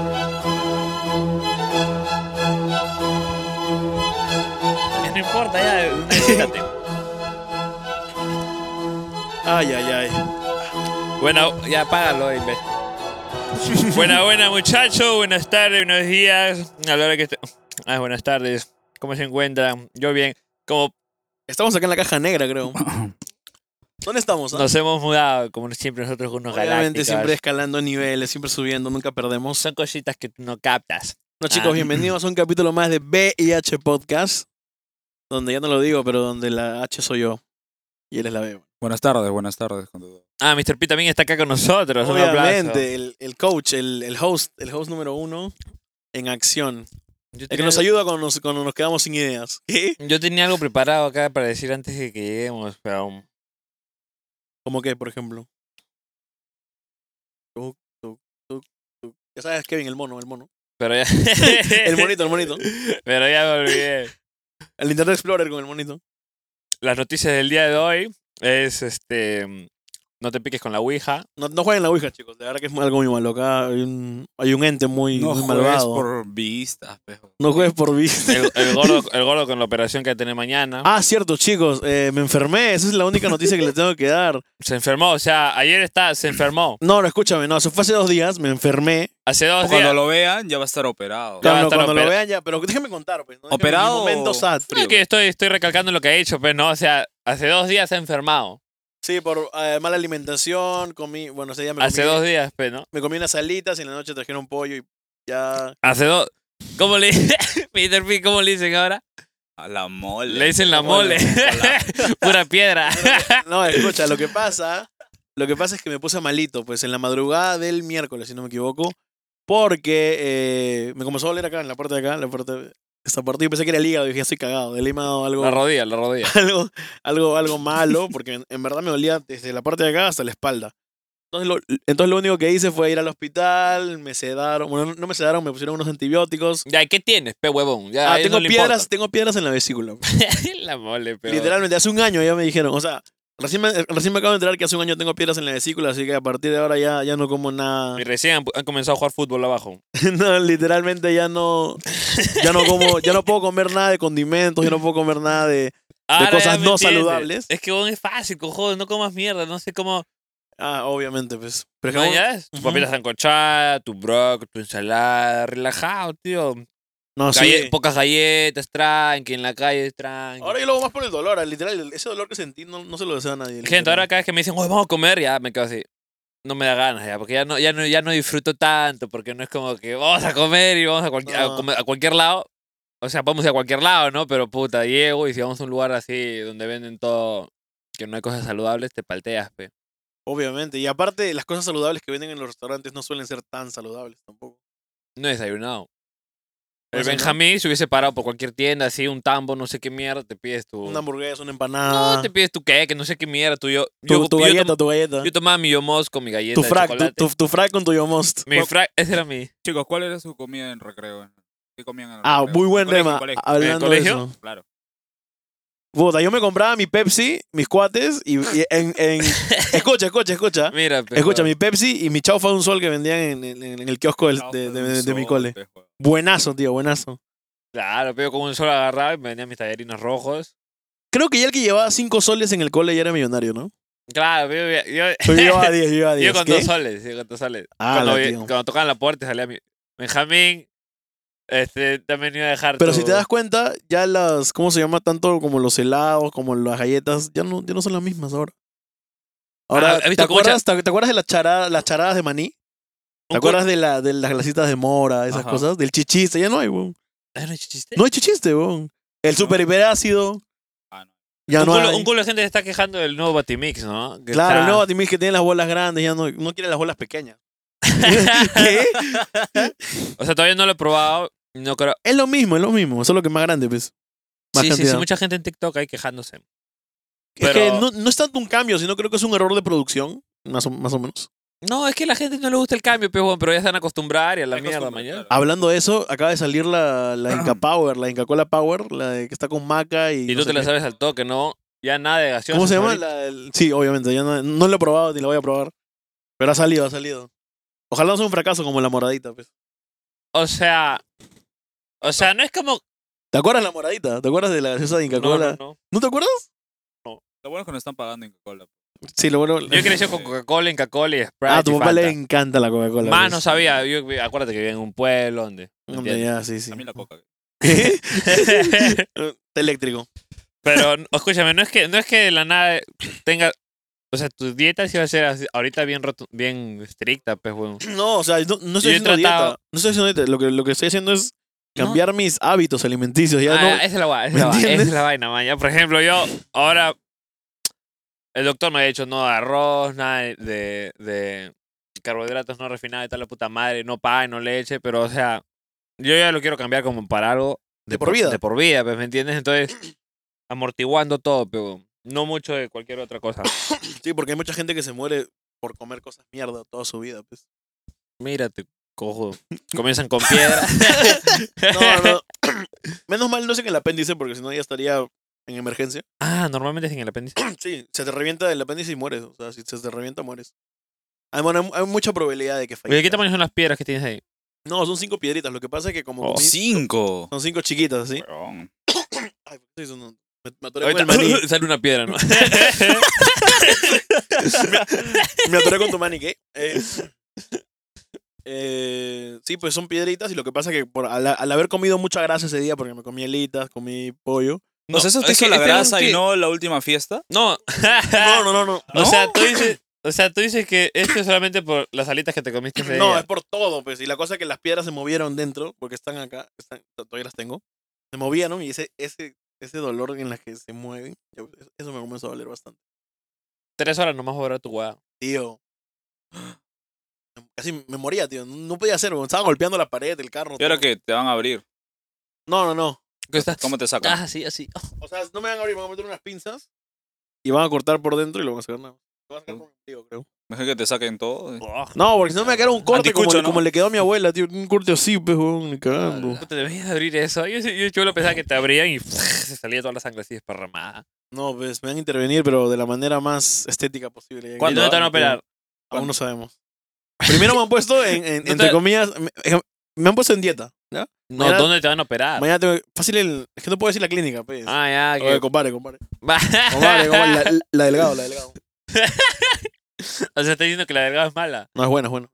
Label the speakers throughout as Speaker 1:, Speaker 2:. Speaker 1: pantalla de un aguacate.
Speaker 2: Ay, ay, ay.
Speaker 1: Buena, ya apágalo ahí, ve. buena, buena, muchachos. Buenas tardes, buenos días. A la hora que esté- Ah, buenas tardes. ¿Cómo se encuentran? Yo bien. Como
Speaker 2: Estamos acá en la caja negra, creo. ¿Dónde estamos? ah?
Speaker 1: nos hemos mudado, como siempre nosotros con unos
Speaker 2: Obviamente
Speaker 1: galácticos.
Speaker 2: siempre escalando niveles, siempre subiendo, nunca perdemos.
Speaker 1: Son cositas que tú no captas.
Speaker 2: No, chicos,
Speaker 1: Ah.
Speaker 2: bienvenidos a un capítulo más de VIH Podcast, donde ya no lo digo, pero donde la H soy yo y él es la B.
Speaker 3: Buenas tardes, buenas tardes. con todo.
Speaker 1: Ah, Mr. P también está acá con nosotros. Un aplauso.
Speaker 2: Obviamente, el, el coach, el, el host, el host número uno en acción.
Speaker 1: Yo
Speaker 2: El que
Speaker 1: tenía
Speaker 2: nos
Speaker 1: algo-
Speaker 2: ayuda cuando nos, cuando nos quedamos sin ideas. ¿Qué?
Speaker 1: Yo tenía algo preparado acá para decir antes de que lleguemos, pero um,
Speaker 2: ¿Cómo qué, por ejemplo? Tuc, tuc, tuc, tuc. Ya sabes, Kevin, el mono, el mono.
Speaker 1: pero ya.
Speaker 2: El monito, el monito.
Speaker 1: Pero ya me olvidé.
Speaker 2: El Internet Explorer con el monito.
Speaker 1: Las noticias del día de hoy es este. No te piques con la Ouija.
Speaker 2: No, no jueguen la Ouija, chicos. De verdad que es algo muy malo. Acá hay un, hay un ente muy,
Speaker 3: No
Speaker 2: muy
Speaker 3: juegues
Speaker 2: malvado.
Speaker 3: por vistas, pejo.
Speaker 2: No juegues por vista.
Speaker 1: El, el gordo, el gordo con la operación que va a tener mañana.
Speaker 2: Ah, cierto, chicos. eh, me enfermé. Esa es la única noticia que les tengo que dar.
Speaker 1: Se enfermó, o sea, ayer está, se enfermó.
Speaker 2: No, no, escúchame. No, eso fue hace dos días. Me enfermé.
Speaker 1: Hace dos
Speaker 3: Cuando
Speaker 1: días.
Speaker 3: lo vean, ya va a estar operado.
Speaker 1: Ya va a
Speaker 2: Cuando,
Speaker 1: estar
Speaker 2: cuando lo
Speaker 1: opera-
Speaker 2: vean ya. Pero déjeme contar, pues. ¿no? Déjeme
Speaker 3: ¿Operado
Speaker 2: mi momento
Speaker 3: o
Speaker 2: sad.
Speaker 1: Creo que estoy, estoy recalcando lo que ha hecho, pues no, o sea, hace dos días se ha enfermado.
Speaker 2: Sí, por eh, mala alimentación. Comí. Bueno, ese día me comí,
Speaker 1: Hace dos días, pues, ¿no?
Speaker 2: me comí unas alitas y en la noche trajeron pollo y ya.
Speaker 1: Hace dos. ¿Cómo le Peter P, ¿cómo le dicen ahora?
Speaker 3: A la mole.
Speaker 1: Le dicen la mole. Pura piedra.
Speaker 2: No, escucha, lo que pasa, lo que pasa es que me puse malito, pues en la madrugada del miércoles, si no me equivoco, porque eh, me comenzó a doler acá, en la parte de acá, en la parte de esta parte, yo pensé que era el hígado, dije, estoy cagado, del hígado algo,
Speaker 1: La rodilla, la rodilla.
Speaker 2: algo, algo, algo malo, porque en, en verdad me dolía desde la parte de acá hasta la espalda. Entonces lo, entonces lo único que hice fue ir al hospital, me sedaron, bueno, no- no me sedaron, me pusieron unos antibióticos.
Speaker 1: Ya, ¿y ¿qué tienes, pe huevón? Ya,
Speaker 2: Ah,
Speaker 1: a ellos
Speaker 2: tengo
Speaker 1: no le
Speaker 2: piedras, tengo piedras en la vesícula.
Speaker 1: importa. la mole, pero.
Speaker 2: Literalmente, hace un año ya me dijeron, o sea, recién me, recién me acabo de enterar que hace un año tengo piedras en la vesícula, así que a partir de ahora ya, ya no como nada.
Speaker 1: Y recién han, han comenzado a jugar fútbol abajo.
Speaker 2: no, literalmente ya no, ya no como, ya no puedo comer nada de condimentos, ya no puedo comer nada de...
Speaker 1: Ahora ya
Speaker 2: cosas
Speaker 1: me
Speaker 2: no
Speaker 1: entiendes.
Speaker 2: saludables.
Speaker 1: Es que huevón, es fácil, cojones, no comas mierda, no sé cómo.
Speaker 2: Ah, obviamente, pues. Pero es
Speaker 1: No,
Speaker 2: que aún-
Speaker 1: ya es. Tu
Speaker 2: Ujú.
Speaker 1: papita sancochada, tu broc, tu ensalada, relajado, tío.
Speaker 2: no, sí.
Speaker 1: Galle- Pocas galletas, tranqui, en la calle, tranqui.
Speaker 2: Ahora yo lo hago más por el dolor, ah, literal, ese dolor que sentí no, no se lo deseo a nadie.
Speaker 1: Gente, ahora
Speaker 2: literal.
Speaker 1: cada vez que me dicen, "Oye, vamos a comer, ya me quedo así. No me da ganas ya, porque ya no, ya no, ya no disfruto tanto, porque no es como que vamos a comer y vamos a, cualquier- a
Speaker 2: No.
Speaker 1: comer- a cualquier lado. O sea, podemos ir a cualquier lado, ¿no? Pero puta, llego y si vamos a un lugar así donde venden todo, que no hay cosas saludables, te palteas, pe.
Speaker 2: Obviamente, y aparte las cosas saludables que venden en los restaurantes no suelen ser tan saludables tampoco.
Speaker 1: No he desayunado.
Speaker 2: O
Speaker 1: El
Speaker 2: sea, ¿no?
Speaker 1: Benjamín se hubiese parado por cualquier tienda, así, un tambo, no sé qué mierda, te pides tu...
Speaker 2: Una hamburguesa, una empanada,
Speaker 1: No, te pides tu qué, que no sé qué mierda, tu yo...
Speaker 2: tu,
Speaker 1: yo,
Speaker 2: tu
Speaker 1: yo
Speaker 2: galleta,
Speaker 1: tom-
Speaker 2: tu galleta.
Speaker 1: yo tomaba mi yomos con mi galleta
Speaker 2: Tu
Speaker 1: de
Speaker 2: frac, tu,
Speaker 1: chocolate.
Speaker 2: tu, tu frac con tu yomost.
Speaker 1: Mi frac, ese era mi...
Speaker 3: Chicos, ¿cuál era su comida en recreo? ¿Qué comían en el
Speaker 2: Ah,
Speaker 3: recreo?
Speaker 2: muy buen
Speaker 3: Colegio,
Speaker 2: tema.
Speaker 3: colegio.
Speaker 2: Hablando de
Speaker 1: colegio?
Speaker 2: eso.
Speaker 3: Claro.
Speaker 2: Puta, yo me compraba mi Pepsi, mis cuates y, y en, en- escucha, escucha, escucha.
Speaker 1: Mira, pero-
Speaker 2: ¿Ah? Escucha, mi Pepsi y mi chaufa de un sol que vendían en, en- en el kiosco del- de, de- de- de mi cole.
Speaker 3: pues, Pejo.
Speaker 2: Buenazo, tío, buenazo.
Speaker 1: Claro, pero con un solo agarrado y me venían mis tallerinos rojos.
Speaker 2: Creo que ya el que llevaba cinco soles en el cole ya era millonario, ¿no?
Speaker 1: Claro, pero yo, yo,
Speaker 2: Yo llevaba 10, yo llevaba
Speaker 1: yo
Speaker 2: 10.
Speaker 1: con
Speaker 2: ¿Qué?
Speaker 1: dos soles, yo con dos soles.
Speaker 2: Ala,
Speaker 1: cuando, vi-
Speaker 2: tío.
Speaker 1: cuando tocaban la puerta y salía mi... Benjamín, este, también iba a dejar
Speaker 2: Pero
Speaker 1: tu-
Speaker 2: si te das cuenta, ya las, ¿cómo se llama? Tanto como los helados, como las galletas, ya no, ya no son las mismas ahora.
Speaker 1: Ah,
Speaker 2: Ahora,
Speaker 1: ¿has
Speaker 2: ¿te,
Speaker 1: Ah, visto cómo
Speaker 2: acuerdas, te, te acuerdas de las, charada- las charadas de maní? ¿Te
Speaker 1: Un cu-
Speaker 2: acuerdas de, la, de las glacitas de mora, esas
Speaker 3: Ajá.
Speaker 2: cosas? Del chichiste, ya no hay, weón.
Speaker 1: Ah, ¿no hay chiste?
Speaker 2: No hay chichiste, weón. El
Speaker 3: No.
Speaker 2: super hiperácido.
Speaker 3: Ah, no.
Speaker 2: Ya
Speaker 1: un,
Speaker 2: no
Speaker 1: culo,
Speaker 2: hay.
Speaker 1: un culo de gente se está quejando del nuevo Batimix, ¿no? Que
Speaker 2: Claro,
Speaker 1: está-
Speaker 2: el nuevo Batimix que tiene las bolas grandes, ya no, no quiere las bolas pequeñas. ¿Qué?
Speaker 1: O sea, todavía no lo he probado. No creo.
Speaker 2: Es lo mismo, es lo mismo. Solo que más grande, pues.
Speaker 1: Sí,
Speaker 2: Más
Speaker 1: sí,
Speaker 2: cantidad.
Speaker 1: sí, mucha gente en TikTok ahí quejándose.
Speaker 2: Es que
Speaker 1: pero-
Speaker 2: no, no es tanto un cambio, sino creo que es un error de producción, más o, más o menos.
Speaker 1: No, es que a la gente no le gusta el cambio, pero, pero ya se van a acostumbrar y a la
Speaker 3: Hay
Speaker 1: mierda
Speaker 3: costumbre,
Speaker 1: mañana.
Speaker 3: claro.
Speaker 2: Hablando de eso, acaba de salir la, la Inca Power, la Inca Cola Power, la de que está con Maca y.
Speaker 1: Y, tú
Speaker 2: no sé
Speaker 1: te la
Speaker 2: qué.
Speaker 1: sabes al toque, ¿no? Ya nada de gaseosa.
Speaker 2: ¿Cómo se llama? La- el- sí, obviamente. Ya no, no lo he probado ni lo voy a probar. Pero ha salido, ha salido. Ojalá no sea un fracaso como la moradita, pues.
Speaker 1: O sea. O sea, no es como.
Speaker 2: ¿Te acuerdas la moradita? ¿Te acuerdas de la gaseosa de Inca
Speaker 1: No,
Speaker 2: Cola?
Speaker 1: no, no.
Speaker 2: ¿No te acuerdas?
Speaker 3: Lo bueno es que nos están pagando en pues, Coca-Cola.
Speaker 2: Sí, lo bueno.
Speaker 1: Yo crecí con Coca-Cola, Coca-Cola y Sprite.
Speaker 2: Ah, a tu
Speaker 1: y
Speaker 2: papá le
Speaker 1: Fanta.
Speaker 2: encanta la Coca-Cola.
Speaker 1: Más
Speaker 2: pues.
Speaker 1: no sabía. Yo, acuérdate que vivía en un pueblo donde. ¿me
Speaker 2: Hombre,
Speaker 1: entiendes?
Speaker 2: ya, sí, sí.
Speaker 3: A mí la Coca.
Speaker 2: Está eléctrico.
Speaker 1: Pero no, escúchame, no es que no es que de la nada tenga. O sea, tu dieta sí va a ser así- ahorita bien rotu- bien estricta, pues, weón.
Speaker 2: No, o sea, no, no estoy
Speaker 1: Yo he
Speaker 2: haciendo
Speaker 1: tratado-
Speaker 2: dieta. No estoy haciendo dieta. Lo que, lo que estoy haciendo es cambiar mis hábitos alimenticios. Ya
Speaker 1: Ah,
Speaker 2: no.
Speaker 1: esa es la vaina,
Speaker 2: ¿Me
Speaker 1: esa, es la vaina, esa
Speaker 2: entiendes?
Speaker 1: es la vaina, man. Ya, por ejemplo, yo ahora. El doctor me ha dicho no arroz, nada de, de carbohidratos no refinados y tal, la puta madre, no pan, no leche, pero o sea, yo ya lo quiero cambiar como para algo.
Speaker 2: De por vida.
Speaker 1: De por vida, pues, ¿me entiendes? Entonces, amortiguando todo, pero no mucho de cualquier otra cosa.
Speaker 2: Sí, porque hay mucha gente que se muere por comer cosas mierda toda su vida. Pues.
Speaker 1: Mírate, cojo. Comienzan con piedra.
Speaker 2: No, no. Menos mal no sé en el apéndice, porque si no ya estaría en emergencia.
Speaker 1: Ah, normalmente es en el apéndice.
Speaker 2: Sí, se te revienta el apéndice y mueres. O sea, si se te revienta, mueres. Hay, bueno, hay- hay mucha probabilidad de que
Speaker 1: Oye,
Speaker 2: falle.
Speaker 1: ¿qué tamaño son las piedras que tienes ahí?
Speaker 2: No, son cinco piedritas. Lo que pasa es que como
Speaker 1: Oh,
Speaker 2: comí-
Speaker 3: ¡Cinco!
Speaker 2: son cinco chiquitas, ¿sí?
Speaker 3: Weón.
Speaker 2: Ay, sí, son- me, me atoré con
Speaker 1: Ahorita
Speaker 2: el maní.
Speaker 1: sale una piedra, ¿no?
Speaker 2: Me atoré con tu maní, ¿qué? Eh, eh, sí, pues son piedritas y lo que pasa es que por, al, al haber comido mucha grasa ese día, porque me comí alitas, comí pollo.
Speaker 3: No, o sea, eso te
Speaker 1: es que
Speaker 3: hizo la
Speaker 1: este es un
Speaker 3: grasa y
Speaker 1: que-
Speaker 3: no la última fiesta.
Speaker 1: No.
Speaker 2: No, no, no, no.
Speaker 1: O sea, tú dices, o sea, tú dices que esto es solamente por las alitas que te comiste ese
Speaker 2: No,
Speaker 1: día.
Speaker 2: es por todo, pues. Y la cosa es que las piedras se movieron dentro, porque están acá, están- todavía las tengo. Se movieron y ese, ese, ese dolor en las que se mueven, yo- eso me comenzó a doler bastante.
Speaker 1: Tres horas nomás a tu guada.
Speaker 2: Tío. Casi me moría, tío. No podía hacer, estaba golpeando la pared, el carro.
Speaker 3: Y ahora
Speaker 2: todo.
Speaker 3: que te van a abrir,
Speaker 2: No, no, no.
Speaker 3: ¿cómo te sacan?
Speaker 1: Ah, así, así.
Speaker 2: O sea, no me van a abrir, me van a meter unas pinzas. Y van a cortar por dentro y lo van a sacar nada. Lo van a sacar por el ombligo, creo.
Speaker 3: Mejor que te saquen todo.
Speaker 1: Oh,
Speaker 2: No, porque si no me va a quedar un corte como,
Speaker 3: Anticucho,
Speaker 2: le-
Speaker 3: ¿no?
Speaker 2: como le quedó a mi abuela, tío. Un corte así, pues, weón, ni cagando.
Speaker 1: Te debías abrir eso. Yo, yo, yo lo pensaba que te abrían y se salía toda la sangre así desparramada.
Speaker 2: No, pues me van a intervenir, pero de la manera más estética posible. ya que-
Speaker 1: ¿Y
Speaker 3: ¿Cuándo
Speaker 1: dónde te van a
Speaker 3: ah?
Speaker 1: operar?
Speaker 2: Aún no sabemos. Primero me han puesto en, en-
Speaker 1: No
Speaker 2: entre
Speaker 1: te-
Speaker 2: comillas, me, me han puesto en dieta. ¿ya?
Speaker 1: No,
Speaker 2: Mañana-
Speaker 1: ¿dónde te van a operar?
Speaker 2: Mañana tengo que- Fácil el. Es que no puedo decir la clínica, pues.
Speaker 1: Ah, ya,
Speaker 2: Oye,
Speaker 1: que...
Speaker 2: compare, compare. Compare, compare. La, la delgado, la delgado.
Speaker 1: o sea, estás diciendo que la delgada es mala.
Speaker 2: No, es buena, es buena.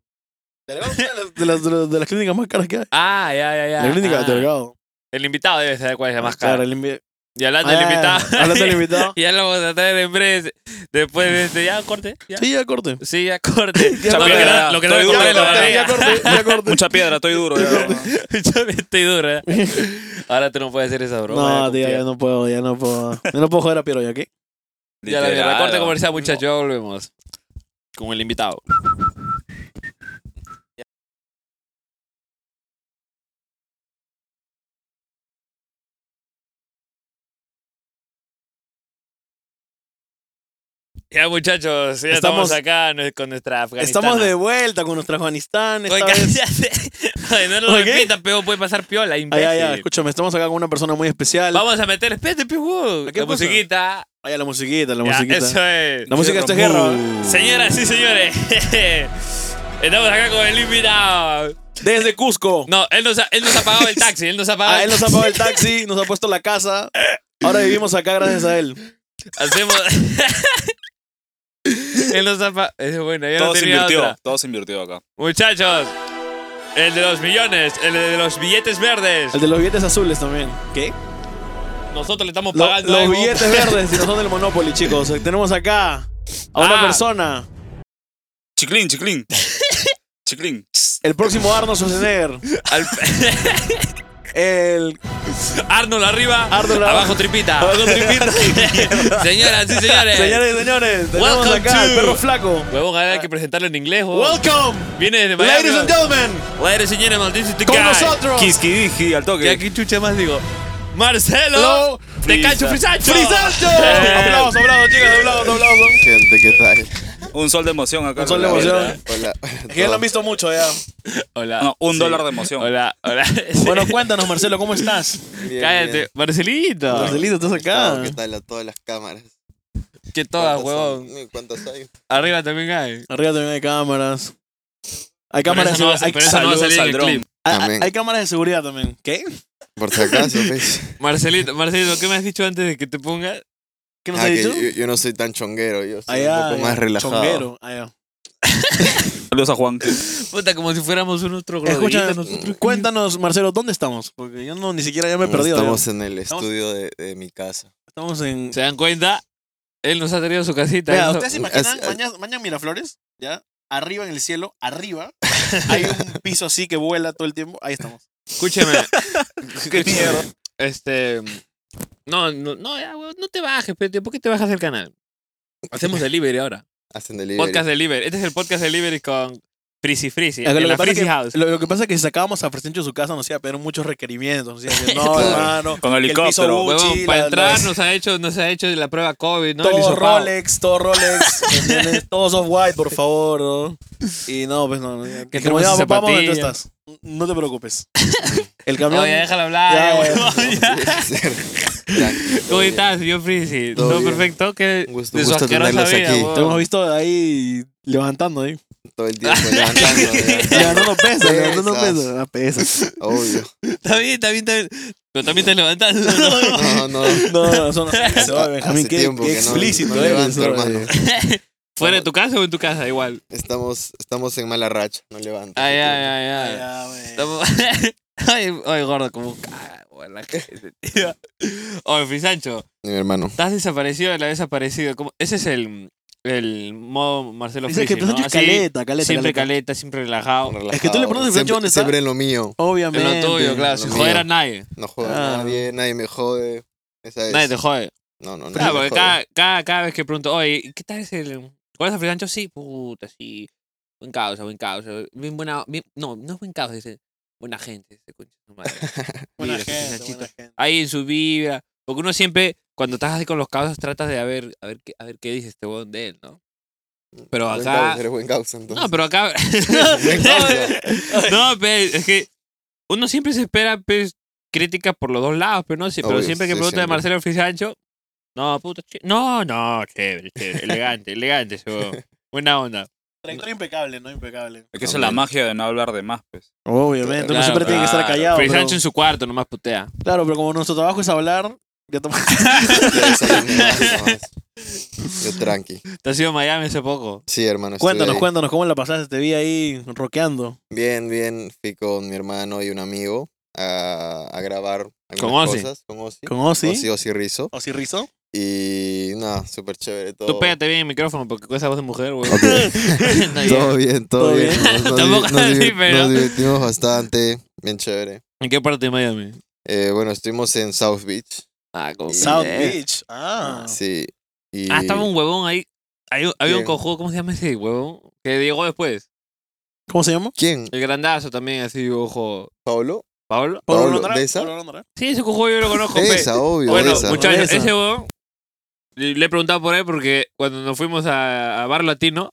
Speaker 2: La delgado es una de las- de las, de las- de las clínicas más caras que hay.
Speaker 1: Ah, ya, ya, ya.
Speaker 2: La clínica
Speaker 1: Ah.
Speaker 2: de delgado.
Speaker 1: El invitado debe saber cuál es la más cara.
Speaker 2: Claro, el invi-
Speaker 1: Y hablando del
Speaker 2: Ah,
Speaker 1: invitado.
Speaker 2: Hablando del invitado.
Speaker 1: Ya lo vamos a traer en breve. Después de este. Ya, corte. Ya.
Speaker 2: Sí, ya corte.
Speaker 1: Sí, ya corte.
Speaker 2: Ya
Speaker 1: lo,
Speaker 2: corte.
Speaker 1: que no, lo que no
Speaker 3: Ya
Speaker 1: me compré en la
Speaker 3: corte,
Speaker 1: barriga.
Speaker 2: ya corte, ya corte.
Speaker 3: Mucha piedra, estoy duro. ya.
Speaker 1: Yo me estoy dura. Ahora tú no puedes hacer esa broma.
Speaker 2: No,
Speaker 1: de
Speaker 2: tío, ya
Speaker 1: confiar.
Speaker 2: no puedo, ya no puedo. Yo no puedo joder a Piero ya, ¿qué?
Speaker 1: Ya la mierda.
Speaker 3: Literal.
Speaker 1: Corte comercial, muchachos. ya Volvemos. Con el invitado. Ya muchachos, ya estamos,
Speaker 2: Estamos-
Speaker 1: acá nu- con nuestra Afganistán.
Speaker 2: Estamos de vuelta con nuestra Afganistán. esta vez-
Speaker 1: no lo
Speaker 2: ¿Por qué? Ah,
Speaker 1: repitas, pero puede pasar piola,
Speaker 2: Ay,
Speaker 1: imbécil.
Speaker 2: ay, ay, escúchame, estamos acá con una persona muy especial.
Speaker 1: Vamos a meter, espérate, pijú.
Speaker 2: ¿A qué
Speaker 1: La
Speaker 2: cosa?
Speaker 1: musiquita.
Speaker 2: Ay, la musiquita, la
Speaker 1: Ya,
Speaker 2: musiquita.
Speaker 1: eso es.
Speaker 2: La música de esta es
Speaker 3: Cierra,
Speaker 2: guerra.
Speaker 3: mu-
Speaker 1: Señoras y señores, estamos acá con el invitado.
Speaker 2: Desde Cusco.
Speaker 1: No, él nos ha, él nos ha pagado el taxi, él nos ha pagado.
Speaker 2: Ah, él nos ha pagado el taxi, nos ha puesto la casa. Ahora vivimos acá gracias a él.
Speaker 1: Hacemos. él nos ha pagado. Es bueno, ya no
Speaker 3: Todo se
Speaker 1: tenía
Speaker 3: invirtió,
Speaker 1: otra.
Speaker 3: todo se invirtió acá.
Speaker 1: Muchachos, el de los millones, el de los billetes verdes.
Speaker 2: El de los billetes azules también. ¿Qué?
Speaker 1: Nosotros le estamos
Speaker 2: Lo-
Speaker 1: pagando.
Speaker 2: los
Speaker 1: algo.
Speaker 2: billetes verdes y no son del Monopoly, chicos. Tenemos acá a una
Speaker 1: Ah.
Speaker 2: persona.
Speaker 3: Chiclín, chiclín. chiclín.
Speaker 2: El próximo Arnold Schwarzenegger.
Speaker 1: Al-
Speaker 2: El.
Speaker 1: Arnold arriba,
Speaker 2: Arnold
Speaker 1: abajo,
Speaker 2: abajo.
Speaker 1: tripita.
Speaker 2: Abajo tripita.
Speaker 1: Señoras y señores.
Speaker 2: Señores y señores, tenemos
Speaker 1: Welcome
Speaker 2: acá al
Speaker 1: to-
Speaker 2: perro flaco.
Speaker 1: Huevón, ahora hay que presentarlo en inglés. huevón.
Speaker 2: Welcome,
Speaker 1: Viene desde Miami.
Speaker 2: ladies and gentlemen,
Speaker 1: Ladies and gentlemen, this is the
Speaker 2: con
Speaker 1: guy.
Speaker 2: nosotros.
Speaker 3: Quisquidiji, al
Speaker 1: ¿Qué
Speaker 3: toque.
Speaker 1: aquí chucha más digo? Marcelo
Speaker 2: Hello.
Speaker 1: de Cacho
Speaker 3: Frisa-
Speaker 1: Frisancho.
Speaker 2: ¡Frisancho!
Speaker 1: Eh.
Speaker 2: Aplausos, aplausos, chicos, aplausos, aplausos.
Speaker 4: Gente, ¿qué tal?
Speaker 3: Un sol de emoción acá.
Speaker 2: Un sol de
Speaker 3: Hola.
Speaker 2: emoción.
Speaker 4: Hola. hola.
Speaker 2: Es que ya lo han visto mucho ya.
Speaker 1: Hola.
Speaker 3: No, un
Speaker 1: Sí.
Speaker 3: dólar de emoción.
Speaker 1: Hola, hola.
Speaker 2: Bueno, cuéntanos, Marcelo, ¿cómo estás?
Speaker 4: Bien, bien.
Speaker 1: cállate. Marcelito.
Speaker 2: Marcelito, estás acá.
Speaker 4: ¿Qué tal a todas las cámaras?
Speaker 1: Que
Speaker 2: Ah,
Speaker 1: todas,
Speaker 4: ¿Cuántas son?
Speaker 1: huevón.
Speaker 4: ¿Cuántas hay?
Speaker 1: Arriba también hay.
Speaker 2: Arriba también hay cámaras. Hay
Speaker 1: Pero
Speaker 2: cámaras,
Speaker 1: eso no va a ser-
Speaker 2: hay,
Speaker 1: pero eso no va a
Speaker 3: Saludos
Speaker 1: salir en
Speaker 3: al
Speaker 1: el
Speaker 3: dron.
Speaker 1: clip.
Speaker 2: Ah, hay-
Speaker 4: Amén.
Speaker 2: hay cámaras de seguridad también. ¿Qué?
Speaker 4: Por si acaso, pues.
Speaker 1: Marcelito, Marcelito, ¿qué me has dicho antes de que te pongas?
Speaker 2: ¿Qué nos
Speaker 4: Ah,
Speaker 2: ha
Speaker 4: que
Speaker 2: dicho?
Speaker 4: yo, yo no soy tan chonguero, yo soy
Speaker 2: Allá, eh,
Speaker 4: un poco más relajado.
Speaker 2: Chonguero, allá.
Speaker 3: Saludos a Juan.
Speaker 1: Puta, como si fuéramos unos
Speaker 2: Escucha,
Speaker 1: trogloditas nosotros.
Speaker 2: cuéntanos, Marcelo, ¿dónde estamos? Porque yo no, ni siquiera ya me he
Speaker 4: Bueno,
Speaker 2: perdido.
Speaker 4: Estamos
Speaker 2: ya.
Speaker 4: en el
Speaker 2: Estamos-
Speaker 4: estudio de, de mi casa.
Speaker 2: Estamos en...
Speaker 1: ¿Se dan cuenta? Él nos ha traído su casita.
Speaker 2: Vea,
Speaker 1: él nos-
Speaker 2: ¿ustedes se imaginan?
Speaker 4: es-
Speaker 2: Mañana, mañana Miraflores, ¿ya? Arriba en el cielo, arriba, hay un piso así que vuela todo el tiempo. Ahí estamos.
Speaker 1: Escúcheme. Escúcheme. Este. No, no, no, ya, weón, no te bajes, Pete. ¿Por qué te bajas del canal? Hacemos delivery ahora.
Speaker 4: Hacen delivery.
Speaker 1: Podcast delivery. Este es el podcast delivery con Frizzy Frizzy.
Speaker 2: Lo
Speaker 1: En
Speaker 2: que
Speaker 1: la
Speaker 2: pasa es
Speaker 1: Frizzy
Speaker 2: que-
Speaker 1: House.
Speaker 2: Lo, lo que pasa es que si sacábamos a Fresencho de su casa nos iba a pedir muchos requerimientos. Nos iba a decir, no,
Speaker 4: Claro.
Speaker 2: hermano,
Speaker 3: Con
Speaker 2: que el piso
Speaker 3: helicóptero.
Speaker 2: Gucci,
Speaker 1: Huevón,
Speaker 2: la-
Speaker 1: para
Speaker 2: la-
Speaker 1: entrar nos ha hecho, nos ha hecho la prueba COVID, ¿no? El
Speaker 2: todo
Speaker 1: hisopado.
Speaker 2: Rolex, todo Rolex, ¿entiendes? todos off white, por favor. ¿no? Y no, pues no. no, ya.
Speaker 1: Que
Speaker 2: Como
Speaker 1: tenemos
Speaker 2: ya,
Speaker 1: sus
Speaker 2: papá, ¿dónde tú
Speaker 1: zapatillas.
Speaker 2: estás? No te preocupes. El camión.
Speaker 1: Oye, déjalo hablar.
Speaker 2: Ya,
Speaker 1: huevón, ya.
Speaker 4: Tranqui, todo
Speaker 1: ¿Cómo
Speaker 4: bien.
Speaker 1: estás, señor Frizzy?
Speaker 4: Todo
Speaker 1: ¿Todo
Speaker 4: bien.
Speaker 1: perfecto? ¿Qué
Speaker 4: Un gusto-
Speaker 1: de
Speaker 4: un
Speaker 1: su
Speaker 4: gusto
Speaker 1: asquerosa
Speaker 4: tenerlos
Speaker 1: vida,
Speaker 4: aquí.
Speaker 2: Te hemos
Speaker 1: huevón?
Speaker 2: visto ahí levantando ahí.
Speaker 4: Todo el tiempo levantando. ya.
Speaker 2: Levantando peso, levantando
Speaker 4: Pesas.
Speaker 2: peso. Ah, pesas.
Speaker 4: Obvio.
Speaker 1: Está bien, está bien, está bien. Pero también te levantas. ¿no?
Speaker 4: No, no.
Speaker 2: No, no, eso no. Se va, Benjamín,
Speaker 4: Hace
Speaker 2: qué,
Speaker 4: tiempo
Speaker 2: qué
Speaker 4: que no-
Speaker 2: explícito
Speaker 4: no
Speaker 2: eres,
Speaker 4: levanto,
Speaker 2: oye.
Speaker 4: hermano.
Speaker 1: ¿Fuera de tu casa o en tu casa? Igual.
Speaker 4: Estamos, estamos en mala racha, no levanto.
Speaker 1: Ay, ay, ay, ay.
Speaker 2: Ah, Ya, güey.
Speaker 1: Ah, Estamos- Ay, ay, gordo, como caga, güey, la gente, tío. Oye, Frisancho,
Speaker 4: Mi hermano.
Speaker 1: estás desaparecido de la desaparecido. ¿Cómo? Ese es el, el modo Marcelo
Speaker 2: Dice que
Speaker 1: Frisi, ¿no?
Speaker 2: Fresencho es
Speaker 1: Así,
Speaker 2: caleta, caleta,
Speaker 1: siempre
Speaker 2: caleta.
Speaker 1: caleta, siempre relajado.
Speaker 2: Es que tú le pones el
Speaker 4: Relajado.
Speaker 2: pecho donde
Speaker 4: siempre,
Speaker 2: está.
Speaker 4: siempre en lo mío.
Speaker 1: Es
Speaker 2: Obviamente.
Speaker 1: lo tuyo, claro. Sin
Speaker 4: Lo
Speaker 1: joder
Speaker 4: mío.
Speaker 1: a nadie.
Speaker 4: No jode
Speaker 2: Claro.
Speaker 4: a nadie, nadie me jode. Esa es.
Speaker 1: Nadie te jode.
Speaker 4: No,
Speaker 2: Ah,
Speaker 4: no, no.
Speaker 1: Claro,
Speaker 4: me
Speaker 1: porque
Speaker 4: jode.
Speaker 1: cada, cada, cada vez que pregunto, oye, ¿qué tal es el. ¿Cuál es el Frisancho? Sí, puta, sí. Buen causa, buen causa. Bien buena. bien- no, no es buen causa, dice. Buena gente, dice, concha de su madre.
Speaker 2: Buena
Speaker 1: Mira,
Speaker 2: gente,
Speaker 1: Frisanchito.
Speaker 2: buena gente.
Speaker 1: ahí en su vibra. Porque uno siempre, cuando estás así con los casos, tratas de a ver, a ver, qué, a ver qué dice este huevón de él, ¿no? Pero
Speaker 4: Buen
Speaker 1: acá-
Speaker 4: causa, eres buen causa, entonces.
Speaker 1: No, pero acá.
Speaker 4: Buen causa.
Speaker 1: no, pues, es que uno siempre se espera, pues, críticas por los dos lados, pero no, sí, pero
Speaker 4: Obvio,
Speaker 1: siempre que
Speaker 4: sí,
Speaker 1: pregunta de
Speaker 4: siempre.
Speaker 1: Marcelo Frisancho, no, puta, ch- no, no, chévere, chévere, elegante, elegante, ese huevón. Buena onda.
Speaker 2: Trayectoria impecable, ¿no? Impecable.
Speaker 3: Es que esa es la
Speaker 4: También.
Speaker 3: magia de no hablar de más, pues.
Speaker 2: Obviamente, uno
Speaker 1: Claro,
Speaker 2: siempre tiene que estar
Speaker 1: claro.
Speaker 2: callado.
Speaker 1: Frisancho
Speaker 2: Pero,
Speaker 1: en su cuarto, nomás putea.
Speaker 2: Claro, pero como nuestro trabajo es hablar, ya estamos-
Speaker 4: Ustedes hablan de más, nomás. Yo tranqui.
Speaker 1: Te has ido a Miami hace poco.
Speaker 4: Sí, hermano. estuve
Speaker 2: Cuéntanos,
Speaker 4: ahí.
Speaker 2: cuéntanos, ¿cómo la pasaste? Te vi ahí roqueando.
Speaker 4: Bien, bien. Fui con mi hermano y un amigo a, a grabar algunas
Speaker 1: Con Ozzy.
Speaker 4: cosas con Ozzy.
Speaker 2: ¿Con Ozzy?
Speaker 4: Ozzy, Ozzy Rizzo.
Speaker 2: ¿Ozzy Rizzo?
Speaker 4: Y nada, súper chévere todo.
Speaker 1: Tú pégate bien el micrófono porque con esa voz de mujer, güey.
Speaker 4: Ok. Todo bien, todo,
Speaker 2: Todo
Speaker 4: bien.
Speaker 2: bien.
Speaker 4: Nos, nos
Speaker 1: Tampoco
Speaker 4: divi- nos
Speaker 1: así,
Speaker 4: divi-
Speaker 1: pero-
Speaker 4: nos divertimos bastante. Bien chévere.
Speaker 1: ¿En qué parte de Miami?
Speaker 4: Eh, bueno, estuvimos en South Beach.
Speaker 1: Ah, como
Speaker 2: South
Speaker 1: Eh.
Speaker 2: Beach. Ah.
Speaker 4: Sí. Y
Speaker 1: Ah, estaba un huevón ahí. Ahí- había un
Speaker 4: ¿Quién?
Speaker 1: cojudo, ¿cómo se llama ese huevón? Que llegó después.
Speaker 2: ¿Cómo se llama?
Speaker 4: ¿Quién?
Speaker 1: El grandazo también, así, ojo.
Speaker 4: ¿Pablo?
Speaker 1: ¿Pablo?
Speaker 4: Pablo,
Speaker 2: Londra?
Speaker 4: ¿de esa?
Speaker 2: Pablo Londra.
Speaker 1: Sí, ese cojudo yo lo conozco. pe.
Speaker 4: Esa, obvio.
Speaker 1: bueno,
Speaker 4: esa.
Speaker 1: muchachos,
Speaker 2: Esa.
Speaker 1: ese huevón. y Le he preguntado por él porque cuando nos fuimos a, a Bar Latino,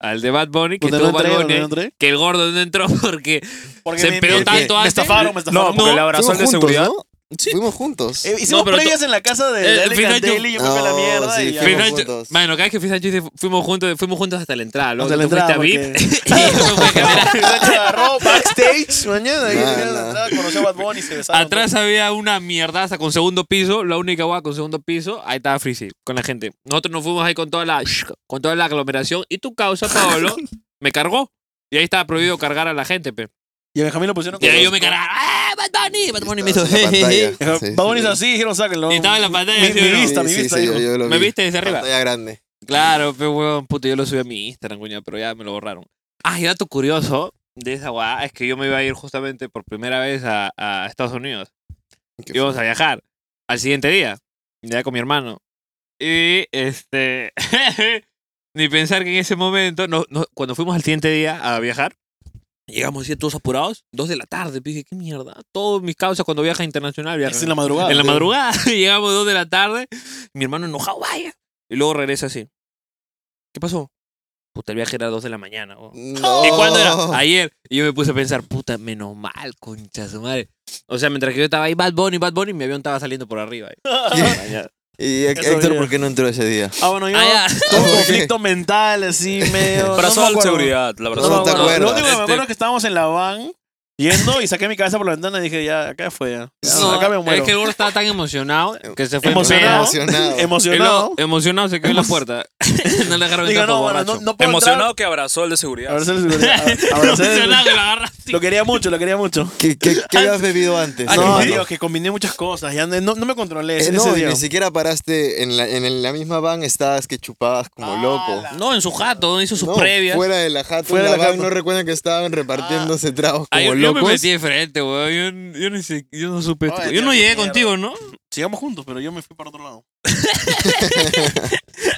Speaker 1: al de Bad Bunny, que
Speaker 2: Puta,
Speaker 1: estuvo
Speaker 2: no
Speaker 1: Bad
Speaker 2: entré, no
Speaker 1: Bunny,
Speaker 2: entré.
Speaker 1: que el gordo no entró porque.
Speaker 2: Porque
Speaker 1: Se
Speaker 2: me-
Speaker 1: pegó
Speaker 2: me-
Speaker 1: tanto
Speaker 2: me, me
Speaker 1: antes.
Speaker 2: estafaron, me
Speaker 3: No,
Speaker 2: estafaron.
Speaker 1: no.
Speaker 3: porque el
Speaker 4: Fuimos
Speaker 3: abrazal de
Speaker 4: juntos,
Speaker 3: seguridad.
Speaker 4: ¿no? Fuimos juntos.
Speaker 2: Eh, hicimos
Speaker 1: No, pero
Speaker 2: previas en la casa de
Speaker 1: Eh,
Speaker 2: Dale
Speaker 1: Frisancho-
Speaker 2: Candelli, yo me fui a la
Speaker 4: No,
Speaker 2: mierda
Speaker 4: sí,
Speaker 2: y ya.
Speaker 4: Frisancho-
Speaker 1: Frisancho-
Speaker 4: juntos.
Speaker 1: Mano, cada vez que Frisancho dice fuimos juntos, fuimos juntos hasta la entrada, loco.
Speaker 2: Hasta la
Speaker 1: Tú fuiste
Speaker 2: entrada,
Speaker 1: a VIP
Speaker 2: porque-
Speaker 1: y yo me fui a caminar.
Speaker 2: Frisancho agarró backstage mañana. y
Speaker 4: Nah,
Speaker 2: tenía la
Speaker 4: nah.
Speaker 2: entrada, conoció a Bad Bunny, se besaron.
Speaker 1: Atrás había una mierdaza con segundo piso, la única guada con segundo piso, ahí estaba Freezy, con la gente. Nosotros nos fuimos ahí con toda la con toda la aglomeración y tu causa, Paolo, me cargó. Y ahí estaba prohibido cargar a la gente, pe.
Speaker 2: Y a Benjamín lo pusieron
Speaker 1: Y
Speaker 2: como...
Speaker 1: ahí yo me cargaba, ¡ah, Bad Bunny! Bad Bunny me hizo,
Speaker 4: Estabas en la
Speaker 1: jejeje.
Speaker 4: pantalla. Sí,
Speaker 2: Bad Bunny
Speaker 4: sí,
Speaker 2: hizo así, dijeron, sáquenlo.
Speaker 1: Y estaba en la pantalla,
Speaker 2: Mi,
Speaker 1: así,
Speaker 2: mi
Speaker 1: ¿no?
Speaker 2: vista, mi
Speaker 4: Sí, sí,
Speaker 2: vista,
Speaker 4: sí,
Speaker 2: dijo.
Speaker 4: yo, yo lo
Speaker 1: ¿Me
Speaker 4: vi.
Speaker 1: viste desde arriba?
Speaker 4: Pantalla grande.
Speaker 1: Claro, pe, weón, puto, yo lo subí a mi Instagram, coña, pero ya me lo borraron. Ah, y dato curioso de esa guada es que yo me iba a ir justamente por primera vez a, a Estados Unidos.
Speaker 4: Qué
Speaker 1: íbamos a viajar al siguiente día, ya con mi hermano. Y este, ni pensar que en ese momento, no, no, cuando fuimos al siguiente día a viajar, llegamos así todos apurados, dos de la tarde, pues, dije, qué mierda, todos mis causas cuando viaja internacional viajan
Speaker 2: Es en la madrugada.
Speaker 1: en la
Speaker 2: tío.
Speaker 1: madrugada, llegamos dos de la tarde, mi hermano enojado, vaya, y luego regresa así. ¿Qué pasó? Puta, el viaje era dos de la mañana. weón.
Speaker 4: No.
Speaker 1: ¿Y cuándo
Speaker 4: Oh.
Speaker 1: era? Ayer. Y yo me puse a pensar, puta, menos mal, concha su madre. O sea, mientras que yo estaba ahí, Bad Bunny, Bad Bunny, mi avión estaba saliendo por arriba.
Speaker 4: ¿Y Hec-
Speaker 2: Eso
Speaker 4: Héctor
Speaker 2: día.
Speaker 4: por qué no entró ese día?
Speaker 2: Ah, bueno, yo
Speaker 1: Ah, ya.
Speaker 2: tuve un
Speaker 4: ¿Por qué?
Speaker 2: conflicto mental así medio. no me
Speaker 3: Abrazal de
Speaker 2: acuerdo.
Speaker 3: seguridad. La
Speaker 4: No
Speaker 3: abrazal
Speaker 2: me
Speaker 4: te
Speaker 2: acuerdo.
Speaker 4: acuerdas.
Speaker 2: Lo único que me
Speaker 1: Este-
Speaker 2: acuerdo es que estábamos en la van Yendo y saqué mi cabeza por la ventana y dije, ya, acá fue, ya. Ya,
Speaker 1: No,
Speaker 2: acá me muero.
Speaker 1: Es que el gordo estaba tan emocionado que se fue
Speaker 2: Emocionado.
Speaker 1: en pedo. Y luego,
Speaker 4: Emocionado.
Speaker 2: Emocionado.
Speaker 1: emocionado se quedó en la puerta. no le dejaron entrar por
Speaker 2: Digo, no, bueno, no,
Speaker 1: borracho.
Speaker 2: no puedo
Speaker 3: Emocionado que abrazó el de seguridad.
Speaker 2: entrar. Abracé la seguridad. Abracé la
Speaker 1: Emocionado
Speaker 2: seguridad.
Speaker 1: que lo agarraste.
Speaker 2: Lo quería mucho, lo quería mucho.
Speaker 4: ¿Qué, qué, qué has bebido antes?
Speaker 3: Ay,
Speaker 2: No,
Speaker 4: hermano?
Speaker 2: Dios, que combiné muchas cosas. Ya no, no me controlé.
Speaker 4: Eh,
Speaker 2: ese- ese
Speaker 4: no, y
Speaker 2: día.
Speaker 4: ni siquiera paraste en la, en la misma van, estabas que chupabas como loco.
Speaker 1: No, en su jato, donde hizo Ah, sus
Speaker 4: No,
Speaker 1: previas.
Speaker 4: Fuera de la jata,
Speaker 2: Fuera de
Speaker 4: en la
Speaker 2: la
Speaker 4: van,
Speaker 2: jata.
Speaker 4: no recuerdan que estaban repartiéndose tragos como
Speaker 1: Ah, yo, yo
Speaker 4: locos.
Speaker 1: me metí de frente, weón. Yo, yo ni sé- yo no supe.
Speaker 2: Oye,
Speaker 1: yo no
Speaker 2: tío,
Speaker 1: llegué
Speaker 2: mierda.
Speaker 1: contigo, ¿no?
Speaker 2: Sigamos juntos, pero yo me fui para otro lado.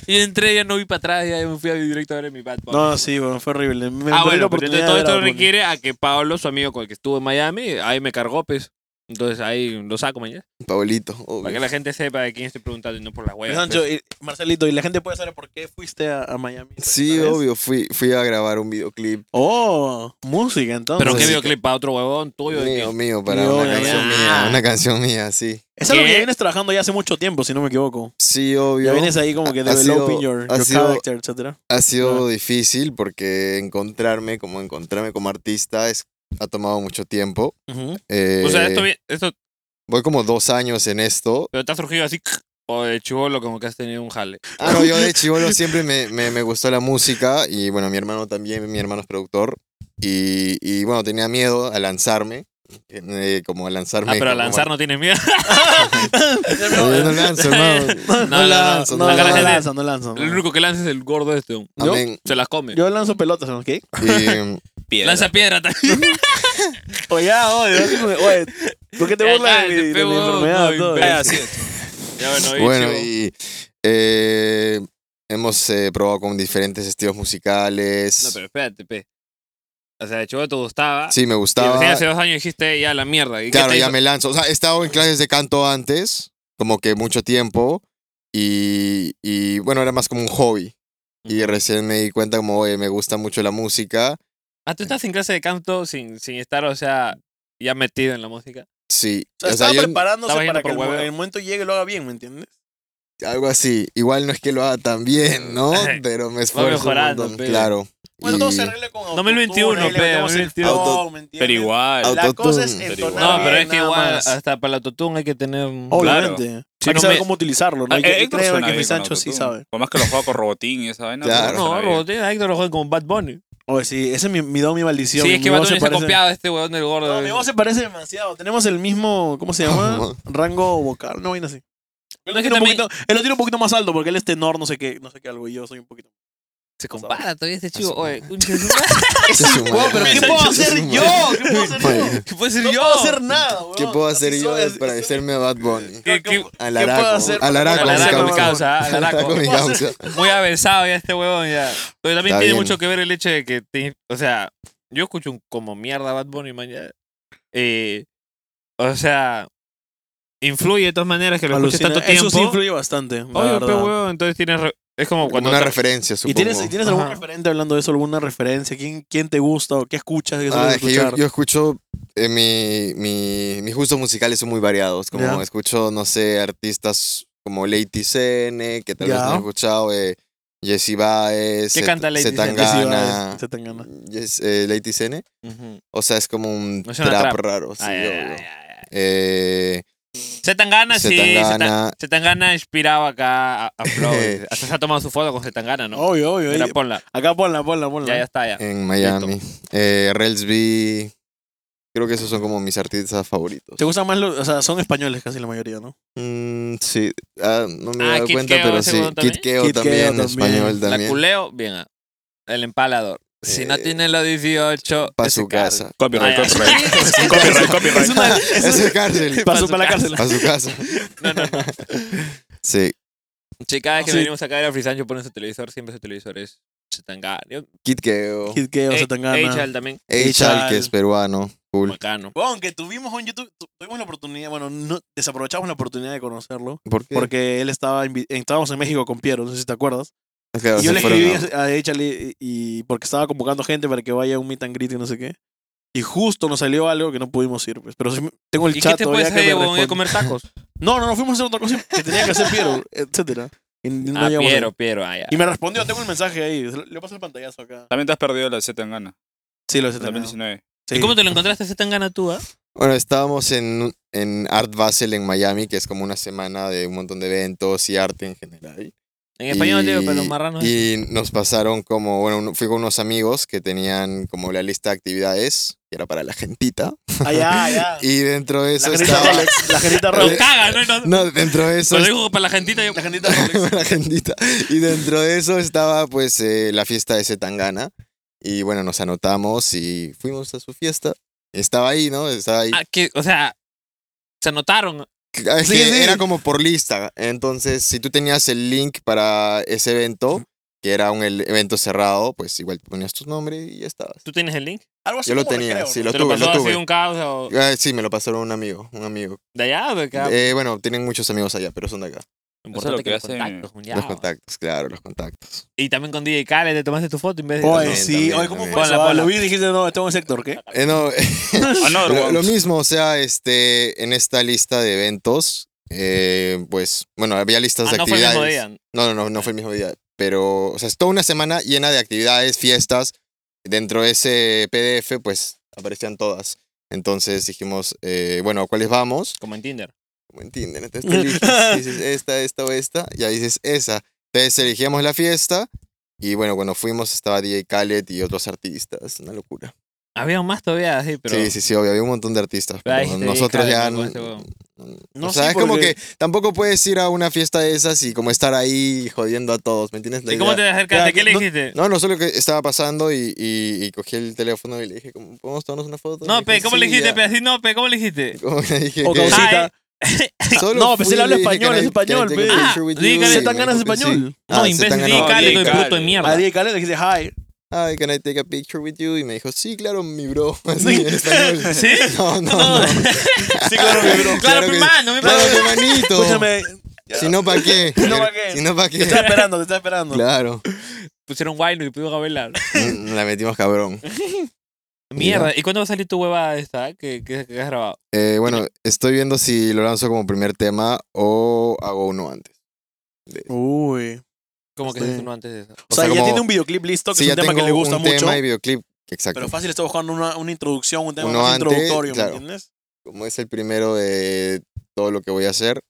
Speaker 1: Yo entré, ya no vi para atrás, ya me fui a directo a ver mi Bad Bunny.
Speaker 2: No, sí, bueno, fue horrible. Me
Speaker 1: ah,
Speaker 2: perdí la
Speaker 1: bueno, pero
Speaker 2: oportunidad
Speaker 1: entonces todo
Speaker 2: de
Speaker 1: esto
Speaker 2: ver a Bad Bunny.
Speaker 1: requiere a que Pablo, su amigo con el que estuvo en Miami, ahí me cargó, pues. Entonces ahí lo saco, mañana.
Speaker 4: Pablito,
Speaker 1: Para
Speaker 4: obvio.
Speaker 1: que la gente sepa de quién estoy preguntando y no por pues. las
Speaker 2: Oye,
Speaker 1: huevas.
Speaker 2: Pues, Sancho, y- Marcelito, y la gente puede saber por qué fuiste a, a Miami.
Speaker 4: Sí,
Speaker 2: ¿sabes?
Speaker 4: obvio, fui, fui a grabar un videoclip
Speaker 2: Oh, música entonces.
Speaker 1: Pero qué
Speaker 4: sí.
Speaker 1: videoclip para otro huevón tuyo. de
Speaker 4: mío,
Speaker 1: que-
Speaker 4: mío, para
Speaker 2: Mío,
Speaker 4: una
Speaker 2: ya,
Speaker 4: canción
Speaker 1: ya.
Speaker 4: mía, una canción mía, sí.
Speaker 2: Es algo
Speaker 1: ¿Qué?
Speaker 2: que vienes trabajando ya hace mucho tiempo, si no me equivoco.
Speaker 4: Sí,
Speaker 2: Ya
Speaker 4: obvio.
Speaker 2: vienes ahí como que
Speaker 4: Ha- ha
Speaker 2: developing
Speaker 4: sido-
Speaker 2: your,
Speaker 4: ha
Speaker 2: your
Speaker 4: sido-
Speaker 2: character, etcétera.
Speaker 4: Ha sido difícil porque encontrarme, como encontrarme como artista, es, ha tomado mucho tiempo.
Speaker 2: Ujú.
Speaker 4: Eh,
Speaker 1: O sea, esto, vi- esto
Speaker 4: Voy como dos años en esto.
Speaker 1: pero te ha surgido así, o de chivolo, como que has tenido un jale.
Speaker 4: Ah, no, yo de chivolo siempre me, me, me gustó la música y bueno, mi hermano también, mi hermano es productor y, y bueno, tenía miedo a lanzarme, eh, como a lanzarme.
Speaker 1: Ah, pero al
Speaker 4: como-
Speaker 1: lanzar no tienes miedo.
Speaker 4: No, yo no lanzo, no.
Speaker 1: No, no, no.
Speaker 4: lanzo,
Speaker 2: No, no,
Speaker 4: no,
Speaker 1: Acá la gente-
Speaker 2: lanzo, no lanzo.
Speaker 1: Lo único que lanza es el gordo este. un-
Speaker 2: Yo-
Speaker 4: Amén.
Speaker 1: Se las come.
Speaker 2: Yo lanzo pelotas, ¿ok?
Speaker 4: Y,
Speaker 1: Lanza piedra también.
Speaker 2: Oye, Pues ya, oye, así como que, oye, ¿por qué te
Speaker 1: Ya,
Speaker 2: burlas de,
Speaker 1: cállate,
Speaker 2: mi- de
Speaker 1: pe,
Speaker 2: mi
Speaker 1: huevón,
Speaker 2: enfermedad?
Speaker 1: no,
Speaker 2: todo?
Speaker 1: imbécil.
Speaker 3: Ah, así es.
Speaker 1: ya bueno, y
Speaker 4: bueno,
Speaker 1: chivo.
Speaker 4: y eh, hemos eh, probado con diferentes estilos musicales.
Speaker 1: No, pero ah, espérate, pe. O sea, de chivolo te gustaba.
Speaker 4: Sí, me
Speaker 1: Y
Speaker 4: gustaba.
Speaker 1: recién hace dos años dijiste, ya la mierda. ¿Y qué
Speaker 4: Claro,
Speaker 1: te
Speaker 4: ya
Speaker 1: hizo?
Speaker 4: me lanzo. O sea, he estado en clases de canto antes, como que mucho tiempo, y, y, bueno, era más como un hobby. Y recién me di cuenta como, oye, me gusta mucho la música.
Speaker 1: Ah, tú estás en clase de canto sin, sin estar, o sea, ya metido en la música.
Speaker 4: Sí,
Speaker 2: O sea,
Speaker 4: o sea,
Speaker 2: estaba
Speaker 4: yo-
Speaker 2: preparándose
Speaker 1: estaba yendo
Speaker 2: para que
Speaker 1: por
Speaker 2: el, mo-
Speaker 1: hueveo.
Speaker 2: el momento llegue y lo haga bien, ¿me entiendes?
Speaker 4: algo así. Igual no es que lo haga tan bien, ¿no? Pero me esfuerzo. un
Speaker 1: mejorando,
Speaker 4: montón,
Speaker 1: pe.
Speaker 4: Claro.
Speaker 2: Bueno, todo se
Speaker 4: Y-
Speaker 2: arregla con
Speaker 1: 2021,
Speaker 2: autotune, ahí le
Speaker 1: pe,
Speaker 2: metemos el
Speaker 1: 2021.
Speaker 2: flow, ¿me entiendes?
Speaker 3: Pero igual.
Speaker 4: Au-
Speaker 2: La cosa es
Speaker 4: Autotune.
Speaker 3: Pero
Speaker 2: entonar
Speaker 3: igual.
Speaker 1: No, pero
Speaker 2: bien,
Speaker 1: es que
Speaker 2: nada
Speaker 1: igual,
Speaker 2: más.
Speaker 1: hasta para el autotune hay que tener. un-
Speaker 2: Obviamente. Hay
Speaker 1: no
Speaker 2: que saber
Speaker 1: me-
Speaker 2: cómo utilizarlo, ¿no?
Speaker 3: Ah,
Speaker 2: Hay que,
Speaker 3: eh,
Speaker 2: que
Speaker 3: Héctor
Speaker 2: creo
Speaker 3: suena
Speaker 2: que
Speaker 3: bien
Speaker 2: mi
Speaker 3: con
Speaker 2: Sancho sí
Speaker 3: autotune.
Speaker 2: sabe.
Speaker 3: Por más que lo juega con robotín y esa vaina.
Speaker 4: Claro.
Speaker 3: pero
Speaker 1: No,
Speaker 3: suena bien.
Speaker 1: Robotín, Héctor lo juega con Bad Bunny.
Speaker 2: Oye, sí, ese es mi, mi don, mi maldición.
Speaker 1: sí, es que
Speaker 2: mi
Speaker 1: Bad
Speaker 2: voz
Speaker 1: Bunny se ha
Speaker 2: parece-
Speaker 1: copiado a este huevón del gordo.
Speaker 2: No, mi voz se parece demasiado. Tenemos el mismo, ¿cómo se llama?
Speaker 4: ¿Cómo?
Speaker 2: Rango vocal, no vaina así.
Speaker 1: No,
Speaker 2: Él, lo
Speaker 1: es que
Speaker 2: tiene un
Speaker 1: también-
Speaker 2: poquito, él lo tiene un poquito más alto porque él es tenor, no sé qué, no sé qué algo, y yo soy un poquito.
Speaker 1: se compara todavía este chivo.
Speaker 4: Así.
Speaker 1: Oye,
Speaker 4: Ese es su
Speaker 2: Huevón,
Speaker 4: madre.
Speaker 2: pero ¿qué
Speaker 4: Ese
Speaker 2: puedo
Speaker 4: es su
Speaker 2: hacer
Speaker 4: madre.
Speaker 2: yo? ¿Qué puedo hacer yo?
Speaker 4: Oye,
Speaker 1: ¿qué puede ser
Speaker 2: No
Speaker 1: yo?
Speaker 2: puedo hacer nada, weón.
Speaker 4: ¿Qué puedo hacer
Speaker 2: Así
Speaker 4: yo
Speaker 2: soy,
Speaker 4: de-
Speaker 2: así
Speaker 4: para
Speaker 2: soy.
Speaker 4: parecerme a Bad Bunny?
Speaker 1: ¿Qué- qué-
Speaker 4: Alaraco.
Speaker 2: puedo hacer?
Speaker 4: Alaraco, mi
Speaker 1: Alaraco, mi
Speaker 4: causa.
Speaker 1: causa, ah,
Speaker 4: Alaraco, mi
Speaker 1: alaraco.
Speaker 2: ¿Puedo hacer-
Speaker 4: causa.
Speaker 1: Muy avesado ya este huevón ya. Pero también
Speaker 4: Está
Speaker 1: tiene
Speaker 4: bien.
Speaker 1: mucho que ver el hecho de que, te- o sea, yo escucho un como mierda Bad Bunny man, ya. Eh, o sea, influye de todas maneras que lo escuches
Speaker 2: Alucina.
Speaker 1: tanto tiempo.
Speaker 2: Eso sí influye bastante. la
Speaker 1: Obvio,
Speaker 2: verdad.
Speaker 1: pero huevón, entonces tienes re- es como
Speaker 4: Como
Speaker 1: cuando
Speaker 4: una
Speaker 1: otra-
Speaker 4: referencia,
Speaker 2: ¿Y
Speaker 4: supongo.
Speaker 2: tienes, y tienes algún
Speaker 1: Ajá.
Speaker 2: referente hablando de eso? ¿Alguna referencia? ¿Quién, quién te gusta o qué escuchas? ¿Qué
Speaker 4: Ah,
Speaker 2: sueles
Speaker 4: es que yo,
Speaker 2: escuchar?
Speaker 4: yo escucho, eh, mi, mi- mis gustos musicales son muy variados, como
Speaker 2: Ya.
Speaker 4: escucho, no sé, artistas como Lady Cene, que tal vez
Speaker 2: Ya.
Speaker 4: no he escuchado, eh, Jesse Baez,
Speaker 1: ¿Qué
Speaker 4: Cet-
Speaker 1: canta Lady Cene?
Speaker 2: Jesse Baez,
Speaker 4: Zetangana,
Speaker 2: Zetangana.
Speaker 4: Yes- eh, Lady Cene,
Speaker 1: Ujú.
Speaker 4: o sea, es como un
Speaker 1: No es una
Speaker 4: trap,
Speaker 1: trap. Ah,
Speaker 4: raro, sí,
Speaker 1: Ay, ay,
Speaker 4: obvio.
Speaker 1: ay, ay, ay.
Speaker 4: Eh,
Speaker 1: Zetangana, sí. Zetangana.
Speaker 4: Zetangana,
Speaker 1: Zetangana inspiraba acá a, a Flow. Hasta se ha tomado su foto con Zetangana, ¿no?
Speaker 2: Obvio, obvio.
Speaker 1: Mira,
Speaker 2: ahí-
Speaker 1: ponla.
Speaker 2: Acá ponla, ponla, ponla.
Speaker 1: Ya, ya está, ya.
Speaker 4: en Miami, eh, Relsby, creo que esos son como mis artistas favoritos.
Speaker 2: ¿Te gustan más los.? O sea, son españoles casi la mayoría, ¿no?
Speaker 4: Mm, sí, ah, no me he
Speaker 1: Ah,
Speaker 4: dado
Speaker 1: Kid
Speaker 4: cuenta,
Speaker 1: Keo,
Speaker 4: pero
Speaker 1: ese
Speaker 4: sí,
Speaker 1: huevón también.
Speaker 4: Kid Keo
Speaker 2: Kid Keo
Speaker 4: también,
Speaker 2: también.
Speaker 4: español
Speaker 1: La
Speaker 4: también.
Speaker 1: culeo, bien. ah. El empalador. Si no
Speaker 4: Eh,
Speaker 1: tiene los 18,
Speaker 4: Pa'
Speaker 1: ese
Speaker 4: su
Speaker 1: cara-
Speaker 4: casa.
Speaker 3: Copyright,
Speaker 1: Ay, ay.
Speaker 3: copyright. Copyright,
Speaker 2: Es
Speaker 3: copyright.
Speaker 2: una.
Speaker 4: Eso es cárcel.
Speaker 1: Pa'
Speaker 2: Pasó
Speaker 1: su
Speaker 2: para la
Speaker 1: casa.
Speaker 2: cárcel.
Speaker 4: A su casa.
Speaker 1: No, no, no.
Speaker 4: Sí.
Speaker 1: Sí, cada vez que
Speaker 2: Sí.
Speaker 1: venimos acá a Frisancho pone su televisor, siempre su televisor es Zetangana. Yo-
Speaker 4: Kid Keo.
Speaker 2: Kid Keo,
Speaker 1: Eh,
Speaker 2: Zetangana.
Speaker 1: H.L. también,
Speaker 4: H.L. que es peruano. Cool.
Speaker 1: bacano.
Speaker 2: Bueno, que tuvimos un YouTube. tu- Tuvimos la oportunidad. Bueno, no, desaprovechamos la oportunidad de conocerlo.
Speaker 4: ¿Por qué?
Speaker 2: Porque él estaba. invi- Estábamos en México con Piero, no sé si te acuerdas.
Speaker 4: Claro,
Speaker 2: Y yo
Speaker 4: se
Speaker 2: le
Speaker 4: fueron
Speaker 2: escribí
Speaker 4: a-
Speaker 2: a Echale y porque estaba convocando gente para que vaya a un meet and greet y no sé qué. Y justo nos salió algo que no pudimos ir, pues. Pero sí me- tengo el
Speaker 1: ¿Y
Speaker 2: chat
Speaker 1: qué te
Speaker 2: todavía
Speaker 1: puedes
Speaker 2: que me
Speaker 1: hacer, huevón? Ir a
Speaker 2: responde.
Speaker 1: comer tacos?
Speaker 2: No, no, no fuimos a hacer otra cosa que tenía que hacer Piero, etcétera. Y no
Speaker 1: ah,
Speaker 2: llegamos a-
Speaker 1: Piero, Piero, ah, ya.
Speaker 2: Y me respondió, tengo el mensaje ahí. se lo- Le paso el pantallazo acá.
Speaker 3: También te has perdido la Z en gana.
Speaker 2: Sí, lo de Zetangana.
Speaker 3: También 19.
Speaker 2: Sí.
Speaker 1: ¿Y cómo te lo encontraste ese tangana tú, ah?
Speaker 4: Bueno, estábamos en, en Art Basel en Miami, que es como una semana de un montón de eventos y arte en general.
Speaker 1: En español,
Speaker 4: Y-
Speaker 1: digo, pero los marranos.
Speaker 4: Y nos pasaron como, bueno, un- fui con unos amigos que tenían como la lista de actividades, que era para la gentita.
Speaker 2: Allá, allá.
Speaker 4: Y dentro de eso
Speaker 2: La
Speaker 4: estaba...
Speaker 2: gente Rolex. La gente
Speaker 1: Los
Speaker 2: Rolex.
Speaker 1: caga, ¿no? Y no-
Speaker 4: No, dentro de eso
Speaker 1: Lo digo para la gentita. Yo...
Speaker 2: La gente Rolex.
Speaker 4: la agendita. Y dentro de eso estaba pues eh, la fiesta de Setangana. Y bueno, nos anotamos y fuimos a su fiesta. Estaba ahí, ¿no? Estaba ahí.
Speaker 1: Ah, que, o sea, se notaron.
Speaker 4: Es
Speaker 2: sí,
Speaker 4: que
Speaker 2: sí.
Speaker 4: Era como por lista. Entonces, si tú tenías el link para ese evento, que era un el- evento cerrado, pues igual ponías tu nombre y ya estabas.
Speaker 1: ¿Tú tienes el link?
Speaker 2: Algo así
Speaker 4: Yo lo
Speaker 2: como
Speaker 4: tenía,
Speaker 2: recreo,
Speaker 4: sí,
Speaker 2: ¿no?
Speaker 4: Lo
Speaker 1: ¿Te lo
Speaker 4: tuve, lo
Speaker 1: pasó así
Speaker 4: tuve.
Speaker 1: un caos o
Speaker 4: Ah, sí, me lo pasaron un amigo, un amigo.
Speaker 1: de allá? o De acá?
Speaker 4: Eh, bueno, tienen muchos amigos allá, pero son de acá.
Speaker 1: Lo
Speaker 3: Eso es lo
Speaker 1: importante
Speaker 3: que
Speaker 1: los
Speaker 3: hace-
Speaker 1: contactos, un ya,
Speaker 4: Los
Speaker 1: o-
Speaker 4: contactos, claro, los contactos.
Speaker 1: Y también con DJ Khaled te tomaste tu foto en vez de...
Speaker 2: Oye,
Speaker 4: También,
Speaker 2: sí,
Speaker 4: también,
Speaker 2: oye, ¿cómo
Speaker 4: también.
Speaker 2: fue eso?
Speaker 1: Ponla,
Speaker 2: Ah,
Speaker 1: ponla.
Speaker 2: Lo vi y dijiste, no, estamos en sector, ¿qué?
Speaker 4: Eh, no,
Speaker 3: Another
Speaker 4: Lo,
Speaker 3: one.
Speaker 4: lo mismo, o sea, este, en esta lista de eventos, eh, pues, bueno, había listas
Speaker 1: Ah,
Speaker 4: de
Speaker 1: no fue el
Speaker 4: actividades.
Speaker 1: mismo día.
Speaker 4: No, no, no, no fue el mismo día. Pero, o sea, es toda una semana llena de actividades, fiestas. Dentro de ese PDF, pues, aparecían todas. Entonces dijimos, eh, bueno, ¿a cuáles vamos?
Speaker 1: Como en Tinder.
Speaker 4: Como en Tinder, entonces te eliges, dices esta, esta o esta, y ahí dices esa. Entonces elegíamos la fiesta, y bueno, cuando fuimos estaba DJ Khaled y otros artistas, una locura.
Speaker 1: Había más todavía, sí, pero...
Speaker 4: Sí, sí, sí, obvio, había un montón de artistas.
Speaker 1: Pero ahí
Speaker 4: pero
Speaker 1: te
Speaker 4: nosotros
Speaker 1: dedicaron,
Speaker 4: ya.
Speaker 1: ¿no?
Speaker 4: n-
Speaker 1: Este huevón.
Speaker 2: No,
Speaker 4: o sea,
Speaker 2: sí,
Speaker 4: es como
Speaker 2: porque-
Speaker 4: que tampoco puedes ir a una fiesta de esas y como estar ahí jodiendo a todos, ¿me entiendes? La
Speaker 1: ¿Y cómo
Speaker 4: idea-
Speaker 1: te acercaste?
Speaker 4: Ya,
Speaker 1: ¿Qué le
Speaker 4: no-
Speaker 1: dijiste?
Speaker 4: No, no sé lo que estaba pasando y, y- y cogí el teléfono y le dije, como, ¿podemos tomarnos una foto?
Speaker 1: No,
Speaker 4: Me
Speaker 1: pe,
Speaker 4: dijo,
Speaker 1: ¿cómo le
Speaker 4: "Sí,
Speaker 1: dijiste?
Speaker 4: ya".
Speaker 1: Pe, así no, pe, ¿cómo le dijiste?
Speaker 4: Como le dije
Speaker 2: O
Speaker 4: que-
Speaker 2: causita.
Speaker 4: solo
Speaker 2: No, pues
Speaker 4: fui
Speaker 2: él
Speaker 4: y
Speaker 2: habla
Speaker 4: le dije,
Speaker 2: español,
Speaker 4: "Can I-
Speaker 2: es español,
Speaker 4: can I take a
Speaker 1: pe.
Speaker 4: picture with
Speaker 1: Ah, sí,
Speaker 4: you?"
Speaker 1: Khaled,
Speaker 4: Sí,
Speaker 2: Se
Speaker 1: Se
Speaker 2: tan
Speaker 4: me
Speaker 2: ganas
Speaker 4: dijo que sí.
Speaker 2: español.
Speaker 4: Ah,
Speaker 1: No,
Speaker 4: se
Speaker 1: imbécil,
Speaker 4: están
Speaker 1: DJ
Speaker 3: ganando.
Speaker 1: Khaled,
Speaker 3: No,
Speaker 1: tu
Speaker 3: DJ
Speaker 1: puto de
Speaker 3: Khaled.
Speaker 1: mierda.
Speaker 2: Madrid, Cale, le dijiste, hi.
Speaker 4: Ay, can I take a picture with you? Y me dijo, sí, claro, mi bro. Así, en español.
Speaker 1: ¿Sí?
Speaker 4: No, no,
Speaker 1: No.
Speaker 4: no.
Speaker 2: Sí, claro, mi bro.
Speaker 1: Claro, mi
Speaker 4: que-
Speaker 1: hermano, mi
Speaker 4: Claro,
Speaker 1: hermano.
Speaker 4: mi manito.
Speaker 2: Escúchame,
Speaker 4: Si no, ¿para qué?
Speaker 2: Si no, ¿pa' qué?
Speaker 4: Si no, ¿pa'
Speaker 2: te
Speaker 4: qué?
Speaker 2: está esperando, te está esperando.
Speaker 4: Claro.
Speaker 1: Pusieron guayno y pudieron bailar.
Speaker 4: Mm, La metimos cabrón.
Speaker 1: Mierda. ¿Y cuándo va a salir tu hueva esta que, que, que has grabado?
Speaker 4: Eh, bueno, estoy viendo si lo lanzo como primer tema o hago uno antes.
Speaker 2: Uy.
Speaker 1: Como que
Speaker 2: Sí.
Speaker 1: se estrenó antes de eso.
Speaker 2: O sea, ya
Speaker 4: como-
Speaker 2: tiene un videoclip listo, que
Speaker 4: Sí,
Speaker 2: es
Speaker 4: ya
Speaker 2: un tema que
Speaker 4: tengo
Speaker 2: le gusta
Speaker 4: un
Speaker 2: mucho.
Speaker 4: tema y videoclip. Exacto.
Speaker 2: Pero fácil está buscando una, una introducción, un tema
Speaker 4: Uno
Speaker 2: más
Speaker 4: antes,
Speaker 2: introductorio,
Speaker 4: claro.
Speaker 2: ¿me entiendes?
Speaker 4: Como es el primero de todo lo que voy a hacer.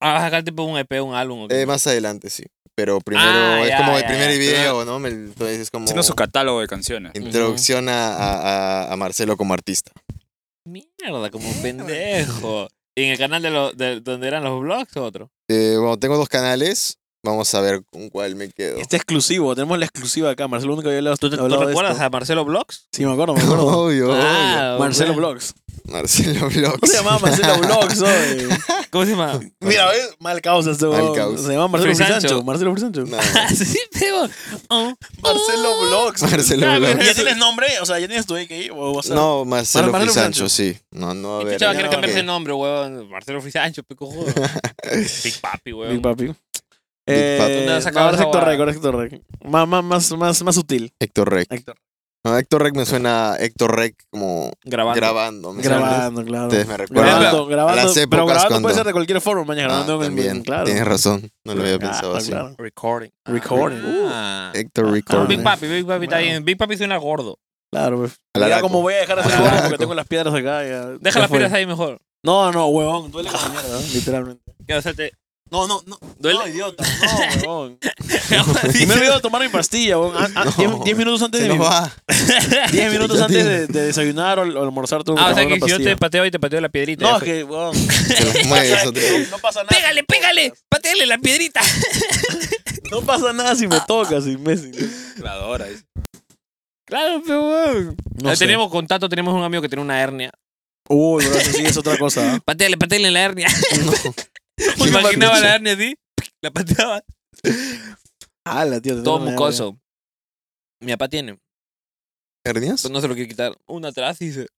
Speaker 1: Ah, vas a sacar tipo un EP, un álbum. ¿o qué?
Speaker 4: eh, más adelante, sí. Pero primero
Speaker 1: Ah,
Speaker 4: es
Speaker 1: ya,
Speaker 4: como el
Speaker 1: ya,
Speaker 4: primer
Speaker 1: ya.
Speaker 4: video, ¿no? Me- Entonces es como
Speaker 3: Haciendo su catálogo de canciones.
Speaker 4: introducción a, a- a- a Marcelo como artista.
Speaker 1: Mierda, como un pendejo. ¿Y en el canal de, lo, de donde eran los vlogs o otro?
Speaker 4: Eh, bueno, tengo dos canales. Vamos a ver con cuál me quedo.
Speaker 2: Este exclusivo, tenemos la exclusiva acá, Marcelo único que había hablado.
Speaker 1: ¿Tú, te, tú
Speaker 2: hablado de
Speaker 1: recuerdas
Speaker 2: esto.
Speaker 1: a Marcelo Vlogs?
Speaker 2: Sí, me acuerdo, me acuerdo.
Speaker 4: Obvio, obvio.
Speaker 1: Ah,
Speaker 2: Marcelo
Speaker 1: bueno.
Speaker 2: Vlogs.
Speaker 4: Marcelo
Speaker 2: ¿Cómo
Speaker 4: Vlogs.
Speaker 2: se llamaba Marcelo Vlogs oye?
Speaker 1: ¿Cómo se llama?
Speaker 2: Mira, ¿ves? mal causa este
Speaker 4: Mal
Speaker 2: huevón.
Speaker 4: causa.
Speaker 2: Se llama Marcelo
Speaker 1: Frisancho.
Speaker 2: Frisancho. Marcelo Frisancho.
Speaker 4: No,
Speaker 1: sí, pero. oh,
Speaker 2: Marcelo Vlogs.
Speaker 4: Marcelo
Speaker 1: Ah, mira,
Speaker 4: Vlogs.
Speaker 2: ¿Ya tienes nombre? O sea, ¿ya tienes tu AKI? ¿O vas a-
Speaker 4: No, Marcelo
Speaker 2: Mar- Marcelo
Speaker 4: Frisancho, sí. No, no, a
Speaker 1: Y
Speaker 4: ver.
Speaker 1: Pichaba
Speaker 2: ya,
Speaker 1: Este quiere
Speaker 2: ok.
Speaker 1: cambiarse de nombre, huevón. Marcelo Frisancho, pico joder. Big Papi, huevón.
Speaker 2: Big Papi.
Speaker 4: Papi.
Speaker 2: Eh,
Speaker 1: ¿Dónde has
Speaker 2: no,
Speaker 1: sacado
Speaker 2: ahora
Speaker 1: esa
Speaker 2: Héctor
Speaker 1: huevada?
Speaker 2: Rec, ahora Héctor Rec. Más, más, más, más, más sutil.
Speaker 4: Héctor Rec.
Speaker 2: Héctor.
Speaker 4: No, Héctor Rec me suena a Héctor Rec como
Speaker 1: Grabando.
Speaker 4: grabando. me suena.
Speaker 2: Grabando, claro.
Speaker 4: Ustedes me recuerdan.
Speaker 2: Grabando, grabando.
Speaker 4: las
Speaker 2: pero
Speaker 4: épocas
Speaker 2: grabando puede
Speaker 4: cuando-
Speaker 2: ser de cualquier forma, mañana.
Speaker 4: Ah,
Speaker 2: grabando en-
Speaker 4: también.
Speaker 2: claro.
Speaker 4: Tienes razón. No lo había
Speaker 2: Claro,
Speaker 4: pensado así.
Speaker 2: claro.
Speaker 1: Recording.
Speaker 2: Recording.
Speaker 1: Ah.
Speaker 4: Héctor
Speaker 1: Ah,
Speaker 4: Record.
Speaker 1: Big Papi, Big Papi está
Speaker 2: Bueno.
Speaker 1: bien. Big Papi suena gordo.
Speaker 2: Claro, pues.
Speaker 4: Alaraco.
Speaker 2: Mira cómo voy a dejar así
Speaker 4: Alaraco.
Speaker 2: porque tengo las piedras acá. Ya,
Speaker 1: Deja
Speaker 2: ya
Speaker 1: las
Speaker 2: fue.
Speaker 1: pilas ahí mejor.
Speaker 2: No, no, huevón. Duele como mierda, ¿eh? literalmente.
Speaker 1: Que, o sea, te...
Speaker 2: No, no, no.
Speaker 1: Duele.
Speaker 2: No, idiota. No, huevón. Y me he olvidado de tomar mi pastilla, huevón. Ah, ah,
Speaker 4: No.
Speaker 2: diez- Diez minutos antes
Speaker 4: Se
Speaker 2: de
Speaker 4: nos
Speaker 2: mi-
Speaker 4: va.
Speaker 2: 10 minutos
Speaker 4: Ya
Speaker 2: antes
Speaker 4: tiene.
Speaker 2: de, de desayunar o, o almorzar tú.
Speaker 1: ah, o sea que si yo te pateo y te pateo la piedrita. ya
Speaker 2: No, es
Speaker 1: fue.
Speaker 2: que, weón.
Speaker 4: Se nos mueve. eso te-
Speaker 2: no, no pasa nada.
Speaker 1: Pégale, pégale, pateale la piedrita.
Speaker 2: No pasa nada si me tocas, imbécil.
Speaker 3: Grabadora, dice.
Speaker 1: Claro, pero weón.
Speaker 2: No sé.
Speaker 1: Tenemos contacto, tenemos un amigo que tiene una hernia.
Speaker 2: Uy, bro, eso sí es otra cosa. ¿eh?
Speaker 1: Pateale, pateale la hernia.
Speaker 2: Sí,
Speaker 1: Imaginaba
Speaker 2: papi.
Speaker 1: la hernia así, la pateaba.
Speaker 2: Ala, tío. te
Speaker 1: Todo
Speaker 2: tengo una
Speaker 1: mucoso. Mi papá tiene,
Speaker 4: ¿Hernias?
Speaker 1: pues no se lo quiere quitar. Una atrás dice.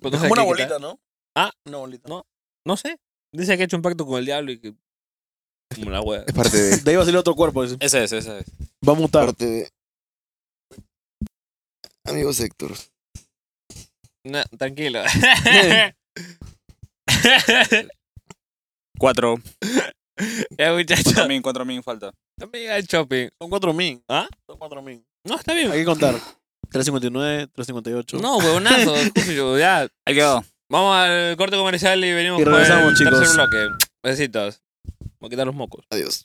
Speaker 1: Pues no se la
Speaker 2: idea. Mm, Como una
Speaker 1: quiere quitar.
Speaker 2: bolita, ¿no?
Speaker 1: Ah.
Speaker 2: Una bolita.
Speaker 1: No. No sé. Dice que ha hecho un pacto con el diablo y que. Como la wea.
Speaker 4: Es parte de...
Speaker 2: De ahí va a salir otro cuerpo. dice.
Speaker 3: Esa es, esa es.
Speaker 2: Va a mutar.
Speaker 4: parte de... Amigos Héctor.
Speaker 1: No, tranquilo.
Speaker 3: Cuatro.
Speaker 1: ya, muchacho.
Speaker 3: Cuatro min, cuatro min falta.
Speaker 1: Amiga, el shopping.
Speaker 2: Son cuatro mil.
Speaker 1: ¿Ah?
Speaker 2: Son cuatro mil.
Speaker 1: No, está bien.
Speaker 2: Hay que contar. 359, 358.
Speaker 1: No, huevonazo. Cuyo, ya.
Speaker 3: Ahí quedó.
Speaker 1: Vamos al corte comercial y venimos
Speaker 2: Y
Speaker 1: con el
Speaker 2: regresamos, chicos.
Speaker 1: tercer bloque. Besitos. Voy a quitar los mocos.
Speaker 4: Adiós.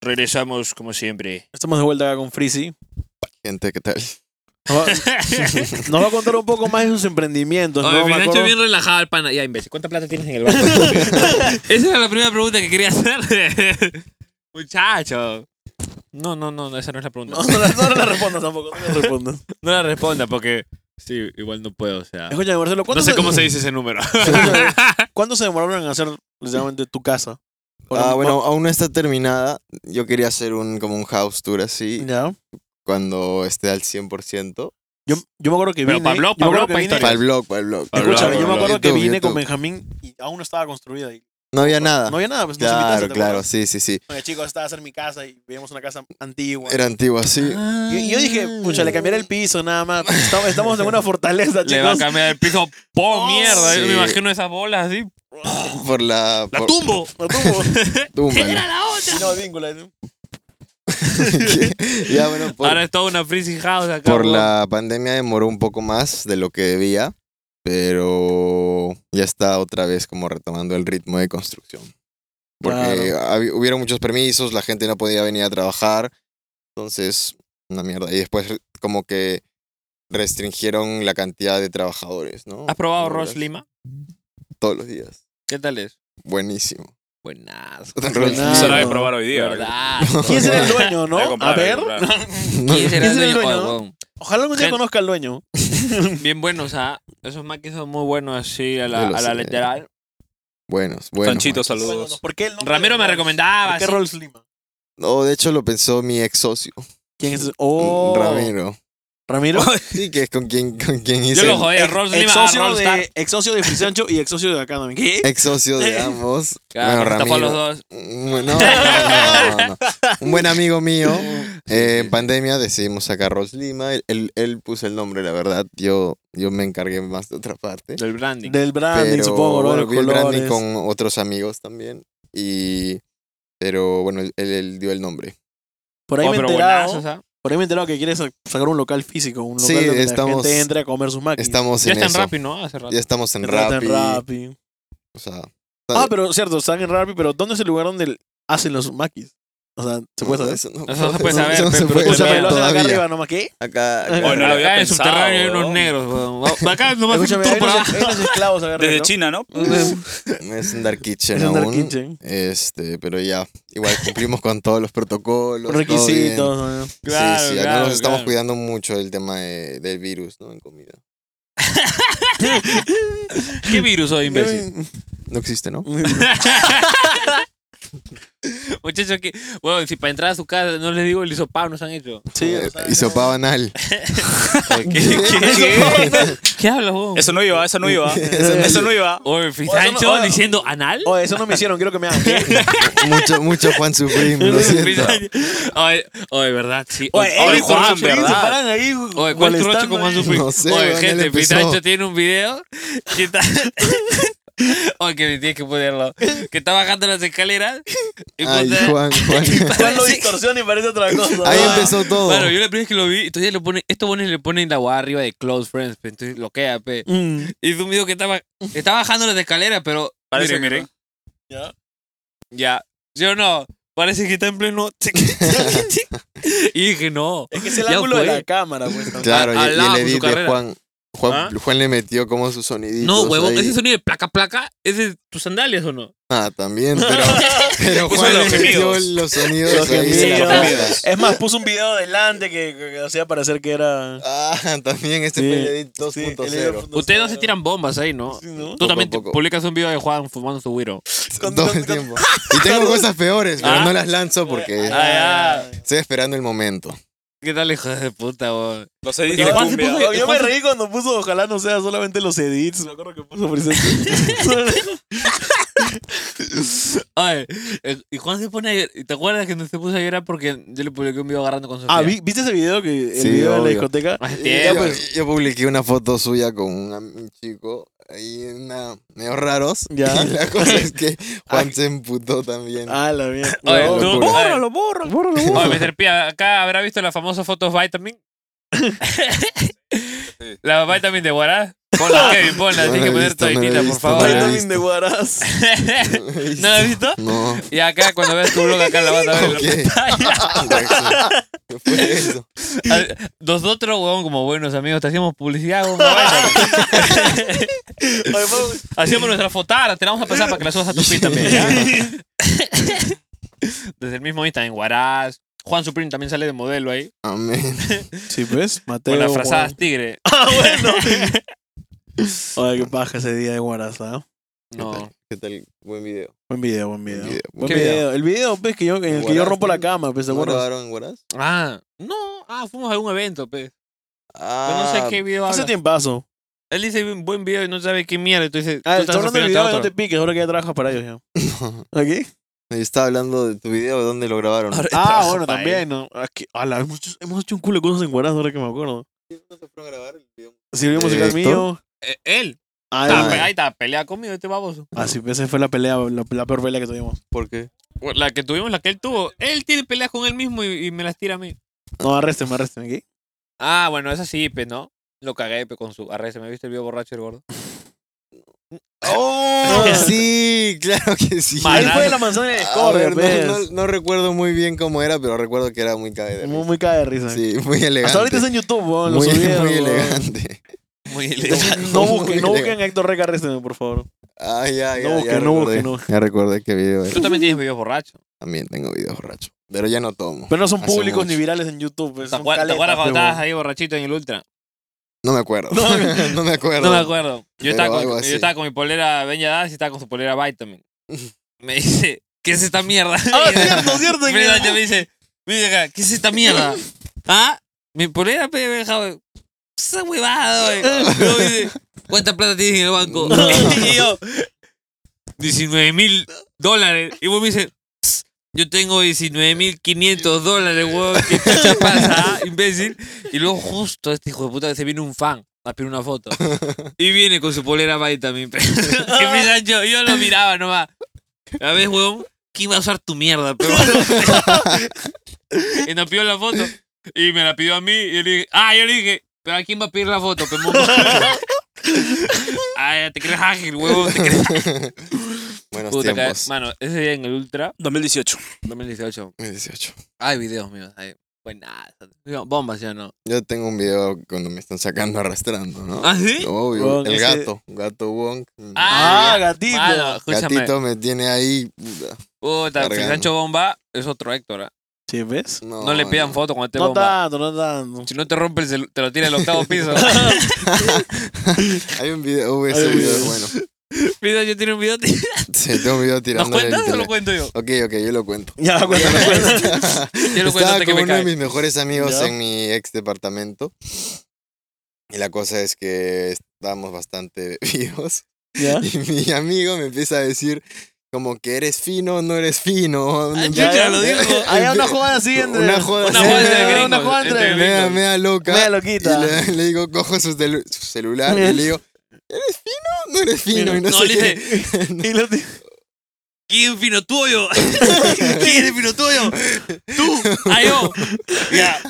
Speaker 1: Regresamos como siempre.
Speaker 2: Estamos de vuelta acá con Freezy.
Speaker 4: Gente, ¿qué tal?
Speaker 2: Nos va, nos va a contar un poco más de sus emprendimientos.
Speaker 1: Oye,
Speaker 2: ¿no? Me
Speaker 1: Finacho
Speaker 2: acuerdo-
Speaker 1: bien relajado el pana. Ya, imbécil, ¿cuánta plata tienes en el banco? Esa era la primera pregunta que quería hacer. Muchacho. No, no, no, esa no es la pregunta.
Speaker 2: No, no, la- no la respondas tampoco. No la respondas.
Speaker 1: No la responda porque sí, igual no puedo, o sea.
Speaker 2: Escúchame, Marcelo, ¿cuánto
Speaker 1: No sé cómo se dice ese número.
Speaker 2: Escúchame, ¿Cuánto se demoraron en hacer literalmente tu casa?
Speaker 4: Ah, bueno, aún no está terminada. Yo quería hacer un como un house tour así
Speaker 2: Ya.
Speaker 4: cuando esté al 100%.
Speaker 2: Yo, yo me acuerdo que
Speaker 1: Pero
Speaker 2: vine.
Speaker 1: Pablo,
Speaker 2: yo me
Speaker 1: Pablo,
Speaker 2: acuerdo que
Speaker 1: pa'
Speaker 2: vine-
Speaker 1: historia.
Speaker 4: Para el blog, para el blog.
Speaker 1: Pa'l
Speaker 2: Escúchame,
Speaker 1: blog,
Speaker 2: yo me
Speaker 1: Pablo,
Speaker 2: acuerdo que
Speaker 4: YouTube,
Speaker 2: vine con
Speaker 4: YouTube.
Speaker 2: Benjamín y aún no estaba construida. y
Speaker 4: No había
Speaker 1: Ah,
Speaker 4: nada.
Speaker 2: No había nada, pues nos invitaste,
Speaker 4: claro,
Speaker 2: ¿te
Speaker 4: claro,
Speaker 2: acuerdas?
Speaker 4: sí, sí, sí.
Speaker 2: Oye, chicos, estaba a hacer mi casa y veíamos una casa antigua.
Speaker 4: Era antiguo así.
Speaker 2: Yo, yo dije, pucha, le cambiaré el piso nada más. Estamos, estamos en una fortaleza,
Speaker 1: Le va a
Speaker 2: chicos.
Speaker 1: cambiar el piso. ¡Po, mierda! Yo me
Speaker 4: sí.
Speaker 1: imagino esas bolas así.
Speaker 4: Por la.
Speaker 1: ¡La
Speaker 4: por-
Speaker 1: tumbo!
Speaker 2: No tuvo.
Speaker 4: túmbala.
Speaker 2: Y No, vínculo. ¿no?
Speaker 4: ya, bueno, por,
Speaker 2: Ah,
Speaker 1: Ahora es toda una freezy house acá.
Speaker 4: por
Speaker 1: weón.
Speaker 4: la pandemia demoró un poco más de lo que debía, pero ya está otra vez como retomando el ritmo de construcción. Porque habi- hubieron muchos permisos, la gente no podía venir a trabajar, entonces, una mierda. Y después re- como que restringieron la cantidad de trabajadores, ¿no?
Speaker 1: ¿Has probado
Speaker 4: Laboral.
Speaker 1: Ross Lima?
Speaker 4: Todos los días.
Speaker 1: ¿Qué tal es?
Speaker 4: Buenísimo.
Speaker 1: Buenazo.
Speaker 4: Ross
Speaker 2: Buenazo.
Speaker 4: Lima.
Speaker 3: Eso lo voy a probar hoy día.
Speaker 1: Ah, ¿Verdad?
Speaker 2: ¿Quién será el dueño,
Speaker 3: Voy
Speaker 2: no?
Speaker 3: comprar,
Speaker 2: A ver.
Speaker 3: voy comprar.
Speaker 1: ¿Quién será el
Speaker 2: ¿Quién será el
Speaker 1: dueño?
Speaker 2: dueño?
Speaker 1: Oye, weón,
Speaker 2: Ojalá algún día
Speaker 1: Gen-
Speaker 2: conozca al dueño.
Speaker 1: Bien buenos, ¿ah? Esos maquis son muy buenos así a la,
Speaker 4: Yo lo
Speaker 1: a la
Speaker 4: sé.
Speaker 1: literal.
Speaker 4: Buenos, buenos.
Speaker 3: Sanchito,
Speaker 4: machos.
Speaker 3: saludos.
Speaker 2: ¿Por qué el nombre
Speaker 1: Ramiro
Speaker 2: de
Speaker 1: me
Speaker 2: Rolls?
Speaker 1: recomendaba.
Speaker 2: ¿Por qué
Speaker 1: así.
Speaker 2: Rolls Lima?
Speaker 4: No, de hecho lo pensó mi ex socio,
Speaker 2: ¿Quién es? Oh,
Speaker 4: Ramiro.
Speaker 2: Ramiro.
Speaker 4: Sí, que es con quien, con quien
Speaker 1: Yo
Speaker 4: hice
Speaker 1: lo
Speaker 4: el-
Speaker 1: jodí a Ross Lima.
Speaker 2: Ex
Speaker 1: a
Speaker 2: socio
Speaker 1: Rollstar.
Speaker 2: de, ex socio de Frisancho y ex socio de Academy. ¿Qué?
Speaker 4: ex socio de ambos.
Speaker 1: Claro,
Speaker 4: bueno,
Speaker 1: se tapó a los
Speaker 4: Ramiro.
Speaker 1: dos.
Speaker 4: Mm, No, no, no, no. Un buen amigo mío. eh, en pandemia decidimos sacar Rolls Lima. Él, él, él puso el nombre, la verdad. Yo, yo me encargué más de otra parte.
Speaker 1: Del branding. Oh,
Speaker 2: Del branding,
Speaker 4: Pero
Speaker 2: Ah, supongo, ¿no?
Speaker 4: bueno,
Speaker 2: Los
Speaker 4: vi el branding
Speaker 2: colores.
Speaker 4: con otros amigos también. Y. Pero bueno, él, él dio el nombre.
Speaker 2: Por ahí
Speaker 1: Oh,
Speaker 2: me he
Speaker 1: pero
Speaker 2: enterado.
Speaker 1: buenazos, ¿ah?
Speaker 2: Por ahí me he enterado que quieres sacar un local físico, un local
Speaker 4: Sí,
Speaker 2: donde
Speaker 4: estamos-
Speaker 2: la gente entre a comer sus máquinas.
Speaker 4: Estamos
Speaker 1: Ya
Speaker 4: en
Speaker 1: está en
Speaker 4: eso.
Speaker 1: Rappi, ¿no? Hace rato.
Speaker 4: Ya estamos en
Speaker 2: Rata
Speaker 4: Rappi.
Speaker 2: en Rappi.
Speaker 4: O sea,
Speaker 2: Ah, pero cierto, están en Rappi, pero ¿dónde es el lugar donde hacen los maquis? O sea, ¿se puede saber?
Speaker 4: Eso no,
Speaker 1: Eso se puede saber,
Speaker 4: eso no
Speaker 1: pe-
Speaker 4: se
Speaker 1: pero
Speaker 4: puede
Speaker 1: eso
Speaker 2: O sea,
Speaker 1: también
Speaker 4: saber
Speaker 2: lo hacen acá
Speaker 4: Pues, todavía.
Speaker 2: arriba nomás. ¿Qué?
Speaker 4: Acá, acá.
Speaker 3: Bueno, lo había
Speaker 1: Acá en
Speaker 3: pensado,
Speaker 1: subterráneo hay unos
Speaker 3: weón.
Speaker 1: negros. weón. Va- Acá nomás un
Speaker 2: Escúchame,
Speaker 1: tour
Speaker 2: hay
Speaker 1: para
Speaker 2: unos,
Speaker 1: abajo.
Speaker 2: hay unos esclavos acá arriba.
Speaker 3: Desde
Speaker 2: ¿no?
Speaker 3: China, ¿no?
Speaker 4: es un dark kitchen
Speaker 2: Es un dark
Speaker 4: aún.
Speaker 2: kitchen.
Speaker 4: Este, pero ya, igual cumplimos con todos los protocolos. todo bien.
Speaker 2: Requisitos. ¿no?
Speaker 1: Claro,
Speaker 4: sí, sí,
Speaker 1: claro,
Speaker 4: no nos estamos
Speaker 1: claro.
Speaker 4: cuidando mucho del tema de- del virus, ¿no? En comida.
Speaker 1: ¿Qué virus soy, imbécil?
Speaker 4: No existe, ¿no?
Speaker 1: Muchachos, que, bueno, si para entrar a su casa no les digo el hisopado, nos han hecho.
Speaker 2: Sí,
Speaker 4: Eh,
Speaker 2: o sea,
Speaker 4: Hisopado anal.
Speaker 3: ¿Qué? ¿Qué?
Speaker 1: ¿Qué hablas vos?
Speaker 3: Eso no iba, eso no iba.
Speaker 4: Eso no-
Speaker 3: Eso no iba.
Speaker 1: Oye,
Speaker 2: Oye,
Speaker 1: Fisancho
Speaker 2: oye, oye.
Speaker 1: diciendo anal.
Speaker 2: Oye, eso no me hicieron, quiero que me hagan. ¿eh? ¿Qué?
Speaker 4: mucho, mucho Juan Supreme, lo siento.
Speaker 1: Fisancho- Oye, oye, verdad, sí.
Speaker 3: Oye,
Speaker 2: Eric,
Speaker 3: Juan,
Speaker 2: con sus chicos
Speaker 3: ¿verdad?
Speaker 2: se paran ahí
Speaker 1: Oye, ¿cuál tu
Speaker 2: molestando
Speaker 1: rocho con Juan
Speaker 2: ahí.
Speaker 1: Sufi?
Speaker 4: No sé,
Speaker 1: Oye,
Speaker 4: weón, él
Speaker 1: gente,
Speaker 4: empezó.
Speaker 1: Pitacho tiene un video que está... Oye, que tienes que ponerlo. Que está bajando las escaleras. Y
Speaker 4: Ay,
Speaker 1: puta-
Speaker 4: Juan, Juan.
Speaker 2: Juan lo distorsiona y parece otra cosa.
Speaker 4: Ahí
Speaker 2: ¿no?
Speaker 4: empezó todo.
Speaker 1: Bueno, yo la primera vez que lo vi, entonces lo pone, esto pone, le ponen la guada arriba de Close Friends, pe, entonces lo queda, pe.
Speaker 2: Mm.
Speaker 1: Y es un video que estaba, está bajando las escaleras, pero.
Speaker 3: Parece,
Speaker 1: miren,
Speaker 3: miren.
Speaker 2: Ya.
Speaker 1: Ya. Yo no. Parece que está en pleno. y dije, no.
Speaker 2: Es que es el
Speaker 1: Ya
Speaker 2: ángulo de
Speaker 1: fue.
Speaker 2: la cámara, pues. ¿no?
Speaker 4: Claro, y,
Speaker 1: al
Speaker 4: y
Speaker 1: lado con
Speaker 4: el
Speaker 1: su
Speaker 4: edit de
Speaker 1: carrera.
Speaker 4: Juan. Juan,
Speaker 1: ¿Ah?
Speaker 4: Juan le metió como sus soniditos.
Speaker 1: No, huevón,
Speaker 4: ahí.
Speaker 1: ese sonido de placa placa es de tus sandalias o no.
Speaker 4: Ah, también, pero, pero
Speaker 3: Puso
Speaker 4: Juan le
Speaker 3: los
Speaker 4: metió
Speaker 3: gemidos.
Speaker 4: los sonidos
Speaker 2: Los
Speaker 4: ahí de la
Speaker 2: gemidos.
Speaker 4: banda.
Speaker 2: Es más, puso un video delante que, que- que hacía parecer que era.
Speaker 4: Ah, también este
Speaker 2: Sí,
Speaker 4: fue el edit
Speaker 2: sí,
Speaker 4: 2.0.
Speaker 2: el-
Speaker 1: Ustedes no se tiran bombas ahí, ¿no?
Speaker 2: Sí, ¿no?
Speaker 1: Tú también
Speaker 4: Poco a poco.
Speaker 1: publicas un video de Juan fumando su güiro.
Speaker 2: Con-
Speaker 4: Todo
Speaker 2: con-
Speaker 4: el tiempo. Y tengo cosas peores, pero
Speaker 1: Ah.
Speaker 4: no las lanzo porque
Speaker 1: Ah,
Speaker 4: estoy esperando el momento.
Speaker 1: ¿Qué tal, hijo de puta, huevón?
Speaker 3: Los edits
Speaker 1: Y
Speaker 3: de
Speaker 1: Juan se
Speaker 3: cumbia.
Speaker 1: puso-
Speaker 2: Yo, yo me reí cuando puso, ojalá no sea solamente los edits. Me acuerdo que puso presente.
Speaker 1: Ay, eh, y Juan se pone a llorar- ¿Te acuerdas que se puso a llorar porque yo le publiqué un video agarrando con Sofía?
Speaker 2: ah, ¿vi- ¿viste ese video? que El
Speaker 4: Sí,
Speaker 2: video de la
Speaker 4: obvio.
Speaker 2: discoteca.
Speaker 1: Hace
Speaker 4: Y Yo,
Speaker 1: tiempo.
Speaker 4: yo publiqué una foto suya con un, am- un chico ahí una, medio raros.
Speaker 2: Ya.
Speaker 4: Y la cosa es que Juan se emputó también.
Speaker 2: Ah, la mierda.
Speaker 1: Oye,
Speaker 2: Huevón.
Speaker 1: tú-
Speaker 3: Bórralo, bórralo.
Speaker 2: Bórralo, bórralo.
Speaker 1: Oye, Mr. P, acá habrá visto las famosas fotos Vitamin. la Vitamin de Guará. Ponla, Kevin, ponla.
Speaker 4: No
Speaker 1: Tienes
Speaker 4: la
Speaker 1: que poner
Speaker 4: he visto, no la he
Speaker 1: toallita, por
Speaker 4: visto,
Speaker 1: favor.
Speaker 4: no la he
Speaker 2: Vitamin de Guaraz.
Speaker 1: ¿No la has visto?
Speaker 4: No.
Speaker 1: Y acá, cuando veas tu blog, acá la vas a ver. en la
Speaker 4: Ok.
Speaker 1: pantalla.
Speaker 4: Jackson, ¿Qué fue eso?
Speaker 1: Al- Nosotros, weón, como buenos amigos, te hacíamos publicidad, weón. una vaina.
Speaker 2: Oye, vamos-
Speaker 1: Hacíamos nuestra fotada, te la vamos a pasar para que la subas a tu feed también. ¿ya? Desde el mismo Instagram, en Guaraz. Juan Supreme también sale de modelo ahí.
Speaker 4: Amén.
Speaker 2: Sí, pues, Mateo.
Speaker 1: Con las
Speaker 2: Juan.
Speaker 1: frazadas tigre.
Speaker 2: Ah, bueno. Oye, qué paja ese día de Guaraz, ¿ah?
Speaker 1: No.
Speaker 4: ¿Qué tal? Buen video.
Speaker 2: Buen video, buen video.
Speaker 4: Buen video.
Speaker 2: Buen
Speaker 1: ¿Qué
Speaker 2: video.
Speaker 1: video?
Speaker 2: El video, pues, que yo, en el que yo
Speaker 4: Guaraz,
Speaker 2: rompo la
Speaker 4: ¿no?
Speaker 2: cama, pues, ¿te
Speaker 4: ¿No
Speaker 2: acuerdas?
Speaker 4: grabaron en Huaraz?
Speaker 1: Ah, no. Ah, fuimos a un evento, pe. Yo
Speaker 4: Ah,
Speaker 1: no sé qué video
Speaker 2: Hace
Speaker 1: habla.
Speaker 2: tiempo.
Speaker 1: Él dice un buen video y no sabe qué mierda. Entonces,
Speaker 2: Ah, está hablando
Speaker 1: refiriéndote
Speaker 2: del video,
Speaker 1: a
Speaker 2: no
Speaker 1: otro.
Speaker 2: te piques, ahora que ya trabajas para ellos, ya. ¿Aquí?
Speaker 4: Yo estaba hablando de tu video, ¿dónde lo grabaron?
Speaker 1: Ahora-
Speaker 2: Ah,
Speaker 1: trabajo
Speaker 2: bueno,
Speaker 1: para
Speaker 2: también, ¿no? Ah, que- ala, hemos, hecho, hemos hecho un culo de cosas en Guaraz, ahora que me acuerdo. Sirvió musical
Speaker 4: Directo.
Speaker 2: mío.
Speaker 1: Eh, él.
Speaker 2: Ah,
Speaker 1: Está,
Speaker 4: Ah.
Speaker 1: pe- ahí está, pelea conmigo este baboso.
Speaker 2: Así, pues, esa fue la pelea, la, la peor pelea que tuvimos.
Speaker 4: ¿Por qué?
Speaker 1: La que tuvimos, la que él tuvo. Él tiene peleas con él mismo y, y me las tira a mí.
Speaker 2: No, arresten, arresten, ¿aquí?
Speaker 1: Ah, bueno, esa sí, pe, ¿no? Lo cagué, pe, con su arrese. ¿Me viste el video borracho el gordo?
Speaker 4: ¡Oh!
Speaker 2: Ah.
Speaker 4: sí, claro que sí.
Speaker 1: Mal.
Speaker 2: Ahí
Speaker 1: Banana.
Speaker 2: fue la manzana de
Speaker 4: A
Speaker 2: Discordia,
Speaker 4: ver,
Speaker 2: pues.
Speaker 4: no, no- no recuerdo muy bien cómo era, pero recuerdo que era muy cadera.
Speaker 2: Muy, muy cae de risa.
Speaker 4: Sí, muy elegante.
Speaker 2: Hasta ahorita está en YouTube, weón. Lo
Speaker 4: muy,
Speaker 2: subieron,
Speaker 4: muy
Speaker 2: weón.
Speaker 4: elegante.
Speaker 1: Muy
Speaker 2: No
Speaker 4: Muy
Speaker 2: busquen, no busquen
Speaker 4: elegante.
Speaker 2: a Héctor Reca, arresten, por favor.
Speaker 4: Ay, ay,
Speaker 2: No
Speaker 4: ay, ya
Speaker 2: busquen, no
Speaker 4: recordé.
Speaker 2: busquen, no.
Speaker 4: Ya recordé qué video era.
Speaker 1: Tú también tienes videos borrachos.
Speaker 4: También tengo videos borracho. Pero ya no tomo.
Speaker 2: Pero no son
Speaker 4: Hace
Speaker 2: públicos ni
Speaker 4: mucho.
Speaker 2: virales en YouTube. Pues,
Speaker 1: ¿Te
Speaker 2: son
Speaker 1: acuerdas te acuerdas
Speaker 2: caletas,
Speaker 1: cuando
Speaker 2: pues,
Speaker 1: estabas ahí borrachito en el Ultra?
Speaker 4: No me acuerdo.
Speaker 2: No.
Speaker 4: No me acuerdo.
Speaker 1: No me acuerdo. Yo
Speaker 4: Pero
Speaker 1: estaba, con,
Speaker 4: algo
Speaker 1: yo
Speaker 4: así.
Speaker 1: estaba con mi polera Benya Dance y estaba con su polera Vitamin. Me dice, ¿qué es esta mierda?
Speaker 2: Ah, cierto, cierto.
Speaker 1: me,
Speaker 2: que-
Speaker 1: me dice, me dice acá, ¿qué es esta mierda? ¿Ah? Mi polera, pe, me dejaba. Esa huevada, wey. Luego me dice, ¿cuánta plata tienes en el banco?
Speaker 4: No.
Speaker 1: Y yo, 19 mil dólares. Y vos me dices, "Ps, yo tengo 19 mil 500 dólares, weón. ¿Qué chucha pasa, ah, imbécil? Y luego justo este hijo de puta que se viene un fan a pedir una foto. Y viene con su polera Vitamin. pe. Que me dan yo, yo lo miraba nomás. A ver, weón, ¿quién va a usar tu mierda? Pero... y nos pidió la foto. Y me la pidió a mí. Y yo le dije, ah, yo le dije, ¿pero a quién va a pedir la foto? pe, momo?" Ay, te crees ágil, huevón. Te crees
Speaker 4: Buenos
Speaker 1: Puta, que-
Speaker 4: tiempos.
Speaker 1: Mano, ese día en el Ultra
Speaker 3: 2018.
Speaker 1: 2018.
Speaker 4: 2018.
Speaker 1: Hay videos míos. Hay buenas. Bombas, ¿sí o no?
Speaker 4: Yo tengo un video cuando me están sacando arrastrando, ¿no?
Speaker 1: ¿Ah, sí?
Speaker 4: Obvio.
Speaker 2: Wong,
Speaker 4: el
Speaker 2: ese-
Speaker 4: gato. Gato Wong.
Speaker 2: Ah,
Speaker 1: Ah,
Speaker 2: gatito.
Speaker 1: Mano, escúchame.
Speaker 4: Gatito me tiene ahí. puta.
Speaker 1: Puta, si
Speaker 4: Cargando.
Speaker 1: Sancho Bomba es otro Héctor. ¿ah?
Speaker 2: Sí, ¿ves?
Speaker 4: No,
Speaker 1: No, le pidan
Speaker 4: no.
Speaker 1: foto cuando esté
Speaker 2: No
Speaker 1: bomba.
Speaker 2: tanto, no tanto.
Speaker 1: Si no te rompe, el celu- te lo tira el octavo piso.
Speaker 4: Hay un video, uy,
Speaker 2: Hay
Speaker 4: ese
Speaker 2: un
Speaker 4: video es
Speaker 2: video.
Speaker 4: bueno.
Speaker 1: Mira, yo tiene un video.
Speaker 4: Sí, tengo un video
Speaker 1: ¿Nos
Speaker 4: tirándole. el
Speaker 1: cuentas o lo
Speaker 4: tele-
Speaker 1: cuento yo?
Speaker 4: Ok, ok, yo lo cuento.
Speaker 2: Ya, cuéntame, cuéntame.
Speaker 1: Yo lo cuento
Speaker 4: Estaba
Speaker 1: hasta que
Speaker 4: con
Speaker 1: me
Speaker 4: uno de
Speaker 1: cae.
Speaker 4: mis mejores amigos
Speaker 2: Ya.
Speaker 4: en mi ex departamento. Y la cosa es que estábamos bastante bebidos.
Speaker 2: Ya.
Speaker 4: Y mi amigo me empieza a decir como que eres fino, no eres fino.
Speaker 1: Ah,
Speaker 4: Ya,
Speaker 1: chucha,
Speaker 4: ya,
Speaker 1: lo dijo.
Speaker 4: ya.
Speaker 2: Hay una joda así entre.
Speaker 4: Una joda
Speaker 1: Una
Speaker 4: así.
Speaker 1: joda entre
Speaker 4: Mea-
Speaker 1: gringos,
Speaker 2: Una joda entre.
Speaker 1: entre
Speaker 4: Mea,
Speaker 1: gringos.
Speaker 4: mea loca.
Speaker 2: Mea
Speaker 4: y
Speaker 2: loquita.
Speaker 4: le, le digo, cojo su, celu- su celular y le digo, ¿eres fino? No eres fino. Y no,
Speaker 1: No,
Speaker 4: sé
Speaker 1: le
Speaker 4: qué.
Speaker 2: Y lo ti-
Speaker 1: ¿Quién fino tuyo? ¿Quién es fino tuyo? Tú, ah, yo. Ya.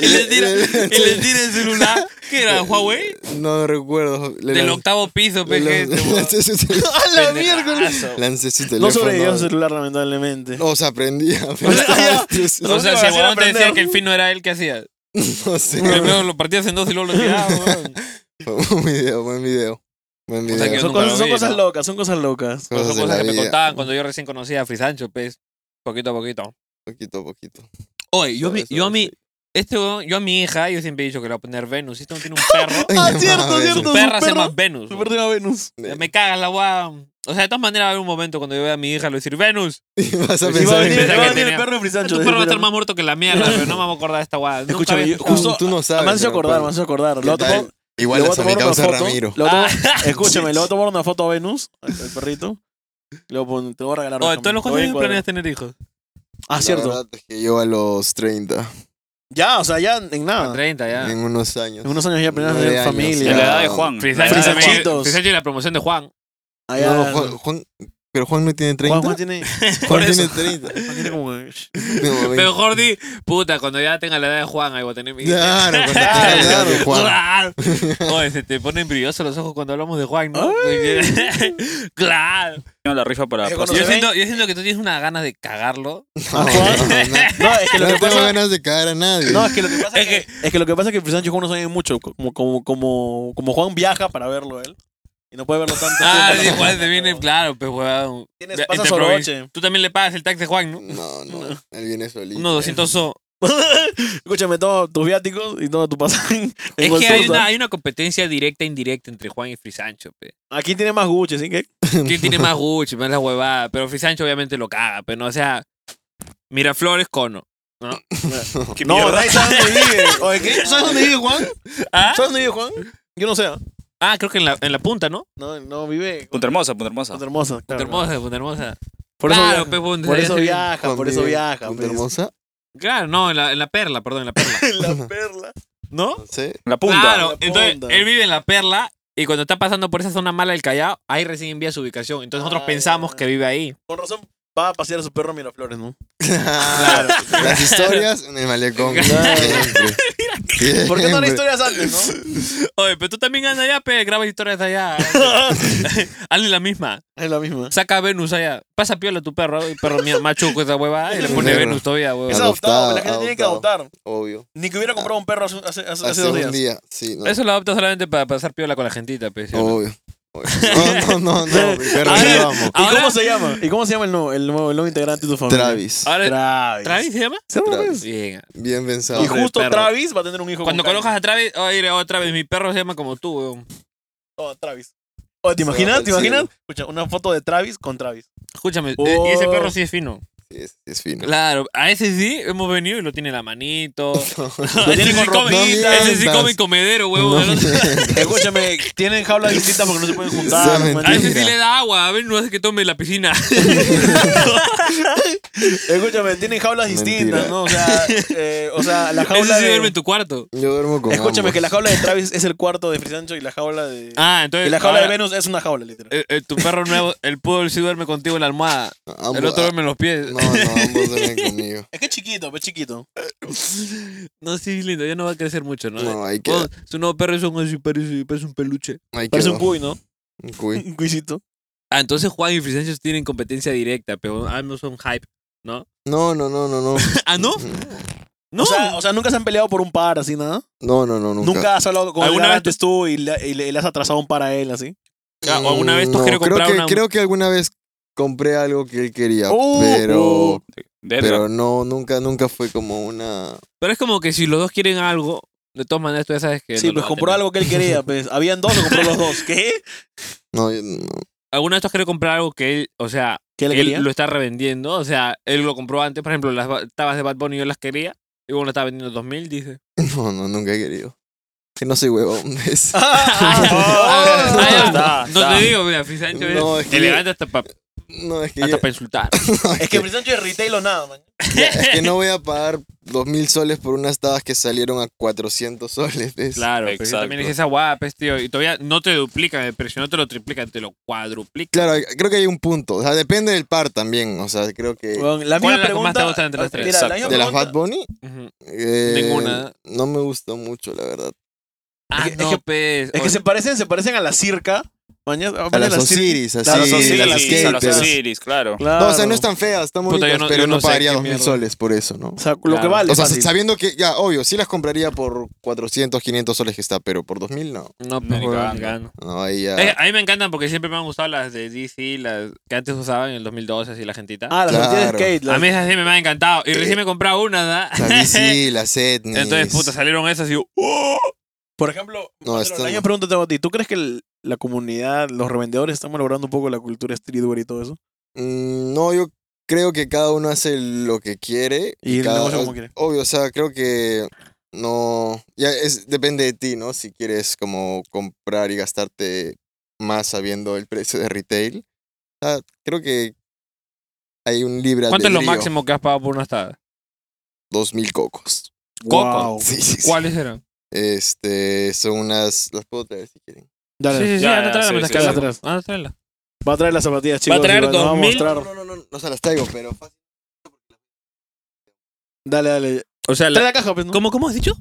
Speaker 1: Y le tira, y le tira el celular. ¿Qué era? ¿Huawei?
Speaker 4: No recuerdo. Le
Speaker 1: Del
Speaker 4: lan-
Speaker 1: octavo piso,
Speaker 4: le
Speaker 1: peje.
Speaker 4: lan- lancé su teléfono.
Speaker 2: ¡A la miércoles!
Speaker 4: Lancé su
Speaker 2: No
Speaker 4: teléfono.
Speaker 2: sobrevivió su celular, lamentablemente.
Speaker 4: No, se aprendía. pero
Speaker 2: sea,
Speaker 4: estaba-
Speaker 1: O sea,
Speaker 2: Lo único
Speaker 1: si
Speaker 2: que
Speaker 1: el
Speaker 2: hacía era
Speaker 1: huevón te decía
Speaker 2: aprender.
Speaker 1: que el fino era él, ¿qué hacías?
Speaker 4: no sé.
Speaker 1: Primero lo partías en dos y luego lo tirabas, huevón.
Speaker 4: Buen video, buen video. Buen
Speaker 1: O
Speaker 4: video.
Speaker 1: sea, que
Speaker 2: Son
Speaker 1: nunca
Speaker 2: cosas,
Speaker 1: lo
Speaker 2: son
Speaker 1: vi,
Speaker 2: cosas
Speaker 1: ¿no?
Speaker 2: locas, son cosas locas.
Speaker 1: Pero Son
Speaker 4: de
Speaker 1: cosas
Speaker 4: la
Speaker 1: que me
Speaker 4: vida.
Speaker 1: contaban cuando yo recién conocía a Frisancho, pues. Poquito a poquito.
Speaker 4: Poquito a poquito.
Speaker 1: Oye, yo, a mi-
Speaker 4: Eso,
Speaker 1: yo a
Speaker 4: eso,
Speaker 1: mi.
Speaker 4: sí.
Speaker 1: Este huevón- yo a mi hija, yo siempre he dicho que le voy a poner Venus. Si este no tiene un perro,
Speaker 4: Ay,
Speaker 2: Ah,
Speaker 4: no
Speaker 2: cierto,
Speaker 4: mames.
Speaker 1: su
Speaker 2: cierto.
Speaker 1: perra se
Speaker 2: perro.
Speaker 1: llama Venus. huevón.
Speaker 2: Super Tema Venus.
Speaker 1: Me cagas la guá. O sea, de todas maneras va a haber un momento cuando yo vea a mi hija le voy a decir, Venus,
Speaker 4: Vas a
Speaker 2: Y va a
Speaker 4: pensar en-
Speaker 2: venir,
Speaker 1: Pensaba
Speaker 2: va a
Speaker 1: que
Speaker 2: venir el
Speaker 1: tenía-
Speaker 2: perro de Frisancho.
Speaker 1: tu Este perro va a estar más muerto que la mierda, pero no me voy a acordar de esta guá. Nunca
Speaker 2: Escúchame,
Speaker 1: había
Speaker 2: yo-
Speaker 1: escuchado.
Speaker 2: justo-
Speaker 4: Tú no sabes.
Speaker 2: Ah, Me has hecho
Speaker 4: pero
Speaker 2: acordar, me
Speaker 4: bueno.
Speaker 2: has hecho acordar.
Speaker 4: ¿Qué
Speaker 2: Lo voy a
Speaker 4: tal?
Speaker 2: tomar-
Speaker 4: Igual
Speaker 2: le voy
Speaker 4: hasta mi
Speaker 2: tomar una
Speaker 4: causa
Speaker 2: foto,
Speaker 4: Ramiro.
Speaker 2: le voy a tomar-
Speaker 1: Ah.
Speaker 2: Escúchame, le voy a tomar una foto a Venus, al al perrito. Le voy a poner- te lo voy a regalar.
Speaker 1: Oye,
Speaker 2: Benjamín.
Speaker 1: ¿todos los
Speaker 2: Lo voy a
Speaker 1: cuántos años
Speaker 2: encuadrar.
Speaker 1: planeas tener hijos?
Speaker 2: Ah,
Speaker 4: La
Speaker 2: cierto.
Speaker 4: verdad es que yo a los 30.
Speaker 2: Ah, Ya, o sea, ya en nada.
Speaker 1: 30 ya.
Speaker 4: En unos años.
Speaker 2: En unos años ya apenas
Speaker 4: Nueve
Speaker 2: de
Speaker 4: años,
Speaker 2: familia.
Speaker 4: ya.
Speaker 3: En la edad de Juan.
Speaker 1: Frisanchi
Speaker 2: Frisanchitos.
Speaker 1: también- Frisanchi y la promoción de Juan.
Speaker 2: Ah, ya.
Speaker 4: No, Juan, Juan- pero Juan no tiene 30.
Speaker 2: Juan, Juan tiene.
Speaker 4: Juan
Speaker 2: por
Speaker 4: tiene
Speaker 2: eso.
Speaker 4: 30.
Speaker 2: Juan tiene como.
Speaker 4: No,
Speaker 1: Pero Jordi, puta, cuando ya tenga la edad de Juan, ahí voy a tener mi.
Speaker 4: Claro, cuando tenga la edad de Juan.
Speaker 1: Claro. Oye, se te ponen brillosos los ojos cuando hablamos de Juan, ¿no? claro.
Speaker 3: Tengo la rifa para.
Speaker 2: Es
Speaker 3: para-
Speaker 2: cuando
Speaker 1: Yo
Speaker 2: se
Speaker 1: siento, yo siento que tú tienes una ganas de cagarlo.
Speaker 4: No, no, no.
Speaker 2: No, es que lo
Speaker 4: No
Speaker 2: que
Speaker 4: tengo
Speaker 2: pasa.
Speaker 4: ganas de caer a nadie.
Speaker 2: No, es que lo que pasa es
Speaker 1: Es
Speaker 2: que, es que, lo que, pasa es que Frisancho y Juan no saben mucho. Como, como, como, como Juan viaja para verlo él. Y no puede verlo tanto.
Speaker 1: Ah,
Speaker 2: tiempo.
Speaker 1: sí, Juan te viene, claro, pues, weón.
Speaker 2: Tienes,
Speaker 1: Ya,
Speaker 2: pasa
Speaker 1: entre
Speaker 2: solo
Speaker 1: provincia.
Speaker 2: noche.
Speaker 1: Tú también le pagas el tax de Juan, ¿no?
Speaker 4: No, no. Él viene solito.
Speaker 1: Unos 200 so.
Speaker 2: Escúchame, todos tus viáticos y todo tu pasaje. en
Speaker 1: Es que
Speaker 2: Golfurta.
Speaker 1: hay una, hay una competencia directa e indirecta entre Juan y Frisancho, pe.
Speaker 2: Aquí tiene más Gucci, ¿sí? que
Speaker 1: ¿Quién tiene más Gucci, más la huevada? Pero Frisancho obviamente lo caga, pero no, o sea, Miraflores, cono.
Speaker 3: ¿Qué
Speaker 2: No,
Speaker 3: mierda?
Speaker 2: Ray, ¿sabes dónde vive? Oye, ¿qué? ¿Sabes dónde vive Juan?
Speaker 1: ¿Ah?
Speaker 2: ¿Sabes dónde vive Juan? Yo no sé. ¿ah?
Speaker 1: Ah, creo que en la, en la punta, ¿no?
Speaker 2: No, no vive.
Speaker 3: Punta hermosa, punta hermosa.
Speaker 2: Punta Hermosa.
Speaker 1: Punta
Speaker 2: claro.
Speaker 1: hermosa, punta hermosa.
Speaker 2: Por eso
Speaker 1: claro,
Speaker 2: viaja.
Speaker 1: pe, punta-
Speaker 2: Por eso
Speaker 1: sí.
Speaker 2: viaja,
Speaker 4: Juan
Speaker 2: por eso
Speaker 4: vive
Speaker 2: viaja.
Speaker 4: en Punta
Speaker 2: pues.
Speaker 4: hermosa?
Speaker 1: Claro, no, en la, en la perla, perdón, en la perla.
Speaker 2: La perla.
Speaker 1: ¿No?
Speaker 4: No sé.
Speaker 3: La punta.
Speaker 1: Claro,
Speaker 2: La
Speaker 1: entonces
Speaker 2: punta.
Speaker 1: él vive en la perla y cuando está pasando por esa zona mala del Callao, ahí recién envía su ubicación. Entonces nosotros
Speaker 2: Ah,
Speaker 1: pensamos
Speaker 2: ya.
Speaker 1: que vive ahí.
Speaker 2: Con razón va a pasear a su perro a Miraflores, ¿no?
Speaker 4: Claro. Las historias en el malecón.
Speaker 1: Claro.
Speaker 4: Siempre.
Speaker 2: ¿Por qué no
Speaker 4: Siempre.
Speaker 2: las historias antes, no?
Speaker 1: Oye, pero tú también andas allá, pe, grabas historias allá. Hazle la misma.
Speaker 2: Es la misma.
Speaker 1: Saca a Venus allá. Pasa piola a tu perro, el perro mío, machuco esa hueva, y le pone
Speaker 4: Perro.
Speaker 1: Venus todavía,
Speaker 2: Es
Speaker 1: hueva.
Speaker 2: adoptado,
Speaker 4: Adoptado,
Speaker 2: la gente tiene que
Speaker 4: adoptado.
Speaker 2: adoptar.
Speaker 4: Obvio.
Speaker 2: Ni que hubiera comprado un perro hace, hace- hace- hace
Speaker 4: Hace
Speaker 2: dos
Speaker 4: un
Speaker 2: días.
Speaker 4: día. Sí, no.
Speaker 1: Eso lo adoptas solamente para pasar piola con la gentita, pe. ¿sí o no?
Speaker 4: Obvio. obvio. No, no, no, no. mi perro,
Speaker 1: A
Speaker 4: sí
Speaker 1: ver,
Speaker 4: lo amo.
Speaker 2: ¿Y
Speaker 1: Ahora-
Speaker 2: cómo se llama? ¿Y cómo se llama el nuevo, el nuevo, el nuevo integrante de tu familia?
Speaker 4: Travis.
Speaker 1: Ahora,
Speaker 2: Travis.
Speaker 1: ¿Travis se llama?
Speaker 2: ¿Se llama
Speaker 4: Travis.
Speaker 2: Travis?
Speaker 1: Bien.
Speaker 4: Bien pensado.
Speaker 2: Y
Speaker 1: Hombre,
Speaker 2: justo
Speaker 1: perro.
Speaker 2: Travis va a tener un hijo.
Speaker 1: Cuando
Speaker 2: con Kylie.
Speaker 1: colocas a Travis, oye, otra vez, mi perro se llama como tú, weón.
Speaker 2: Oh, Travis. Oh, ¿Te
Speaker 4: Se va
Speaker 2: imaginas?
Speaker 4: pa'l
Speaker 2: ¿Te imaginas? Escucha, una foto de Travis con Travis.
Speaker 1: Escúchame,
Speaker 2: Oh.
Speaker 1: eh, y ese perro sí es fino.
Speaker 4: Sí, es, es fino.
Speaker 1: Claro, a ese sí hemos venido y lo tiene en la manito.
Speaker 4: No,
Speaker 1: ese, sí
Speaker 2: con
Speaker 1: come,
Speaker 4: ropita.
Speaker 1: ese sí
Speaker 4: No
Speaker 1: come
Speaker 4: mientas.
Speaker 1: comedero, huevón.
Speaker 2: Escúchame, tienen jaulas distintas porque no se pueden juntar.
Speaker 4: Esa
Speaker 2: no
Speaker 1: a
Speaker 2: manches.
Speaker 1: ese Ah, sí
Speaker 4: Mira.
Speaker 1: le da agua, a ver, no hace que tome la piscina.
Speaker 2: Escúchame, tienen jaulas
Speaker 4: Mentira.
Speaker 2: distintas, ¿no? O sea, eh, o sea la
Speaker 1: ese
Speaker 2: jaula
Speaker 1: sí duerme
Speaker 2: de...
Speaker 1: en tu cuarto.
Speaker 4: Yo duermo con
Speaker 2: Escúchame,
Speaker 4: ambos.
Speaker 2: que la jaula de Travis es el cuarto de Frisancho y la jaula de...
Speaker 1: Ah,
Speaker 2: y
Speaker 1: entonces.
Speaker 2: la jaula de
Speaker 1: ahora,
Speaker 2: Venus es una jaula, literal.
Speaker 1: eh, eh, tu perro nuevo, el poodle sí duerme contigo en la almohada.
Speaker 4: Ambos-
Speaker 1: El otro duerme en los pies.
Speaker 4: No, no, ambos duermen conmigo.
Speaker 2: Es que es chiquito, pues chiquito.
Speaker 1: No, sí, lindo, ya no va a crecer mucho, ¿no?
Speaker 4: No, ahí
Speaker 1: Oh,
Speaker 4: queda.
Speaker 1: su nuevo perro es un, así, parece, parece un peluche.
Speaker 4: Ahí
Speaker 2: Parece un
Speaker 4: quedó.
Speaker 2: cuy, ¿no?
Speaker 4: Un cuy.
Speaker 2: Un cuisito.
Speaker 1: Ah, entonces Juan y Frisencio tienen competencia directa, pero ambos son hype.
Speaker 4: No, no, no, no, no.
Speaker 1: Ah, ¿no? No.
Speaker 2: O sea, o sea, nunca se han peleado por un par, así, nada.
Speaker 4: No, no, no, nunca.
Speaker 2: Nunca, has hablado con
Speaker 1: ¿Alguna
Speaker 2: alguna
Speaker 1: vez
Speaker 2: antes tú y le, y le- y le has atrasado un par a él, así.
Speaker 1: Ah, o alguna vez tú
Speaker 4: Mm,
Speaker 1: quiero comprar
Speaker 4: creo que,
Speaker 1: una-
Speaker 4: Creo que alguna vez compré algo que él quería,
Speaker 2: Oh,
Speaker 4: pero,
Speaker 2: oh.
Speaker 3: De-
Speaker 4: pero no, nunca, nunca fue como una...
Speaker 1: Pero es como que si los dos quieren algo, de todas maneras tú ya sabes que.
Speaker 2: Sí,
Speaker 1: no lo
Speaker 2: pues
Speaker 1: va a
Speaker 2: compró
Speaker 1: tener.
Speaker 2: algo que él quería, pues. Habían dos, lo compró los dos. ¿Qué?
Speaker 4: No, yo- no.
Speaker 1: Alguno de estos quiere comprar algo que él, o sea,
Speaker 2: ¿Qué le quería?
Speaker 1: él lo está revendiendo. O sea, él lo compró antes. Por ejemplo, las ba- tabas de Bad Bunny yo las quería. Y bueno, estaba vendiendo 2000, dice.
Speaker 4: no, no, nunca he querido. Que no soy huevón. ¿ves?
Speaker 1: Ah,
Speaker 2: Ah,
Speaker 1: ah, ya.
Speaker 2: está,
Speaker 1: no
Speaker 2: está.
Speaker 1: te digo, mira, Fisancho
Speaker 4: No,
Speaker 1: es
Speaker 4: es que-
Speaker 1: elegante hasta para
Speaker 4: No, es que, yo-
Speaker 1: insultar.
Speaker 4: no,
Speaker 2: Es que Frisancho es retail o nada, man.
Speaker 4: es que no voy a pagar dos mil soles por unas tabas que salieron a 400 soles. ¿ves?
Speaker 1: Claro, pero yo
Speaker 3: Exacto.
Speaker 1: también es esa guapa, tío. Y todavía no te duplican el precio, no te lo triplican, te lo cuadruplican.
Speaker 4: Claro, hay- creo que hay un punto. O sea, depende del par también. O sea, creo que...
Speaker 2: Bueno,
Speaker 1: ¿Cuál es la
Speaker 2: la misma
Speaker 1: que más
Speaker 2: pregunta.
Speaker 1: te gusta entre las tres?
Speaker 2: Mira, la
Speaker 3: Exacto.
Speaker 2: misma
Speaker 4: ¿De las
Speaker 2: pregunta-
Speaker 4: Bad Bunny?
Speaker 1: Ujú.
Speaker 4: eh,
Speaker 1: Ninguna.
Speaker 4: No me gustó mucho, la verdad.
Speaker 1: Ah,
Speaker 2: que- es
Speaker 1: no,
Speaker 2: que-
Speaker 1: pues.
Speaker 2: Es que se parecen, se parecen a la circa. Maña-
Speaker 4: A
Speaker 2: mañana
Speaker 4: las
Speaker 2: la circa-
Speaker 4: Osiris, así,
Speaker 2: Claro,
Speaker 4: a
Speaker 3: a
Speaker 4: las
Speaker 3: los
Speaker 2: sí, las
Speaker 3: Osiris, a los
Speaker 2: skates.
Speaker 4: skates.
Speaker 3: Osiris, claro.
Speaker 2: Claro.
Speaker 4: No, o sea, no están feas, están
Speaker 1: Puta, yo
Speaker 4: bonitas,
Speaker 1: no-
Speaker 4: pero
Speaker 1: yo
Speaker 4: no,
Speaker 1: no sé
Speaker 4: pagaría
Speaker 1: qué
Speaker 4: dos mil
Speaker 1: mierda.
Speaker 4: soles por eso, ¿no?
Speaker 2: O sea, lo que
Speaker 1: Claro.
Speaker 2: vale.
Speaker 4: O sea,
Speaker 2: fácil.
Speaker 4: sabiendo que, ya, obvio, sí las compraría por 400, 500 soles que está, pero por 2000 no.
Speaker 1: No,
Speaker 3: ni
Speaker 1: pues, huevón,
Speaker 3: cagando.
Speaker 1: cagando.
Speaker 4: No, ahí
Speaker 2: Ah.
Speaker 4: ya.
Speaker 1: Eh, a mí me encantan porque siempre me han gustado las de DC, las que antes usaban en el 2012, así la gentita.
Speaker 2: Ah, las
Speaker 4: Claro.
Speaker 2: tortillas de skate. las-
Speaker 1: a mí esas sí me han encantado. Y recién me he comprado una, ¿da?
Speaker 4: La DC, la Setnis.
Speaker 1: Entonces, puta, salieron esas y yo, ¡oh!
Speaker 2: Por ejemplo,
Speaker 4: No,
Speaker 2: Marcelo,
Speaker 4: esto
Speaker 2: la
Speaker 4: no.
Speaker 2: misma pregunta te hago a ti. ¿Tú crees que el- la comunidad, los revendedores, estamos logrando un poco la cultura streetwear y todo eso?
Speaker 4: Mm, No, yo creo que cada uno hace lo que quiere.
Speaker 2: Y el
Speaker 4: cada-
Speaker 2: negocio como quiere.
Speaker 4: Obvio, o sea, creo que no. Ya es, depende de ti, ¿no? Si quieres como comprar y gastarte más sabiendo el precio de retail. O sea, creo que hay un libre
Speaker 1: ¿Cuánto es lo
Speaker 4: albedrío.
Speaker 1: máximo que has pagado por una estada?
Speaker 4: Dos mil cocos.
Speaker 3: Coco.
Speaker 2: Wow.
Speaker 4: Sí, sí, sí.
Speaker 5: ¿Cuáles eran?
Speaker 4: Este, son unas. Las puedo traer si quieren.
Speaker 2: Dale.
Speaker 5: sí, sí, sí,
Speaker 3: Ya,
Speaker 5: anda
Speaker 3: ya,
Speaker 5: a traerla,
Speaker 3: sí,
Speaker 5: me las
Speaker 3: sí,
Speaker 5: quedas
Speaker 2: sí.
Speaker 5: atrás. Anda a traerla.
Speaker 2: Va a traer las zapatillas, chicos.
Speaker 3: traer
Speaker 2: y nos va a
Speaker 3: 2000.
Speaker 2: mostrar.
Speaker 4: No, no, no, no, no se las traigo, pero.
Speaker 2: Dale, dale.
Speaker 1: O sea,
Speaker 2: Trae la caja, pues, ¿no?
Speaker 3: ¿Cómo, ¿Cómo has dicho?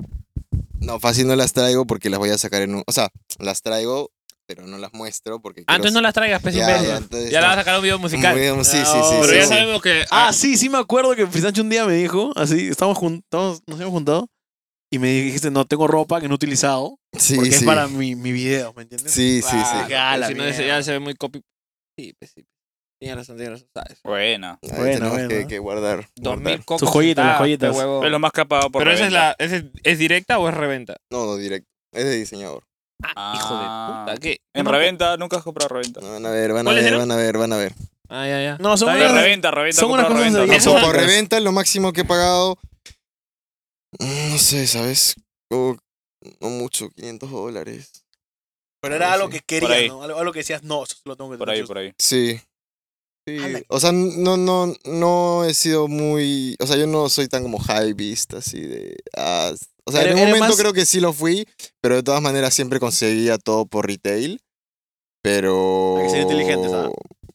Speaker 4: No, fácil no las traigo porque las voy a sacar en un. O sea, las traigo, pero no las muestro porque.
Speaker 5: Ah, entonces no las traigas, pez
Speaker 4: Ya, ya, entonces
Speaker 5: Ya la
Speaker 4: no.
Speaker 5: vas a sacar un video musical.
Speaker 4: Muy bien, Sí, sí,
Speaker 1: No,
Speaker 4: sí.
Speaker 1: Pero
Speaker 4: sí,
Speaker 1: ya
Speaker 4: sí.
Speaker 1: sabemos que.
Speaker 2: Ah, sí, sí me acuerdo que Pisancho un día me dijo, así, estamos juntos, nos hemos juntado, y me dijiste, no, tengo ropa que no he utilizado,
Speaker 4: Sí,
Speaker 2: porque es
Speaker 4: sí.
Speaker 2: para mi, mi video, ¿me entiendes?
Speaker 4: Sí, sí,
Speaker 1: Ah,
Speaker 4: sí.
Speaker 2: Ah, la
Speaker 1: si no,
Speaker 2: mierda.
Speaker 1: ese ya se ve muy copy. Sí, pues sí. Tienes razón, tienes razón. ¿sabes?
Speaker 3: Buena.
Speaker 4: Ahí
Speaker 2: Bueno,
Speaker 4: tenemos
Speaker 2: bueno.
Speaker 4: Que, que guardar.
Speaker 1: Dos mil
Speaker 4: guardar.
Speaker 1: cocos.
Speaker 2: Sus joyitas,
Speaker 1: está,
Speaker 2: las joyitas.
Speaker 1: pe huevo.
Speaker 3: Es lo más capado por
Speaker 1: Pero esa es
Speaker 3: reventa.
Speaker 1: la. ese ¿Es, ¿Es directa o es reventa?
Speaker 4: No, no, directo. Es de diseñador.
Speaker 1: Ah, hijo de puta. ¿qué?
Speaker 3: En reventa, nunca has comprado reventa.
Speaker 4: No, Van a ver, van a
Speaker 1: ¿Cuáles
Speaker 4: ver,
Speaker 1: eran?
Speaker 4: van a ver, van a ver.
Speaker 1: Ah, ya, ya.
Speaker 2: No, son
Speaker 3: Está
Speaker 2: unas-
Speaker 3: bien, reventa, reventa,
Speaker 2: son
Speaker 3: comprar
Speaker 2: unas cosas de
Speaker 3: reventa.
Speaker 4: No,
Speaker 2: bien.
Speaker 1: Eso
Speaker 4: por-
Speaker 1: es-
Speaker 4: por reventa lo máximo que he pagado. mm, No sé, ¿sabes? O- no mucho, 500 dólares.
Speaker 2: Pero era algo
Speaker 4: Sí.
Speaker 2: que
Speaker 3: Por
Speaker 2: querías,
Speaker 3: ahí.
Speaker 2: ¿no? Algo, algo que decías, no, eso lo tengo que
Speaker 3: Por ahí, por ahí.
Speaker 4: Sí. Sí.
Speaker 2: Ala.
Speaker 4: O sea, no, no, no he sido muy. O sea, yo no soy tan como high beast, así de. ah, o sea, en
Speaker 2: Eres-
Speaker 4: un
Speaker 2: eres
Speaker 4: momento
Speaker 2: más-
Speaker 4: creo que sí lo fui, pero de todas maneras siempre conseguía todo por retail. Pero.
Speaker 2: Hay que ser inteligentes, ¿ah?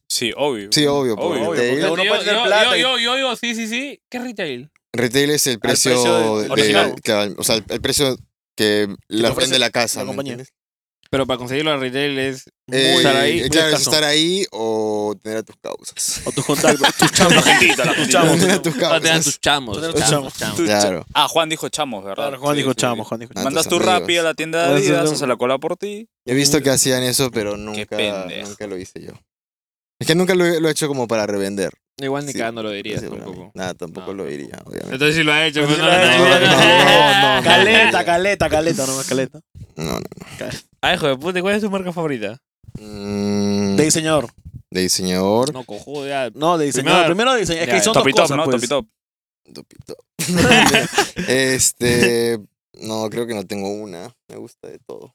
Speaker 3: Sí, obvio.
Speaker 4: Sí, obvio, por
Speaker 3: Obvio,
Speaker 4: retail.
Speaker 2: porque- uno
Speaker 1: yo,
Speaker 2: puede tener
Speaker 1: yo,
Speaker 2: plata
Speaker 1: yo,
Speaker 2: y-
Speaker 1: yo, yo, yo, sí, sí, sí. ¿Qué retail?
Speaker 4: Retail es el precio.
Speaker 2: precio
Speaker 4: de-
Speaker 2: original.
Speaker 4: claro, o sea, el, el precio que la
Speaker 2: ofrece
Speaker 4: ofrece la casa.
Speaker 2: la
Speaker 4: ¿me
Speaker 2: compañía.
Speaker 4: entiendes?
Speaker 1: Pero para conseguirlo al retail es.
Speaker 4: Eh,
Speaker 1: estar ahí,
Speaker 4: eh,
Speaker 1: muy
Speaker 4: claro, es
Speaker 1: escaso.
Speaker 4: estar ahí o tener a tus causas.
Speaker 2: O tus contactos, tus chamos.
Speaker 3: La gentita, la
Speaker 2: tus
Speaker 3: gentita.
Speaker 2: chamos.
Speaker 4: tener a tus
Speaker 1: Ah, te dan
Speaker 4: causas.
Speaker 1: tus chamos.
Speaker 2: Tener
Speaker 1: chamos,
Speaker 2: tus chamos.
Speaker 1: chamos.
Speaker 3: Tu-
Speaker 4: Claro.
Speaker 3: Ah, Juan dijo chamos, ¿verdad?
Speaker 2: Claro, Juan
Speaker 3: Sí,
Speaker 2: dijo
Speaker 3: sí, sí.
Speaker 2: chamos, Juan dijo chamos.
Speaker 4: Ah,
Speaker 3: Mandas
Speaker 4: Tus
Speaker 3: tu
Speaker 4: amigos.
Speaker 3: rápido a la tienda de
Speaker 2: Mandas tu-
Speaker 3: Adidas, se la cola por ti.
Speaker 4: He visto que hacían eso, pero nunca,
Speaker 3: pendejo.
Speaker 4: nunca lo hice yo. Es que nunca lo he, lo he hecho como para revender.
Speaker 1: Igual ni
Speaker 4: Sí,
Speaker 1: cagando lo dirías
Speaker 4: seguramente.
Speaker 1: tampoco.
Speaker 4: Nada, tampoco
Speaker 1: No,
Speaker 4: lo diría, obviamente.
Speaker 1: Entonces sí lo ha hecho.
Speaker 2: Pues
Speaker 1: pues,
Speaker 2: sí
Speaker 1: no,
Speaker 2: lo ha
Speaker 1: no,
Speaker 2: hecho,
Speaker 1: no,
Speaker 2: no,
Speaker 1: no, no.
Speaker 2: Caleta, caleta, caleta, nomás caleta.
Speaker 4: No, no.
Speaker 1: Ah, hijo de puta, ¿cuál es tu marca favorita?
Speaker 4: Mm,
Speaker 2: De diseñador.
Speaker 4: de diseñador.
Speaker 1: No, cojudo, ya.
Speaker 2: No, de diseñador. Primero, de diseñador. Es
Speaker 1: Ya,
Speaker 2: que son
Speaker 3: Top
Speaker 2: dos
Speaker 3: y top,
Speaker 2: cosas,
Speaker 3: ¿no?
Speaker 2: pues.
Speaker 3: Top y top.
Speaker 4: Topito. este. No, creo que no tengo una. Me gusta de todo.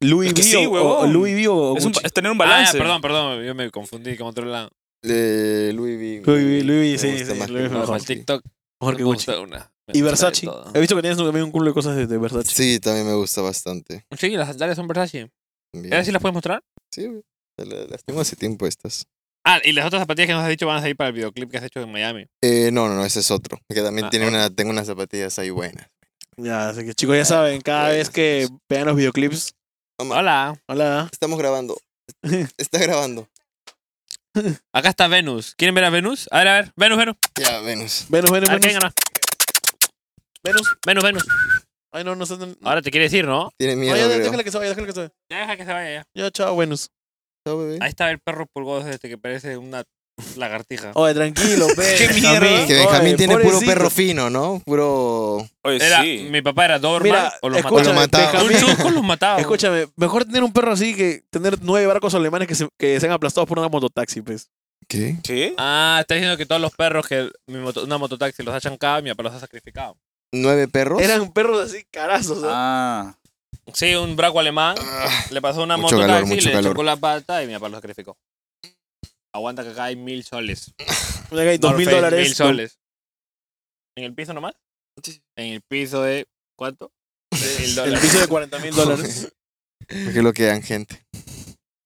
Speaker 2: Louis
Speaker 3: Es que
Speaker 2: V
Speaker 3: sí,
Speaker 2: o- o
Speaker 3: huevón.
Speaker 2: Louis V o
Speaker 3: Es, un-
Speaker 2: Gucci.
Speaker 3: es tener un
Speaker 1: Ah,
Speaker 3: balance.
Speaker 1: ya, perdón, perdón. Yo me confundí con otro lado.
Speaker 4: De Louis V.
Speaker 2: Louis V, Louis V,
Speaker 4: Me
Speaker 2: sí,
Speaker 4: gusta
Speaker 2: sí,
Speaker 4: más que
Speaker 2: Louis V
Speaker 4: Gucci.
Speaker 1: No,
Speaker 2: mejor.
Speaker 1: el TikTok.
Speaker 2: Mejor que
Speaker 1: me
Speaker 2: Gucci.
Speaker 1: gusta una. Me
Speaker 2: Y
Speaker 1: gusta de
Speaker 2: Versace.
Speaker 1: todo.
Speaker 2: He visto que tienes también un culo de cosas de, de Versace.
Speaker 4: Sí, también me gusta bastante.
Speaker 1: Sí, las sandalias son Versace.
Speaker 4: También.
Speaker 1: ¿Esas sí las puedes mostrar?
Speaker 4: Sí, güey. Te la- Las tengo hace tiempo estas.
Speaker 1: Ah, y las otras zapatillas que nos has dicho van a salir para el videoclip que has hecho en Miami.
Speaker 4: Eh, no, no, no, ese es otro. Que también
Speaker 1: Ah,
Speaker 4: tiene una, tengo unas zapatillas ahí buenas.
Speaker 2: Ya, así que chicos, ya saben, cada
Speaker 4: Bueno,
Speaker 2: vez que vean los videoclips.
Speaker 1: Hola.
Speaker 2: Hola.
Speaker 4: Estamos grabando. Está grabando.
Speaker 1: Acá está Venus. ¿Quieren ver a Venus? A ver, a ver. Venus, Venus.
Speaker 4: Ya, Venus.
Speaker 2: Venus, Venus,
Speaker 1: A ver,
Speaker 2: Venus.
Speaker 1: ¿quién gana?
Speaker 2: Venus.
Speaker 1: Venus, Venus.
Speaker 2: Ay, no, no está tan.
Speaker 1: Ahora te quieres ir, ¿no?
Speaker 4: Tiene
Speaker 2: Ay,
Speaker 4: miedo,
Speaker 2: ya,
Speaker 4: creo.
Speaker 2: déjala que se vaya, déjala que se vaya.
Speaker 1: Ya deja que se vaya ya.
Speaker 2: Ya, chao, Venus.
Speaker 4: Chao, bebé.
Speaker 1: Ahí está el perro pulgoso este que parece una lagartija.
Speaker 2: Oye, tranquilo, ve.
Speaker 3: Qué mierda.
Speaker 4: que Benjamín tiene puro perro fino, ¿no? Puro...
Speaker 3: Oye,
Speaker 1: Era,
Speaker 3: pues sí.
Speaker 1: Mi papá era Doberman
Speaker 2: Mira,
Speaker 1: o los
Speaker 2: escúchame,
Speaker 1: mataba.
Speaker 4: Lo mataba.
Speaker 1: Un
Speaker 2: Benjamín-
Speaker 1: chusco los mataba.
Speaker 2: Escúchame, mejor tener un perro así que tener nueve barcos alemanes que, se, que sean aplastados por una mototaxi, pues.
Speaker 4: ¿Qué?
Speaker 3: ¿Sí?
Speaker 1: Ah, está diciendo que todos los perros que mi moto- una mototaxi los ha chancado, mi papá los ha sacrificado.
Speaker 4: ¿Nueve perros?
Speaker 2: Eran perros así carazos. ¿ah?
Speaker 3: Ah.
Speaker 1: Sí, un braco alemán
Speaker 4: Ah,
Speaker 1: le pasó una
Speaker 4: Mucho
Speaker 1: mototaxi,
Speaker 4: calor, mucho
Speaker 1: le
Speaker 4: calor.
Speaker 1: chocó la pata y mi papá lo sacrificó. Aguanta que acá hay mil soles.
Speaker 2: Mira que hay dos mil
Speaker 1: Norface,
Speaker 2: dólares.
Speaker 1: Mil soles. ¿En el piso nomás? En el piso de. ¿Cuánto? De mil
Speaker 2: El
Speaker 1: dólares.
Speaker 2: piso de 40 mil dólares.
Speaker 4: Porque lo quedan, gente.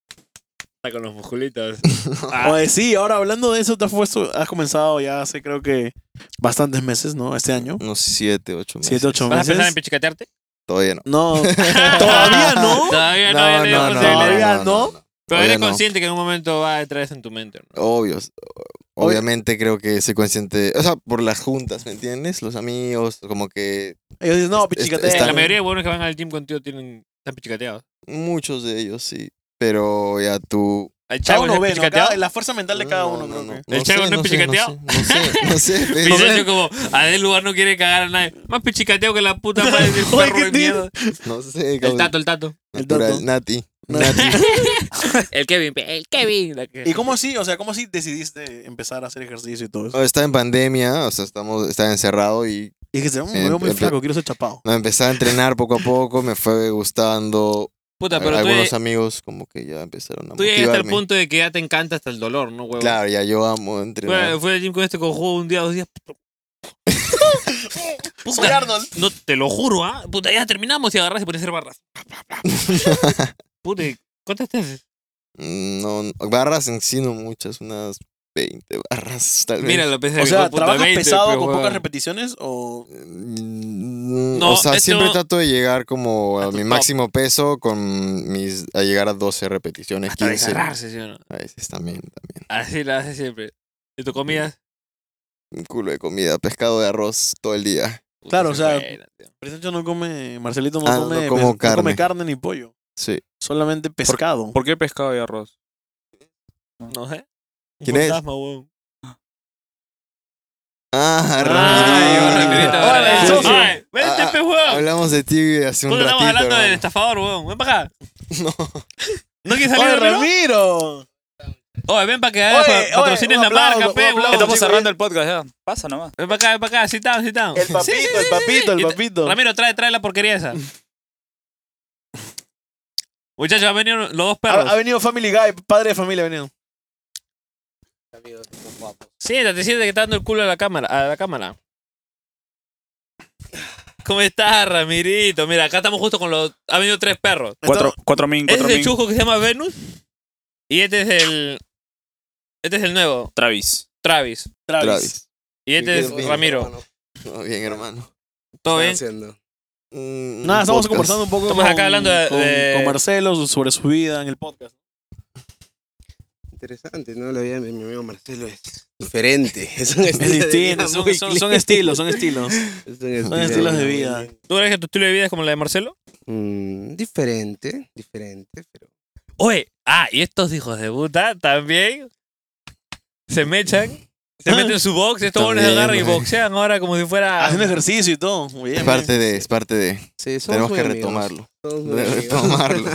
Speaker 1: Está con los musculitos. Ah,
Speaker 2: Oye, sí, ahora hablando de eso, te has puesto, has comenzado ya hace creo que bastantes meses, ¿no? Este año.
Speaker 4: Unos siete, ocho meses.
Speaker 2: Siete, ocho
Speaker 1: ¿Vas a pensar en
Speaker 2: meses.
Speaker 1: pichicatearte?
Speaker 4: Todavía no.
Speaker 2: No, todavía no.
Speaker 1: Todavía no, ya no,
Speaker 4: No, no,
Speaker 1: es
Speaker 4: no,
Speaker 1: posible.
Speaker 2: Todavía no.
Speaker 4: no, no, no.
Speaker 1: Pero
Speaker 4: Todavía
Speaker 1: eres
Speaker 4: no.
Speaker 1: consciente que en un momento va a entrar eso en tu mente. ¿no?
Speaker 4: Obvio.
Speaker 2: Obvio.
Speaker 4: Obviamente creo que soy consciente, o sea, por las juntas, ¿me entiendes? Los amigos, como que
Speaker 2: Ellos dicen, no,
Speaker 4: Está-
Speaker 2: pichicate.
Speaker 4: está-
Speaker 1: La mayoría de buenos que van al gym contigo tienen, están pichicateados.
Speaker 4: muchos de ellos sí, pero ya tú...
Speaker 1: El
Speaker 2: Cada
Speaker 1: chavo no
Speaker 2: uno
Speaker 1: es
Speaker 2: ve, ¿no?
Speaker 1: pichicateado.
Speaker 2: Cada- la fuerza mental de cada uno,
Speaker 4: No,
Speaker 2: creo
Speaker 4: no,
Speaker 2: que.
Speaker 4: no.
Speaker 1: ¿El
Speaker 4: No
Speaker 1: chavo
Speaker 4: sé,
Speaker 1: no es
Speaker 4: sé,
Speaker 1: pichicateado?
Speaker 4: No sé, no sé.
Speaker 1: Y
Speaker 4: no sé,
Speaker 1: Sergio como, a del lugar no quiere cagar a nadie. Más pichicateado que la puta madre del
Speaker 2: Oye,
Speaker 1: perro
Speaker 2: ¿qué
Speaker 1: de
Speaker 2: tiene?
Speaker 1: mierda.
Speaker 4: no sé,
Speaker 1: El
Speaker 4: como
Speaker 1: tato, el tato.
Speaker 2: El
Speaker 4: natural,
Speaker 2: dato.
Speaker 4: Nati.
Speaker 2: No.
Speaker 4: Nati.
Speaker 1: El Kevin, el Kevin. La que-
Speaker 2: ¿Y cómo así? O sea, ¿cómo así decidiste empezar a hacer ejercicio y todo eso?
Speaker 4: No, Estaba en pandemia, o sea, estamos, estaba encerrado y
Speaker 2: Y dijiste, "Mm, me
Speaker 4: Eh,
Speaker 2: veo muy
Speaker 4: eh,
Speaker 2: flaco, quiero ser chapado.
Speaker 4: no, empecé a entrenar poco a poco, me fue gustando.
Speaker 1: Puta,
Speaker 4: A-
Speaker 1: pero tú,
Speaker 4: Algunos
Speaker 1: ya-
Speaker 4: amigos como que ya empezaron a
Speaker 1: tú llegaste al
Speaker 4: motivarme.
Speaker 1: punto de que ya te encanta hasta el dolor, ¿no, huevo?
Speaker 4: Claro, ya yo amo
Speaker 1: Fue,
Speaker 4: entrenar.
Speaker 1: fue al gym con este cojudo un día, dos días. Soy Arnold. No, te lo juro, ¿ah? Puta, ya terminamos y agarras y pones a hacer barras. Puta, ¿cuántas te haces?
Speaker 4: Mm, No, no, barras en sí no muchas, unas 20 barras tal vez.
Speaker 1: Mira, lo pensé.
Speaker 2: O sea,
Speaker 1: puta,
Speaker 2: ¿trabajas
Speaker 1: 20,
Speaker 2: pesado
Speaker 1: pero,
Speaker 2: con pocas
Speaker 1: weón.
Speaker 2: repeticiones o...?
Speaker 4: Mm,
Speaker 1: No,
Speaker 4: o sea,
Speaker 1: esto-
Speaker 4: siempre trato de llegar como
Speaker 1: A
Speaker 4: a
Speaker 1: tu
Speaker 4: mi
Speaker 1: top.
Speaker 4: máximo peso con mis a llegar a 12 repeticiones,
Speaker 1: Hasta
Speaker 4: 15.
Speaker 1: desgarrarse, ¿sí o no?
Speaker 4: A veces también, también.
Speaker 1: Así la haces siempre. ¿Y tu comida?
Speaker 4: Un culo de comida, pescado de arroz todo el día.
Speaker 1: Puta,
Speaker 2: Claro, o
Speaker 1: se
Speaker 2: sea,
Speaker 1: buena, tío.
Speaker 2: Presencho no come... Marcelito no,
Speaker 4: Ah, no
Speaker 2: come,
Speaker 4: como
Speaker 2: no come
Speaker 4: carne.
Speaker 2: carne ni pollo.
Speaker 4: Sí.
Speaker 2: Solamente pescado.
Speaker 3: ¿Por qué pescado y arroz?
Speaker 1: No sé. Un
Speaker 4: ¿Quién es?
Speaker 1: fantasma, weón.
Speaker 4: Ah,
Speaker 2: Ay,
Speaker 4: Ramiro.
Speaker 2: Ramiro,
Speaker 1: Ay,
Speaker 2: Ramiro.
Speaker 4: Sí, sí.
Speaker 1: Ay, vente,
Speaker 4: Ah,
Speaker 1: pe, weón.
Speaker 4: Hablamos de ti hace un
Speaker 1: Puta,
Speaker 4: ratito.
Speaker 1: estamos hablando del
Speaker 4: hermano.
Speaker 1: estafador, weón. Ven para acá.
Speaker 4: No.
Speaker 1: ¿No quieres
Speaker 2: ¡Oye,
Speaker 1: salir, Ramiro?
Speaker 2: Ramiro!
Speaker 1: Oye, ven para que
Speaker 2: Oye,
Speaker 1: hagas
Speaker 2: oye,
Speaker 1: patrocines
Speaker 2: un
Speaker 1: la
Speaker 2: aplauso,
Speaker 1: marca,
Speaker 2: un
Speaker 1: pe,
Speaker 2: aplauso,
Speaker 1: weón.
Speaker 3: Estamos
Speaker 2: chico,
Speaker 3: cerrando el podcast ya. Pasa nomás.
Speaker 1: Ven para acá, ven para acá. Sit down, sit down.
Speaker 2: El papito,
Speaker 1: Sí, sí, sí,
Speaker 2: el
Speaker 1: sí,
Speaker 2: papito,
Speaker 1: sí.
Speaker 2: el
Speaker 1: Y-
Speaker 2: papito.
Speaker 1: Ramiro, trae, trae la porquería esa. Muchachos, han venido los dos perros.
Speaker 2: Ha, ha venido Family Guy, padre de familia ha venido.
Speaker 1: Siéntate, siéntate que está dando el culo a la cámara. A la cámara. ¿Cómo estás, Ramirito? Mira, acá estamos justo con los. Han venido tres perros.
Speaker 3: Cuatro, cuatro min,
Speaker 1: Este
Speaker 3: cuatro
Speaker 1: es el
Speaker 3: min.
Speaker 1: chujo que se llama Venus. Y este es el. Este es el nuevo,
Speaker 3: Travis.
Speaker 1: Travis.
Speaker 2: Travis.
Speaker 4: Travis.
Speaker 1: Y este es Ramiro.
Speaker 4: Todo bien, hermano.
Speaker 3: Ah,
Speaker 1: ¿Todo bien?
Speaker 5: haciendo?
Speaker 4: Mm,
Speaker 2: Nada, estamos
Speaker 4: podcast.
Speaker 2: conversando un poco
Speaker 1: Estamos
Speaker 2: con,
Speaker 1: acá hablando de-
Speaker 2: con,
Speaker 1: de-
Speaker 2: con Marcelo su- sobre su vida en el podcast.
Speaker 5: Interesante, ¿no? La vida de mi amigo Marcelo es diferente. Es un
Speaker 2: Es
Speaker 5: estilo
Speaker 2: distinto,
Speaker 5: de vida
Speaker 2: son,
Speaker 5: muy
Speaker 2: son-
Speaker 5: clean.
Speaker 2: son estilos, son estilos.
Speaker 5: Es un estilo
Speaker 2: son estilos de vida.
Speaker 5: muy
Speaker 1: ¿Tú crees que tu estilo de vida es como la de Marcelo?
Speaker 5: bien. Mm, diferente, diferente, pero...
Speaker 1: Oye, ah, y estos hijos de puta también se mechan. Se
Speaker 2: Ah.
Speaker 1: meten su box, estos buenos
Speaker 4: También,
Speaker 1: agarran y
Speaker 4: güey.
Speaker 1: boxean ahora como si fuera.
Speaker 2: Haciendo ejercicio y todo. Muy
Speaker 4: Es
Speaker 2: bien.
Speaker 4: parte de, es parte de.
Speaker 5: Sí, somos
Speaker 4: Tenemos
Speaker 5: muy
Speaker 4: que
Speaker 5: amigos.
Speaker 4: retomarlo.
Speaker 5: Somos muy amigos.
Speaker 4: Retomarlo.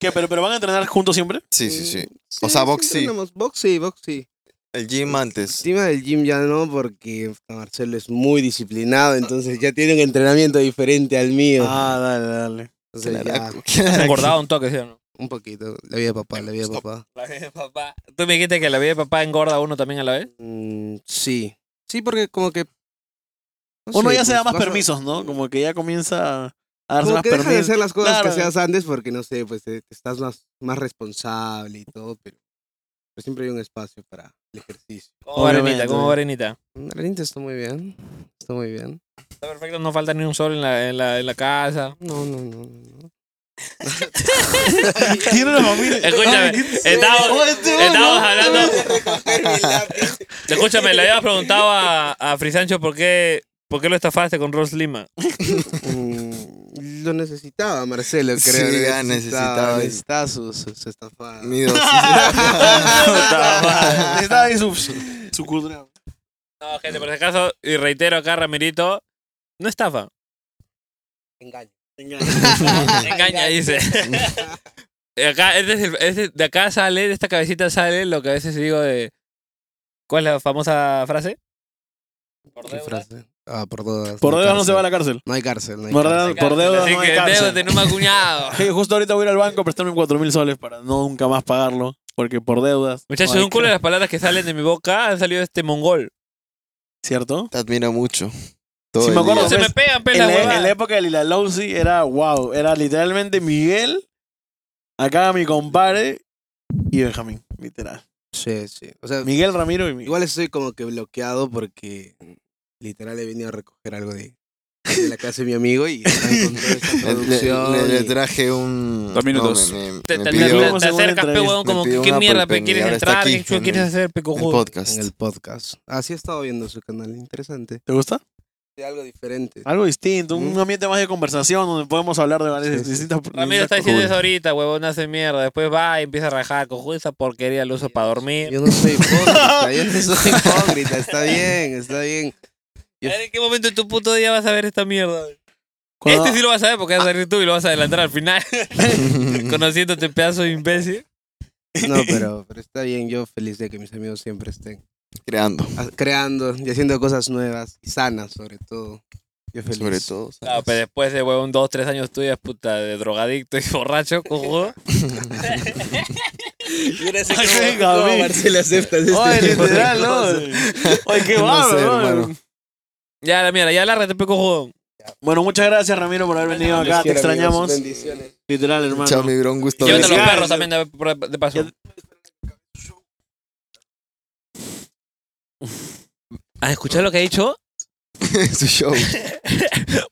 Speaker 2: ¿Qué, pero, pero van a entrenar juntos siempre?
Speaker 4: Sí, sí, sí.
Speaker 5: Mm,
Speaker 4: O sea, box
Speaker 5: siempre
Speaker 4: sí.
Speaker 5: andamos- Box sí, box sí.
Speaker 4: El gym antes.
Speaker 5: Encima del gym ya no, porque Marcelo es muy disciplinado, entonces ya tiene un entrenamiento diferente al mío.
Speaker 2: Ah, dale, dale.
Speaker 5: entonces ya,
Speaker 1: engordado un toque, ¿sí o no?
Speaker 5: un poquito. La vida de papá, la vida de
Speaker 4: Stop.
Speaker 5: papá.
Speaker 1: La vida de papá. ¿Tú me dijiste que la vida de papá engorda a uno también a la vez?
Speaker 5: Mm, sí. Sí, porque como que. no
Speaker 2: Uno
Speaker 5: sé,
Speaker 2: ya se da
Speaker 5: pues,
Speaker 2: más
Speaker 5: vas a-
Speaker 2: permisos, ¿no? Como que ya comienza a darse
Speaker 5: Como
Speaker 2: más
Speaker 5: que deja de
Speaker 2: permisos.
Speaker 5: hacer las cosas
Speaker 2: Claro.
Speaker 5: que seas antes porque no sé, pues te- te estás más, más responsable y todo, pero, pero siempre hay un espacio para el ejercicio.
Speaker 1: Como arenita,
Speaker 2: Obviamente.
Speaker 1: como arenita.
Speaker 5: Realmente está muy bien. Está muy bien.
Speaker 1: Está perfecto, no falta ni un sol en la, en la, en la casa.
Speaker 5: No, no, no, no. no.
Speaker 2: Tiene una familia.
Speaker 1: Escúchame,
Speaker 5: pues,
Speaker 1: estamos, estamos hablando. Escúchame, le habías preguntado a, a Frisancho por qué, por qué lo estafaste con Ross Lima.
Speaker 5: Mm, lo necesitaba Marcelo,
Speaker 4: Sí,
Speaker 5: creo.
Speaker 4: ya necesitaba.
Speaker 5: Necesitaba su, su, su estafada.
Speaker 4: Mi
Speaker 1: Ah,
Speaker 4: dosis.
Speaker 2: Está ahí su, su, su cultura.
Speaker 1: No, gente, por si acaso, y reitero acá, Ramirito, no estafa.
Speaker 5: Engaño.
Speaker 1: Engaña, dice. acá, este es el- este- de acá sale, de esta cabecita sale lo que a veces digo de. ¿Cuál es la famosa frase? Por
Speaker 5: ¿Qué
Speaker 1: deuda.
Speaker 5: frase? Ah, por deudas.
Speaker 2: Por deuda no
Speaker 5: cárcel.
Speaker 2: se va a la cárcel.
Speaker 5: No hay cárcel, no hay
Speaker 2: Por
Speaker 5: cárcel.
Speaker 2: deuda, por deuda
Speaker 1: Así
Speaker 2: no hay
Speaker 1: que deuda
Speaker 2: cárcel.
Speaker 1: de un acuñado.
Speaker 2: Hey, justo ahorita voy a ir al banco a prestarme 4 mil soles para no nunca más pagarlo. Porque por deudas.
Speaker 1: Muchachos,
Speaker 2: no hay
Speaker 1: un culo de
Speaker 2: que-
Speaker 1: las palabras que salen de mi boca han salido de este mongol.
Speaker 2: ¿Cierto?
Speaker 4: Te admiro mucho. Todo
Speaker 2: Sí, me
Speaker 4: el
Speaker 2: acuerdo.
Speaker 1: No se
Speaker 4: día.
Speaker 1: me
Speaker 2: ves,
Speaker 1: pegan,
Speaker 2: En
Speaker 1: pela,
Speaker 2: la,
Speaker 1: huevada.
Speaker 2: en la época de Lila Lousy era wow. Era literalmente Miguel, acá mi compadre y Benjamín. Literal.
Speaker 5: Sí, sí. O sea,
Speaker 2: Miguel Ramiro y Miguel.
Speaker 5: igual estoy como que bloqueado porque mm, literal he venido a recoger algo de, de la casa de mi amigo y están con toda esta
Speaker 4: Le, le-
Speaker 5: producción.
Speaker 4: le- le
Speaker 5: y-
Speaker 4: traje un.
Speaker 3: Dos minutos.
Speaker 4: no, me- me-
Speaker 1: Te,
Speaker 4: me
Speaker 1: te- te-
Speaker 4: pidió
Speaker 1: te
Speaker 2: Tuvimos alguna
Speaker 1: acercas, pe,
Speaker 2: entrevista.
Speaker 1: huevón, como que
Speaker 4: Me pidió
Speaker 1: qué
Speaker 4: una
Speaker 1: mierda, pe,
Speaker 4: Apple Pen y
Speaker 1: quieres
Speaker 4: ahora está
Speaker 1: entrar,
Speaker 4: aquí,
Speaker 1: qué chulo
Speaker 4: en
Speaker 1: quieres
Speaker 4: el-
Speaker 1: hacer,
Speaker 4: el
Speaker 1: pecojudo.
Speaker 4: podcast.
Speaker 5: en el podcast. Así he estado viendo su canal, interesante.
Speaker 2: ¿Te gusta?
Speaker 5: Sí, algo diferente.
Speaker 2: Algo distinto, un
Speaker 5: Mm.
Speaker 2: ambiente más de conversación donde podemos hablar de varias
Speaker 5: Sí, sí.
Speaker 2: distintas
Speaker 1: Ramiro está
Speaker 2: distintas
Speaker 1: diciendo
Speaker 2: cosas.
Speaker 1: eso ahorita, huevón, hace mierda. Después va y empieza a rajar, cojudo, esa porquería lo uso para dormir.
Speaker 5: Yo no soy hipócrita, yo no soy hipócrita, está bien, está bien. yo-
Speaker 1: A ver, ¿En qué momento de tu puto día vas a ver esta mierda?
Speaker 2: Cuando-
Speaker 1: Este sí lo vas a ver porque vas a salir tú y lo vas a adelantar al final, Mm. conociéndote pedazo de imbécil.
Speaker 5: No, pero, pero está bien, yo feliz de que mis amigos siempre estén
Speaker 4: Creando.
Speaker 5: ah, creando y haciendo cosas nuevas y sanas, sobre todo. Yo feliz.
Speaker 4: Sobre todo.
Speaker 1: Claro, pero después de, huevón, dos, tres años tuyas, puta, de drogadicto y borracho, cojudo.
Speaker 2: Ay, venga, ven.
Speaker 5: Marcelo aceptas este
Speaker 2: Oye,
Speaker 5: tipo de
Speaker 2: literal, ¿no?
Speaker 5: cosas?
Speaker 2: Oye, qué
Speaker 4: No sé,
Speaker 2: bárbaro, ¿no?
Speaker 4: hermano.
Speaker 1: Ya, la mierda, ya lárgate, peco jodón.
Speaker 2: Bueno, muchas gracias, Ramiro, por haber venido
Speaker 5: Les
Speaker 2: acá. Te
Speaker 5: quiero,
Speaker 2: extrañamos.
Speaker 5: amigos. Bendiciones.
Speaker 2: Literal, hermano.
Speaker 4: Chao, mi bro, un gusto.
Speaker 1: Llévate a los
Speaker 2: Felicidades.
Speaker 1: perros también de, por- de paso. ¿Has escuchado lo que ha dicho?
Speaker 4: Su show.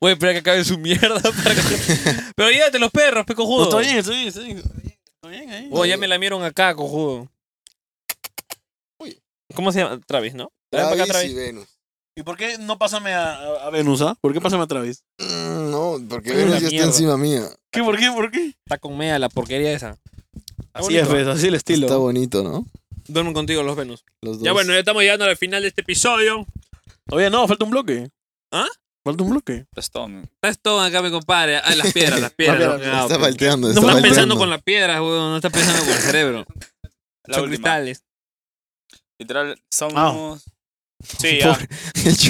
Speaker 1: Voy a esperar que acabe su mierda. para que- Pero llévate los perros, peco
Speaker 2: No,
Speaker 1: cojudo.
Speaker 2: está bien, está bien, está bien. Está bien ahí.
Speaker 1: Oh, ya me lamieron acá, cojudo. ¿Cómo se llama? Travis, ¿no? Trae para acá,
Speaker 4: Travis y
Speaker 1: Travis.
Speaker 4: Venus.
Speaker 2: ¿Y por qué no pásame a, a- a Venus, ah? ¿Por qué pásame a Travis?
Speaker 4: Mm, No, porque
Speaker 1: Ay,
Speaker 4: Venus
Speaker 1: la
Speaker 4: ya está
Speaker 1: mierda.
Speaker 4: encima mía.
Speaker 2: ¿Qué, por qué, por qué?
Speaker 1: Está con mea la porquería esa. Está
Speaker 2: Así es,
Speaker 1: bonito.
Speaker 2: pues, así el estilo.
Speaker 4: Está bonito, ¿no?
Speaker 1: Duermen contigo los Venus.
Speaker 4: Los dos.
Speaker 1: Ya bueno, ya estamos llegando al final de este episodio.
Speaker 2: Oye, no, falta un bloque.
Speaker 1: ¿Ah?
Speaker 2: Falta un bloque.
Speaker 3: Stone.
Speaker 1: Estás todo acá, mi compadre. Ah, las piedras, las piedras.
Speaker 2: piedras,
Speaker 1: no,
Speaker 2: está
Speaker 1: no,
Speaker 4: Está
Speaker 1: no,
Speaker 4: falteando.
Speaker 1: Ah, No
Speaker 4: Está
Speaker 1: estás
Speaker 4: falteando.
Speaker 1: pensando con las piedras, weón. No estás pensando con el cerebro.
Speaker 3: La
Speaker 1: Son
Speaker 3: última.
Speaker 1: cristales.
Speaker 3: Literal, somos. Sí, ya.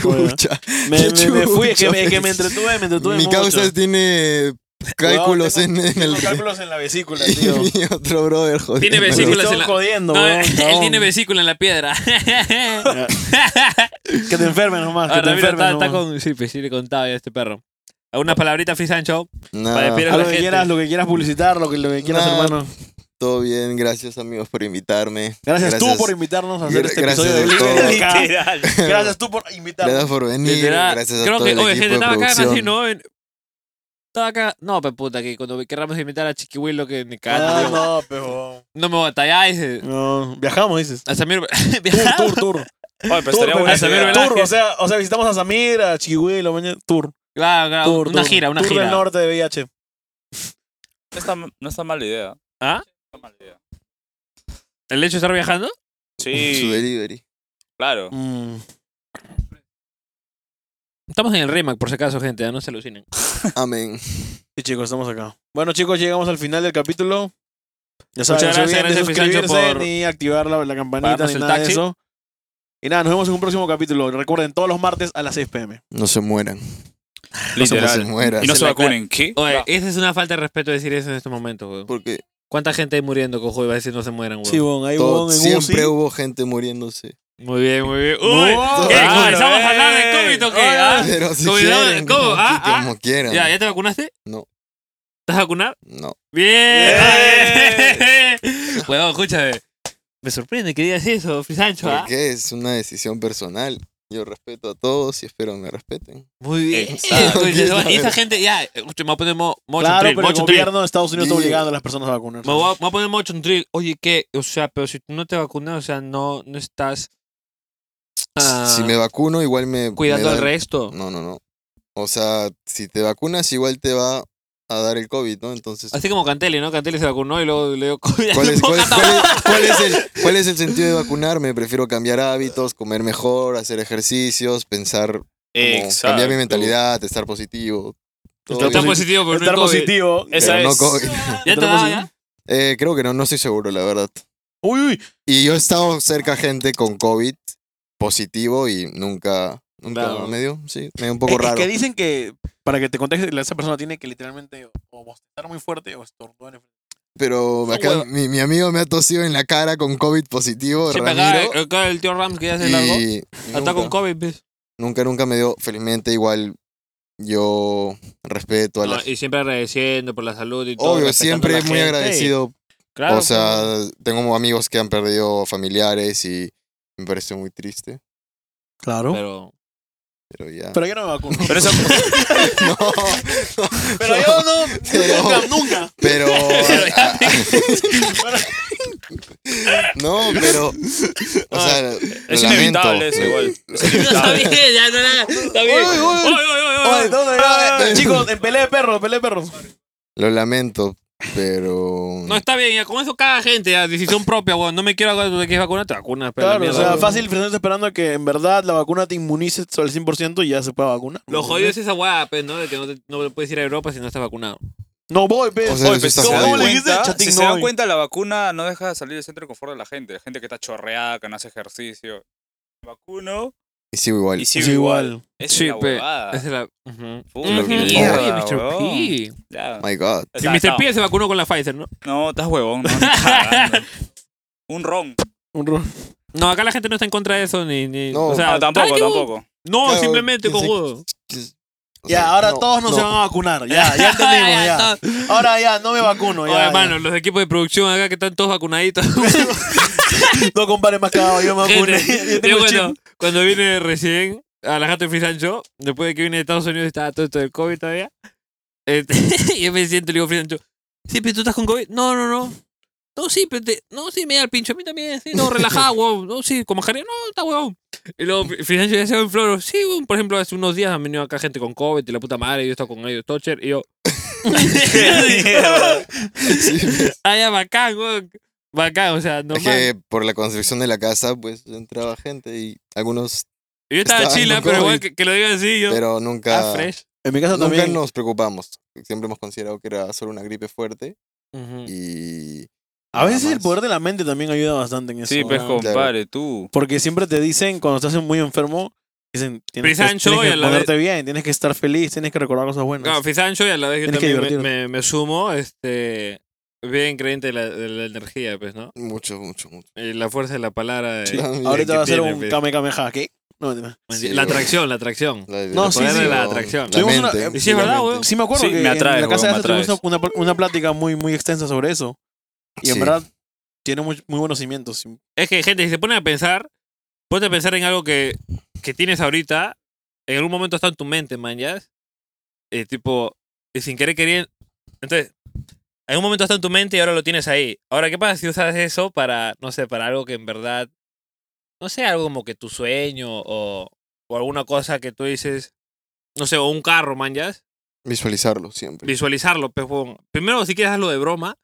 Speaker 4: Pobre. Chucha.
Speaker 2: Me,
Speaker 4: Qué
Speaker 2: me- me fui, es que me,
Speaker 4: chucho,
Speaker 2: es que me
Speaker 4: pues.
Speaker 2: entretuve, me entretuve
Speaker 4: Mi
Speaker 2: mucho.
Speaker 4: causa tiene cálculos
Speaker 2: Weón,
Speaker 4: en, en
Speaker 2: Tengo
Speaker 4: el.
Speaker 2: cálculos en la vesícula, tío.
Speaker 4: Y mi otro brother, joder.
Speaker 1: Tiene
Speaker 2: Me
Speaker 1: vesículas
Speaker 2: estoy
Speaker 1: en la-
Speaker 2: jodiendo,
Speaker 1: No,
Speaker 2: weón,
Speaker 1: él
Speaker 2: cabrón.
Speaker 1: tiene vesícula en la piedra.
Speaker 2: Que te enfermes nomás, que te
Speaker 1: Ahora, mira,
Speaker 2: enfermes
Speaker 1: está, está
Speaker 2: nomás.
Speaker 1: con. Sí, pues sí, le contaba ya a este perro. Algunas palabritas, Free Sancho. Para
Speaker 4: Nada,
Speaker 1: despedir a
Speaker 2: Haz
Speaker 1: la
Speaker 2: lo que
Speaker 1: gente.
Speaker 2: quieras, lo que quieras publicitar, lo que, lo que quieras,
Speaker 4: Nah,
Speaker 2: hermano.
Speaker 4: todo bien. Gracias, amigos, por invitarme.
Speaker 2: Gracias, tú por invitarnos a hacer
Speaker 4: Gra-
Speaker 2: este
Speaker 4: gracias
Speaker 2: episodio de Libre
Speaker 4: por todo.
Speaker 2: de Acá. Gracias tú por invitarnos.
Speaker 4: Gracias por venir.
Speaker 1: Literal.
Speaker 4: Gracias a
Speaker 1: Creo
Speaker 4: todo
Speaker 1: que,
Speaker 4: el
Speaker 1: oye,
Speaker 4: equipo
Speaker 1: gente,
Speaker 4: de
Speaker 1: estaba acá
Speaker 4: producción.
Speaker 1: así, ¿no? En- Estaba acá. No, pe puta, que cuando querramos invitar a Chiquihuilo, que ni
Speaker 2: Ah,
Speaker 1: cagando. no.
Speaker 2: no, pero...
Speaker 1: me batalláis. eh.
Speaker 2: No, viajamos, dices.
Speaker 1: A Samir.
Speaker 2: Tour, tour, tour.
Speaker 3: Oye, pero
Speaker 2: Tour,
Speaker 3: estaría buena
Speaker 1: esa
Speaker 3: idea.
Speaker 1: verga.
Speaker 2: Tour, o sea, o sea, visitamos a Samir, a Chihuilo, mañana. Tour,
Speaker 1: Claro, claro.
Speaker 2: tour.
Speaker 1: Ah, una
Speaker 2: tour.
Speaker 1: gira, una
Speaker 2: tour del
Speaker 1: gira.
Speaker 2: norte de VIH.
Speaker 3: No está, no está mala idea.
Speaker 1: ¿Ah?
Speaker 3: No está mala idea.
Speaker 1: ¿El hecho de estar viajando?
Speaker 4: Su
Speaker 3: Sí,
Speaker 4: delivery.
Speaker 3: claro.
Speaker 2: Mm.
Speaker 1: Estamos en el Rimac, por si acaso, gente, ¿eh? no se alucinen.
Speaker 4: Amén.
Speaker 2: Sí, chicos, estamos acá. Bueno, chicos, llegamos al final del capítulo. Ya saben,
Speaker 1: Muchas gracias,
Speaker 2: no se olviden de
Speaker 1: gracias, Fisancho,
Speaker 2: suscribirse
Speaker 1: por
Speaker 2: ni activar la, la campanita
Speaker 1: pagarnos
Speaker 2: ni
Speaker 1: el
Speaker 2: nada de
Speaker 1: taxi.
Speaker 2: eso. Y nada, nos vemos en un próximo capítulo. Recuerden, todos los martes a las 6 pm.
Speaker 4: No se mueran. No se
Speaker 3: Literal.
Speaker 4: mueran.
Speaker 3: Y no se
Speaker 1: la
Speaker 3: vacunen. ¿Qué?
Speaker 1: Oye, esa es una falta de respeto decir eso en estos momentos, weón.
Speaker 4: Porque
Speaker 1: ¿Cuánta gente hay muriendo, cojo? Iba a decir no se mueran, weón.
Speaker 2: Sí, bon, ahí
Speaker 4: todo-
Speaker 2: bon, en
Speaker 4: siempre
Speaker 2: UCI.
Speaker 4: hubo gente muriéndose.
Speaker 1: muy bien, muy bien.
Speaker 2: No,
Speaker 1: ¡Uy! ¿Qué?
Speaker 4: claro,
Speaker 1: ¿Comenzamos a hablar de
Speaker 2: eh.
Speaker 1: COVID o qué?
Speaker 2: Hola.
Speaker 1: ¿Ah?
Speaker 4: Pero si
Speaker 1: ¿Cómo?
Speaker 4: quieren,
Speaker 1: ¿Cómo?
Speaker 4: como,
Speaker 1: Ah, ah.
Speaker 4: como quieran.
Speaker 1: ¿Ya, ¿Ya te vacunaste?
Speaker 4: No.
Speaker 1: ¿Estás vacunado?
Speaker 4: No.
Speaker 1: ¡Bien!
Speaker 2: ¡Bien!
Speaker 1: Weón, escúchame. Me sorprende que digas eso, Frisancho. ¿ah?
Speaker 4: Porque es una decisión personal. Yo respeto a todos y espero me respeten.
Speaker 1: Muy bien.
Speaker 4: Exacto.
Speaker 1: Escucha, Y esa gente, ya, escucha, me voy a poner mo- motion
Speaker 2: Claro,
Speaker 1: trip,
Speaker 2: pero el
Speaker 1: motion trip.
Speaker 2: gobierno de Estados Unidos está
Speaker 4: Sí.
Speaker 2: obligando a las personas a vacunarse.
Speaker 1: Me voy, a, me voy a poner mucho un trick. Oye, ¿qué? O sea, pero si tú no te vacunas, o sea, no, no estás ah,
Speaker 4: Si me vacuno, igual me.
Speaker 1: cuidando
Speaker 4: me da-
Speaker 1: al resto.
Speaker 4: No, no, no. O sea, si te vacunas, igual te va a dar el COVID, ¿no? Entonces.
Speaker 1: Así como Cantelli, ¿no? Cantelli se vacunó y luego le dio COVID.
Speaker 4: ¿Cuál es,
Speaker 1: Poca
Speaker 4: cuál, es-
Speaker 1: tabla.
Speaker 4: cuál es- cuál es el, cuál es el sentido de vacunarme? Prefiero cambiar hábitos, comer mejor, hacer ejercicios, pensar, como cambiar mi mentalidad, estar positivo. Todo
Speaker 2: Estar
Speaker 1: Está pues
Speaker 4: bien,
Speaker 1: positivo por
Speaker 2: Estar positivo.
Speaker 4: pero
Speaker 3: Esa
Speaker 4: no
Speaker 3: es.
Speaker 4: COVID.
Speaker 1: ¿Ya te
Speaker 2: Estar
Speaker 1: da,
Speaker 2: positivo.
Speaker 1: ya?
Speaker 4: Eh, creo que no, no estoy seguro, la verdad.
Speaker 2: Uy, uy.
Speaker 4: Y yo he estado cerca a gente con COVID positivo y nunca, nunca
Speaker 1: Bravo.
Speaker 4: me dio, sí, me dio
Speaker 2: Es-
Speaker 4: un
Speaker 1: Eh,
Speaker 4: poco
Speaker 2: es
Speaker 4: raro.
Speaker 2: Eh, que dicen que para que te contestes, esa persona tiene que literalmente o bostezar muy fuerte o estornudar. en-
Speaker 4: Pero acá
Speaker 1: hueva.
Speaker 4: mi, mi amigo me ha tosido en la cara con COVID positivo,
Speaker 1: Sí, me acaba-
Speaker 4: Ramiro,
Speaker 1: acaba el tío Rams que ya se largó.
Speaker 4: y
Speaker 1: Hasta con
Speaker 4: nunca,
Speaker 1: COVID, pues. ¿ves?
Speaker 4: nunca, nunca me dio. Felizmente igual yo respeto a la
Speaker 1: No, y siempre agradeciendo por la salud y todo.
Speaker 4: Obvio,
Speaker 1: respetando a
Speaker 4: siempre
Speaker 1: la
Speaker 4: muy
Speaker 1: gente.
Speaker 4: agradecido.
Speaker 1: Claro,
Speaker 4: o sea, tengo amigos que han perdido familiares y me parece muy triste.
Speaker 2: Claro. Pero,
Speaker 1: pero...
Speaker 4: Pero ya.
Speaker 2: yo no me vacuno.
Speaker 3: Pero eso.
Speaker 4: no,
Speaker 2: Pero yo no.
Speaker 4: Pero-
Speaker 2: Nunca, nunca.
Speaker 4: pero. no, pero. O
Speaker 1: Ah,
Speaker 4: sea,
Speaker 3: Es
Speaker 4: lo lamento.
Speaker 3: inevitable eso, igual. Es
Speaker 1: Está
Speaker 3: inevitable.
Speaker 1: bien, ya, no, no, está bien.
Speaker 4: Uy, uy.
Speaker 1: Uy, uy, uy, uy.
Speaker 2: Oye, ¿dónde va? Chicos, en pelea de perros, pelea de perros.
Speaker 4: Lo lamento, pero.
Speaker 1: No está bien, ya con eso cada gente, ya, decisión propia, weón. No me quiero agarrar de que vacunas, te vacunas, pero la
Speaker 2: Claro, o
Speaker 1: mierda,
Speaker 2: sea,
Speaker 1: weón.
Speaker 2: fácil, Fernando, esperando a que en verdad la vacuna te inmunice al 100% y ya se pueda vacunar.
Speaker 1: Lo jodido es esa weá, pues, ¿no? De que no, te- no puedes ir a Europa si no estás vacunado.
Speaker 2: No voy, pe.
Speaker 4: O sea,
Speaker 2: Oye,
Speaker 4: eso
Speaker 2: pe,
Speaker 4: está
Speaker 2: ¿cómo-
Speaker 4: jodido.
Speaker 2: ¿Cómo le dijiste a Chatín?
Speaker 3: si se
Speaker 2: no
Speaker 3: dan
Speaker 2: voy?
Speaker 3: cuenta, la vacuna no deja de salir del centro de confort de la gente. La gente que está chorreada, que no hace ejercicio. Me vacuno
Speaker 4: Y sigo igual.
Speaker 3: y
Speaker 2: Sí,
Speaker 3: sigo igual.
Speaker 2: igual.
Speaker 3: Es
Speaker 1: Sí,
Speaker 3: una
Speaker 1: pe.
Speaker 4: Ah.
Speaker 3: huevada.
Speaker 1: Esa es la. Ujú.
Speaker 3: Puta
Speaker 1: Ujú.
Speaker 4: mierda,
Speaker 1: Oye, Mr. P.
Speaker 3: Ya.
Speaker 4: My God.
Speaker 1: Si
Speaker 3: Está-
Speaker 1: Mr.
Speaker 3: está-
Speaker 1: P se vacunó con la Pfizer, ¿no?
Speaker 3: No, estás huevón. No, ni cagando. Un ron.
Speaker 2: Un ro-
Speaker 1: No, acá la gente no está en contra de eso, ni. ni
Speaker 4: No.
Speaker 1: o sea,
Speaker 3: No, tampoco,
Speaker 1: tranqui, weón.
Speaker 3: tampoco.
Speaker 1: No,
Speaker 4: Ah, Claro,
Speaker 1: simplemente
Speaker 4: que se-
Speaker 1: cojudo.
Speaker 4: O
Speaker 2: Ya,
Speaker 4: sea,
Speaker 2: ahora
Speaker 4: no,
Speaker 2: todos nos
Speaker 4: no.
Speaker 2: se van a vacunar. Ya, ya entendimos, ya. Ahora ya, no me vacuno.
Speaker 1: Oye,
Speaker 2: Ya,
Speaker 1: hermano, los equipos de producción acá que están todos vacunaditos.
Speaker 2: ya. No comparen más cagado, yo me vacuné.
Speaker 1: Gente,
Speaker 2: Yo
Speaker 1: yo
Speaker 2: tengo el chip.
Speaker 1: cuando, cuando vine recién a la Jato de Frisancho, después de que vine de Estados Unidos y estaba todo esto del COVID todavía, este, yo me siento y le digo a Frisancho, sí, pero tú estás con COVID. No, no, no. No, sí, pero te- no, sí, me da el pincho. A mí también, sí, no, relajado, huevón. No, sí, con mascarilla, no, está huevón. Y luego Fri- Frisancho ya se va en floro. Sí, huevón. Por ejemplo, hace unos días han venido acá gente con COVID y la puta madre, y yo estaba con ellos, Tocher, y yo. ah, ya, bacán, huevón. Bacán, o sea,
Speaker 4: Es
Speaker 1: normal.
Speaker 4: que por la construcción de la casa, pues entraba gente y algunos,
Speaker 1: Yo estaba
Speaker 4: Estaba
Speaker 1: chila,
Speaker 4: con
Speaker 1: pero igual
Speaker 4: COVID.
Speaker 1: que, que lo digan así, yo.
Speaker 4: pero
Speaker 1: ah,
Speaker 4: nunca,
Speaker 1: fresh.
Speaker 2: En mi casa
Speaker 4: nunca
Speaker 2: también.
Speaker 4: nos preocupamos. Siempre hemos considerado que era solo una gripe fuerte
Speaker 1: Mm.
Speaker 4: y
Speaker 2: A veces el
Speaker 4: nada más.
Speaker 2: poder de la mente también ayuda bastante en eso.
Speaker 3: Sí, pues
Speaker 2: ¿no?
Speaker 4: con-
Speaker 3: compadre, tú.
Speaker 2: Porque siempre te dicen, cuando estás muy enfermo, dicen, tienes que,
Speaker 1: Frisancho
Speaker 2: tienes
Speaker 1: y
Speaker 2: que
Speaker 1: a la vez-
Speaker 2: ponerte bien, tienes que estar feliz, tienes que recordar cosas buenas.
Speaker 1: Claro, Fisancho y a la vez yo
Speaker 2: Tienes que
Speaker 1: también me,
Speaker 2: divertirte.
Speaker 1: me- me sumo, este, bien creyente de la, de la energía, pues, ¿no?
Speaker 4: Mucho, mucho, mucho.
Speaker 1: Y la fuerza de la palabra. eh,
Speaker 4: Sí, también.
Speaker 2: Ahorita
Speaker 1: que
Speaker 2: va a ser
Speaker 1: tiene,
Speaker 2: un
Speaker 1: pues.
Speaker 2: Kame Kame Ha, ¿qué? No, no.
Speaker 4: Sí,
Speaker 1: la
Speaker 4: güey.
Speaker 1: atracción, la atracción.
Speaker 4: La-
Speaker 2: No,
Speaker 4: la
Speaker 2: sí, sí.
Speaker 1: La atracción.
Speaker 4: La
Speaker 2: Tuvimos una- eh,
Speaker 4: mente,
Speaker 1: Y sí es
Speaker 4: la
Speaker 1: verdad,
Speaker 4: mente.
Speaker 1: weón.
Speaker 2: Sí, me acuerdo
Speaker 3: Sí,
Speaker 2: que
Speaker 3: me atraes,
Speaker 2: en la casa de Asa
Speaker 3: huevón, me
Speaker 2: tuvimos una, una- una plática muy, muy extensa sobre eso. Y en
Speaker 4: Sí.
Speaker 2: verdad, tiene muy, muy buenos cimientos.
Speaker 1: Es que, gente, si se ponen a pensar, ponte a pensar en algo que, que tienes ahorita, en algún momento está en tu mente, man, ¿ya? Eh, tipo, y sin querer querer. Entonces, en un momento está en tu mente y ahora lo tienes ahí. Ahora, ¿qué pasa si usas eso para, no sé, para algo que en verdad, no sé, algo como que tu sueño o, o alguna cosa que tú dices, no sé, o un carro, man, ¿ya?
Speaker 4: Visualizarlo siempre.
Speaker 1: Visualizarlo, pues, huevón. primero si quieres hazlo de broma,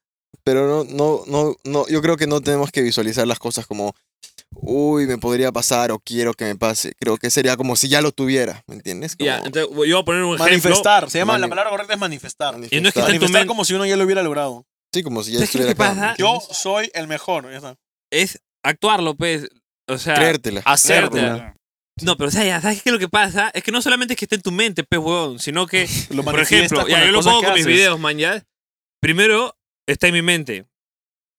Speaker 4: Pero no, no, no, no, yo creo que no tenemos que visualizar las cosas como, uy, me podría pasar o quiero que me pase. Creo que sería como si ya lo tuviera, ¿me entiendes?
Speaker 1: ya,
Speaker 4: Como
Speaker 1: entonces, yo voy a poner un ejemplo.
Speaker 2: Manifestar. se llama, la
Speaker 4: Mani-
Speaker 2: palabra correcta es manifestar.
Speaker 1: Y no es que
Speaker 4: manifestar.
Speaker 1: esté- tu
Speaker 2: Manifestar
Speaker 1: mente. Ah,
Speaker 2: como si uno ya lo hubiera logrado.
Speaker 4: Sí, como si ya
Speaker 1: ¿Sabes qué es lo
Speaker 4: estuviera
Speaker 1: que
Speaker 4: acá,
Speaker 1: pasa?
Speaker 4: ¿me
Speaker 2: Yo
Speaker 4: entiendes?
Speaker 2: soy el mejor. ya está.
Speaker 1: Es actuar, López. O sea,
Speaker 4: Creértela.
Speaker 1: Hacerlo. No, pero o sea, ya sabes qué es lo que pasa. Es que no solamente es que esté en tu mente, pez huevón, sino que,
Speaker 2: Lo
Speaker 1: por
Speaker 2: manifiestas
Speaker 1: ejemplo,
Speaker 2: con
Speaker 1: ya,
Speaker 2: las
Speaker 1: yo lo
Speaker 2: cosas
Speaker 1: pongo
Speaker 2: que
Speaker 1: con mis
Speaker 2: haces.
Speaker 1: videos, man, ya. Primero está en mi mente,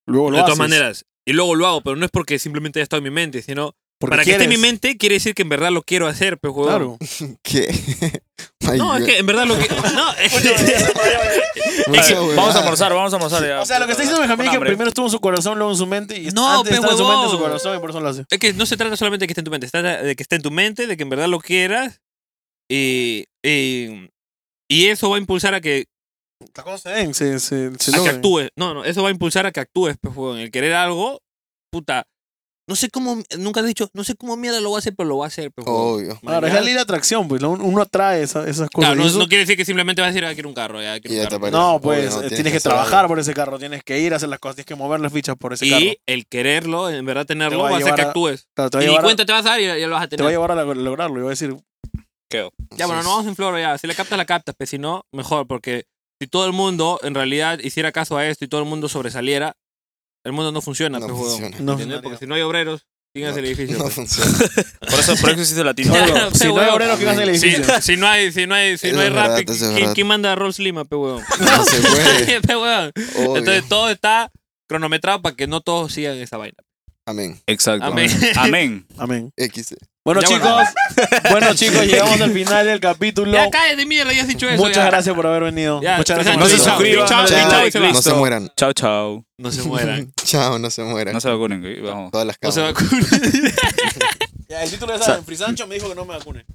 Speaker 2: Luego
Speaker 1: de
Speaker 2: lo
Speaker 1: todas
Speaker 2: haces.
Speaker 1: maneras. Y luego lo hago, pero no es porque simplemente haya estado en mi mente, sino
Speaker 2: Porque
Speaker 1: para que esté en mi
Speaker 2: quieres.
Speaker 1: mente quiere decir que en verdad lo quiero hacer, pez huevón.
Speaker 2: Claro.
Speaker 4: ¿Qué? Ay,
Speaker 1: No, es
Speaker 4: güey,
Speaker 1: que en verdad lo que. No, es
Speaker 4: mucha
Speaker 3: Ey,
Speaker 2: pues.
Speaker 4: huevada.
Speaker 3: vamos a almorzar, vamos a almorzar. ya,
Speaker 2: O sea, lo que está
Speaker 3: puta,
Speaker 2: diciendo Benjamín es
Speaker 3: con
Speaker 2: que
Speaker 3: hambre.
Speaker 2: primero estuvo en su corazón, luego en su mente. Y
Speaker 1: No,
Speaker 2: antes
Speaker 1: pe,
Speaker 2: estaba en su mente, en su
Speaker 1: huevón.
Speaker 2: corazón, y por eso lo hace.
Speaker 1: Es que no se trata solamente de que esté en tu mente, se trata de que esté en tu mente, de que en verdad lo quieras. Y, y, y eso va a impulsar a que,
Speaker 2: Las cosas se den, se, se,
Speaker 1: a
Speaker 2: se
Speaker 1: que
Speaker 2: logran.
Speaker 1: actúes. No, no, eso va a impulsar a que actúes, pues, huevón. El querer algo, puta. No sé cómo, nunca has dicho, no sé cómo mierda lo voy a hacer, pero lo voy a hacer, pues, huevón.
Speaker 4: Obvio.
Speaker 1: Man,
Speaker 2: eh. Ahora, es
Speaker 1: ya.
Speaker 2: la ley de atracción, pues. ¿no? Uno atrae esa- esas cosas.
Speaker 1: Claro,
Speaker 2: y
Speaker 1: no,
Speaker 2: eso-
Speaker 1: no quiere decir que simplemente vas a decir, ah, quiero un carro, ya, quiero
Speaker 4: Y
Speaker 1: un
Speaker 4: ya te
Speaker 1: carro.
Speaker 4: aparece.
Speaker 2: No,
Speaker 4: Obvio,
Speaker 2: pues
Speaker 4: no,
Speaker 2: eh, tienes, que
Speaker 4: hacer
Speaker 2: trabajar
Speaker 4: algo.
Speaker 2: por ese carro, tienes que ir a hacer las cosas, tienes que mover las fichas por ese carro.
Speaker 1: Y el quererlo, en verdad tenerlo,
Speaker 2: Te va
Speaker 1: va
Speaker 2: a
Speaker 1: a hacer que
Speaker 2: llevar a-
Speaker 1: actúes.
Speaker 2: Claro, te va a
Speaker 1: Y
Speaker 2: llevar, a-
Speaker 1: cuenta te vas a dar y ya lo vas a
Speaker 2: te va a,
Speaker 1: tener.
Speaker 2: llevar a la- lograrlo. Y voy a decir,
Speaker 3: Quedo.
Speaker 1: Ya, bueno,
Speaker 4: Entonces,
Speaker 1: no vamos en floro ya. Si la captas, la captas, pero si no, mejor, porque si todo el mundo en realidad hiciera caso a esto y todo el mundo sobresaliera, el mundo no funciona,
Speaker 4: No
Speaker 1: pues, huevón.
Speaker 4: funciona.
Speaker 2: no.
Speaker 1: ¿Entiendes? Porque si no hay obreros, ¿quién hace el edificio?
Speaker 4: No
Speaker 1: pues?
Speaker 4: funciona.
Speaker 3: Por eso, por eso existe latino.
Speaker 1: No,
Speaker 2: Claro, si no hay
Speaker 1: huevón.
Speaker 2: obreros, ¿quién hace el
Speaker 1: Si,
Speaker 2: edificio?
Speaker 1: si no hay, si no hay, si
Speaker 4: Eso
Speaker 1: no hay
Speaker 4: es
Speaker 1: rap,
Speaker 4: verdad, eso es
Speaker 1: ¿quién,
Speaker 4: verdad.
Speaker 1: quién manda a Rolls Lima, pe huevón?
Speaker 4: No se puede.
Speaker 1: Pe huevón.
Speaker 4: Obvio.
Speaker 1: Entonces todo está cronometrado para que no todos sigan esa vaina.
Speaker 4: Amén.
Speaker 3: Exacto.
Speaker 1: Amén.
Speaker 3: Amén.
Speaker 2: Amén.
Speaker 4: X.
Speaker 2: Bueno,
Speaker 1: Ya,
Speaker 2: chicos,
Speaker 1: bueno.
Speaker 2: bueno, chicos, llegamos al final del capítulo.
Speaker 1: Ya cállate, mierda, ya has dicho eso.
Speaker 2: Muchas
Speaker 1: ya.
Speaker 2: gracias por haber venido.
Speaker 1: Ya,
Speaker 2: Muchas gracias
Speaker 1: Frisancho,
Speaker 2: por
Speaker 3: No se
Speaker 2: todo.
Speaker 1: chao. Chao,
Speaker 3: suscriban,
Speaker 1: chao,
Speaker 3: no le den
Speaker 1: chao,
Speaker 3: like,
Speaker 1: se va.
Speaker 4: No se
Speaker 3: listo.
Speaker 4: mueran.
Speaker 3: Chao, chao.
Speaker 1: No se mueran.
Speaker 4: Chao, no se mueran.
Speaker 3: No se vacunen, que vamos.
Speaker 4: Todas las
Speaker 1: No se
Speaker 4: cámaras.
Speaker 1: vacunen.
Speaker 2: Ya, el título ya saben, Frisancho me dijo que no me vacune.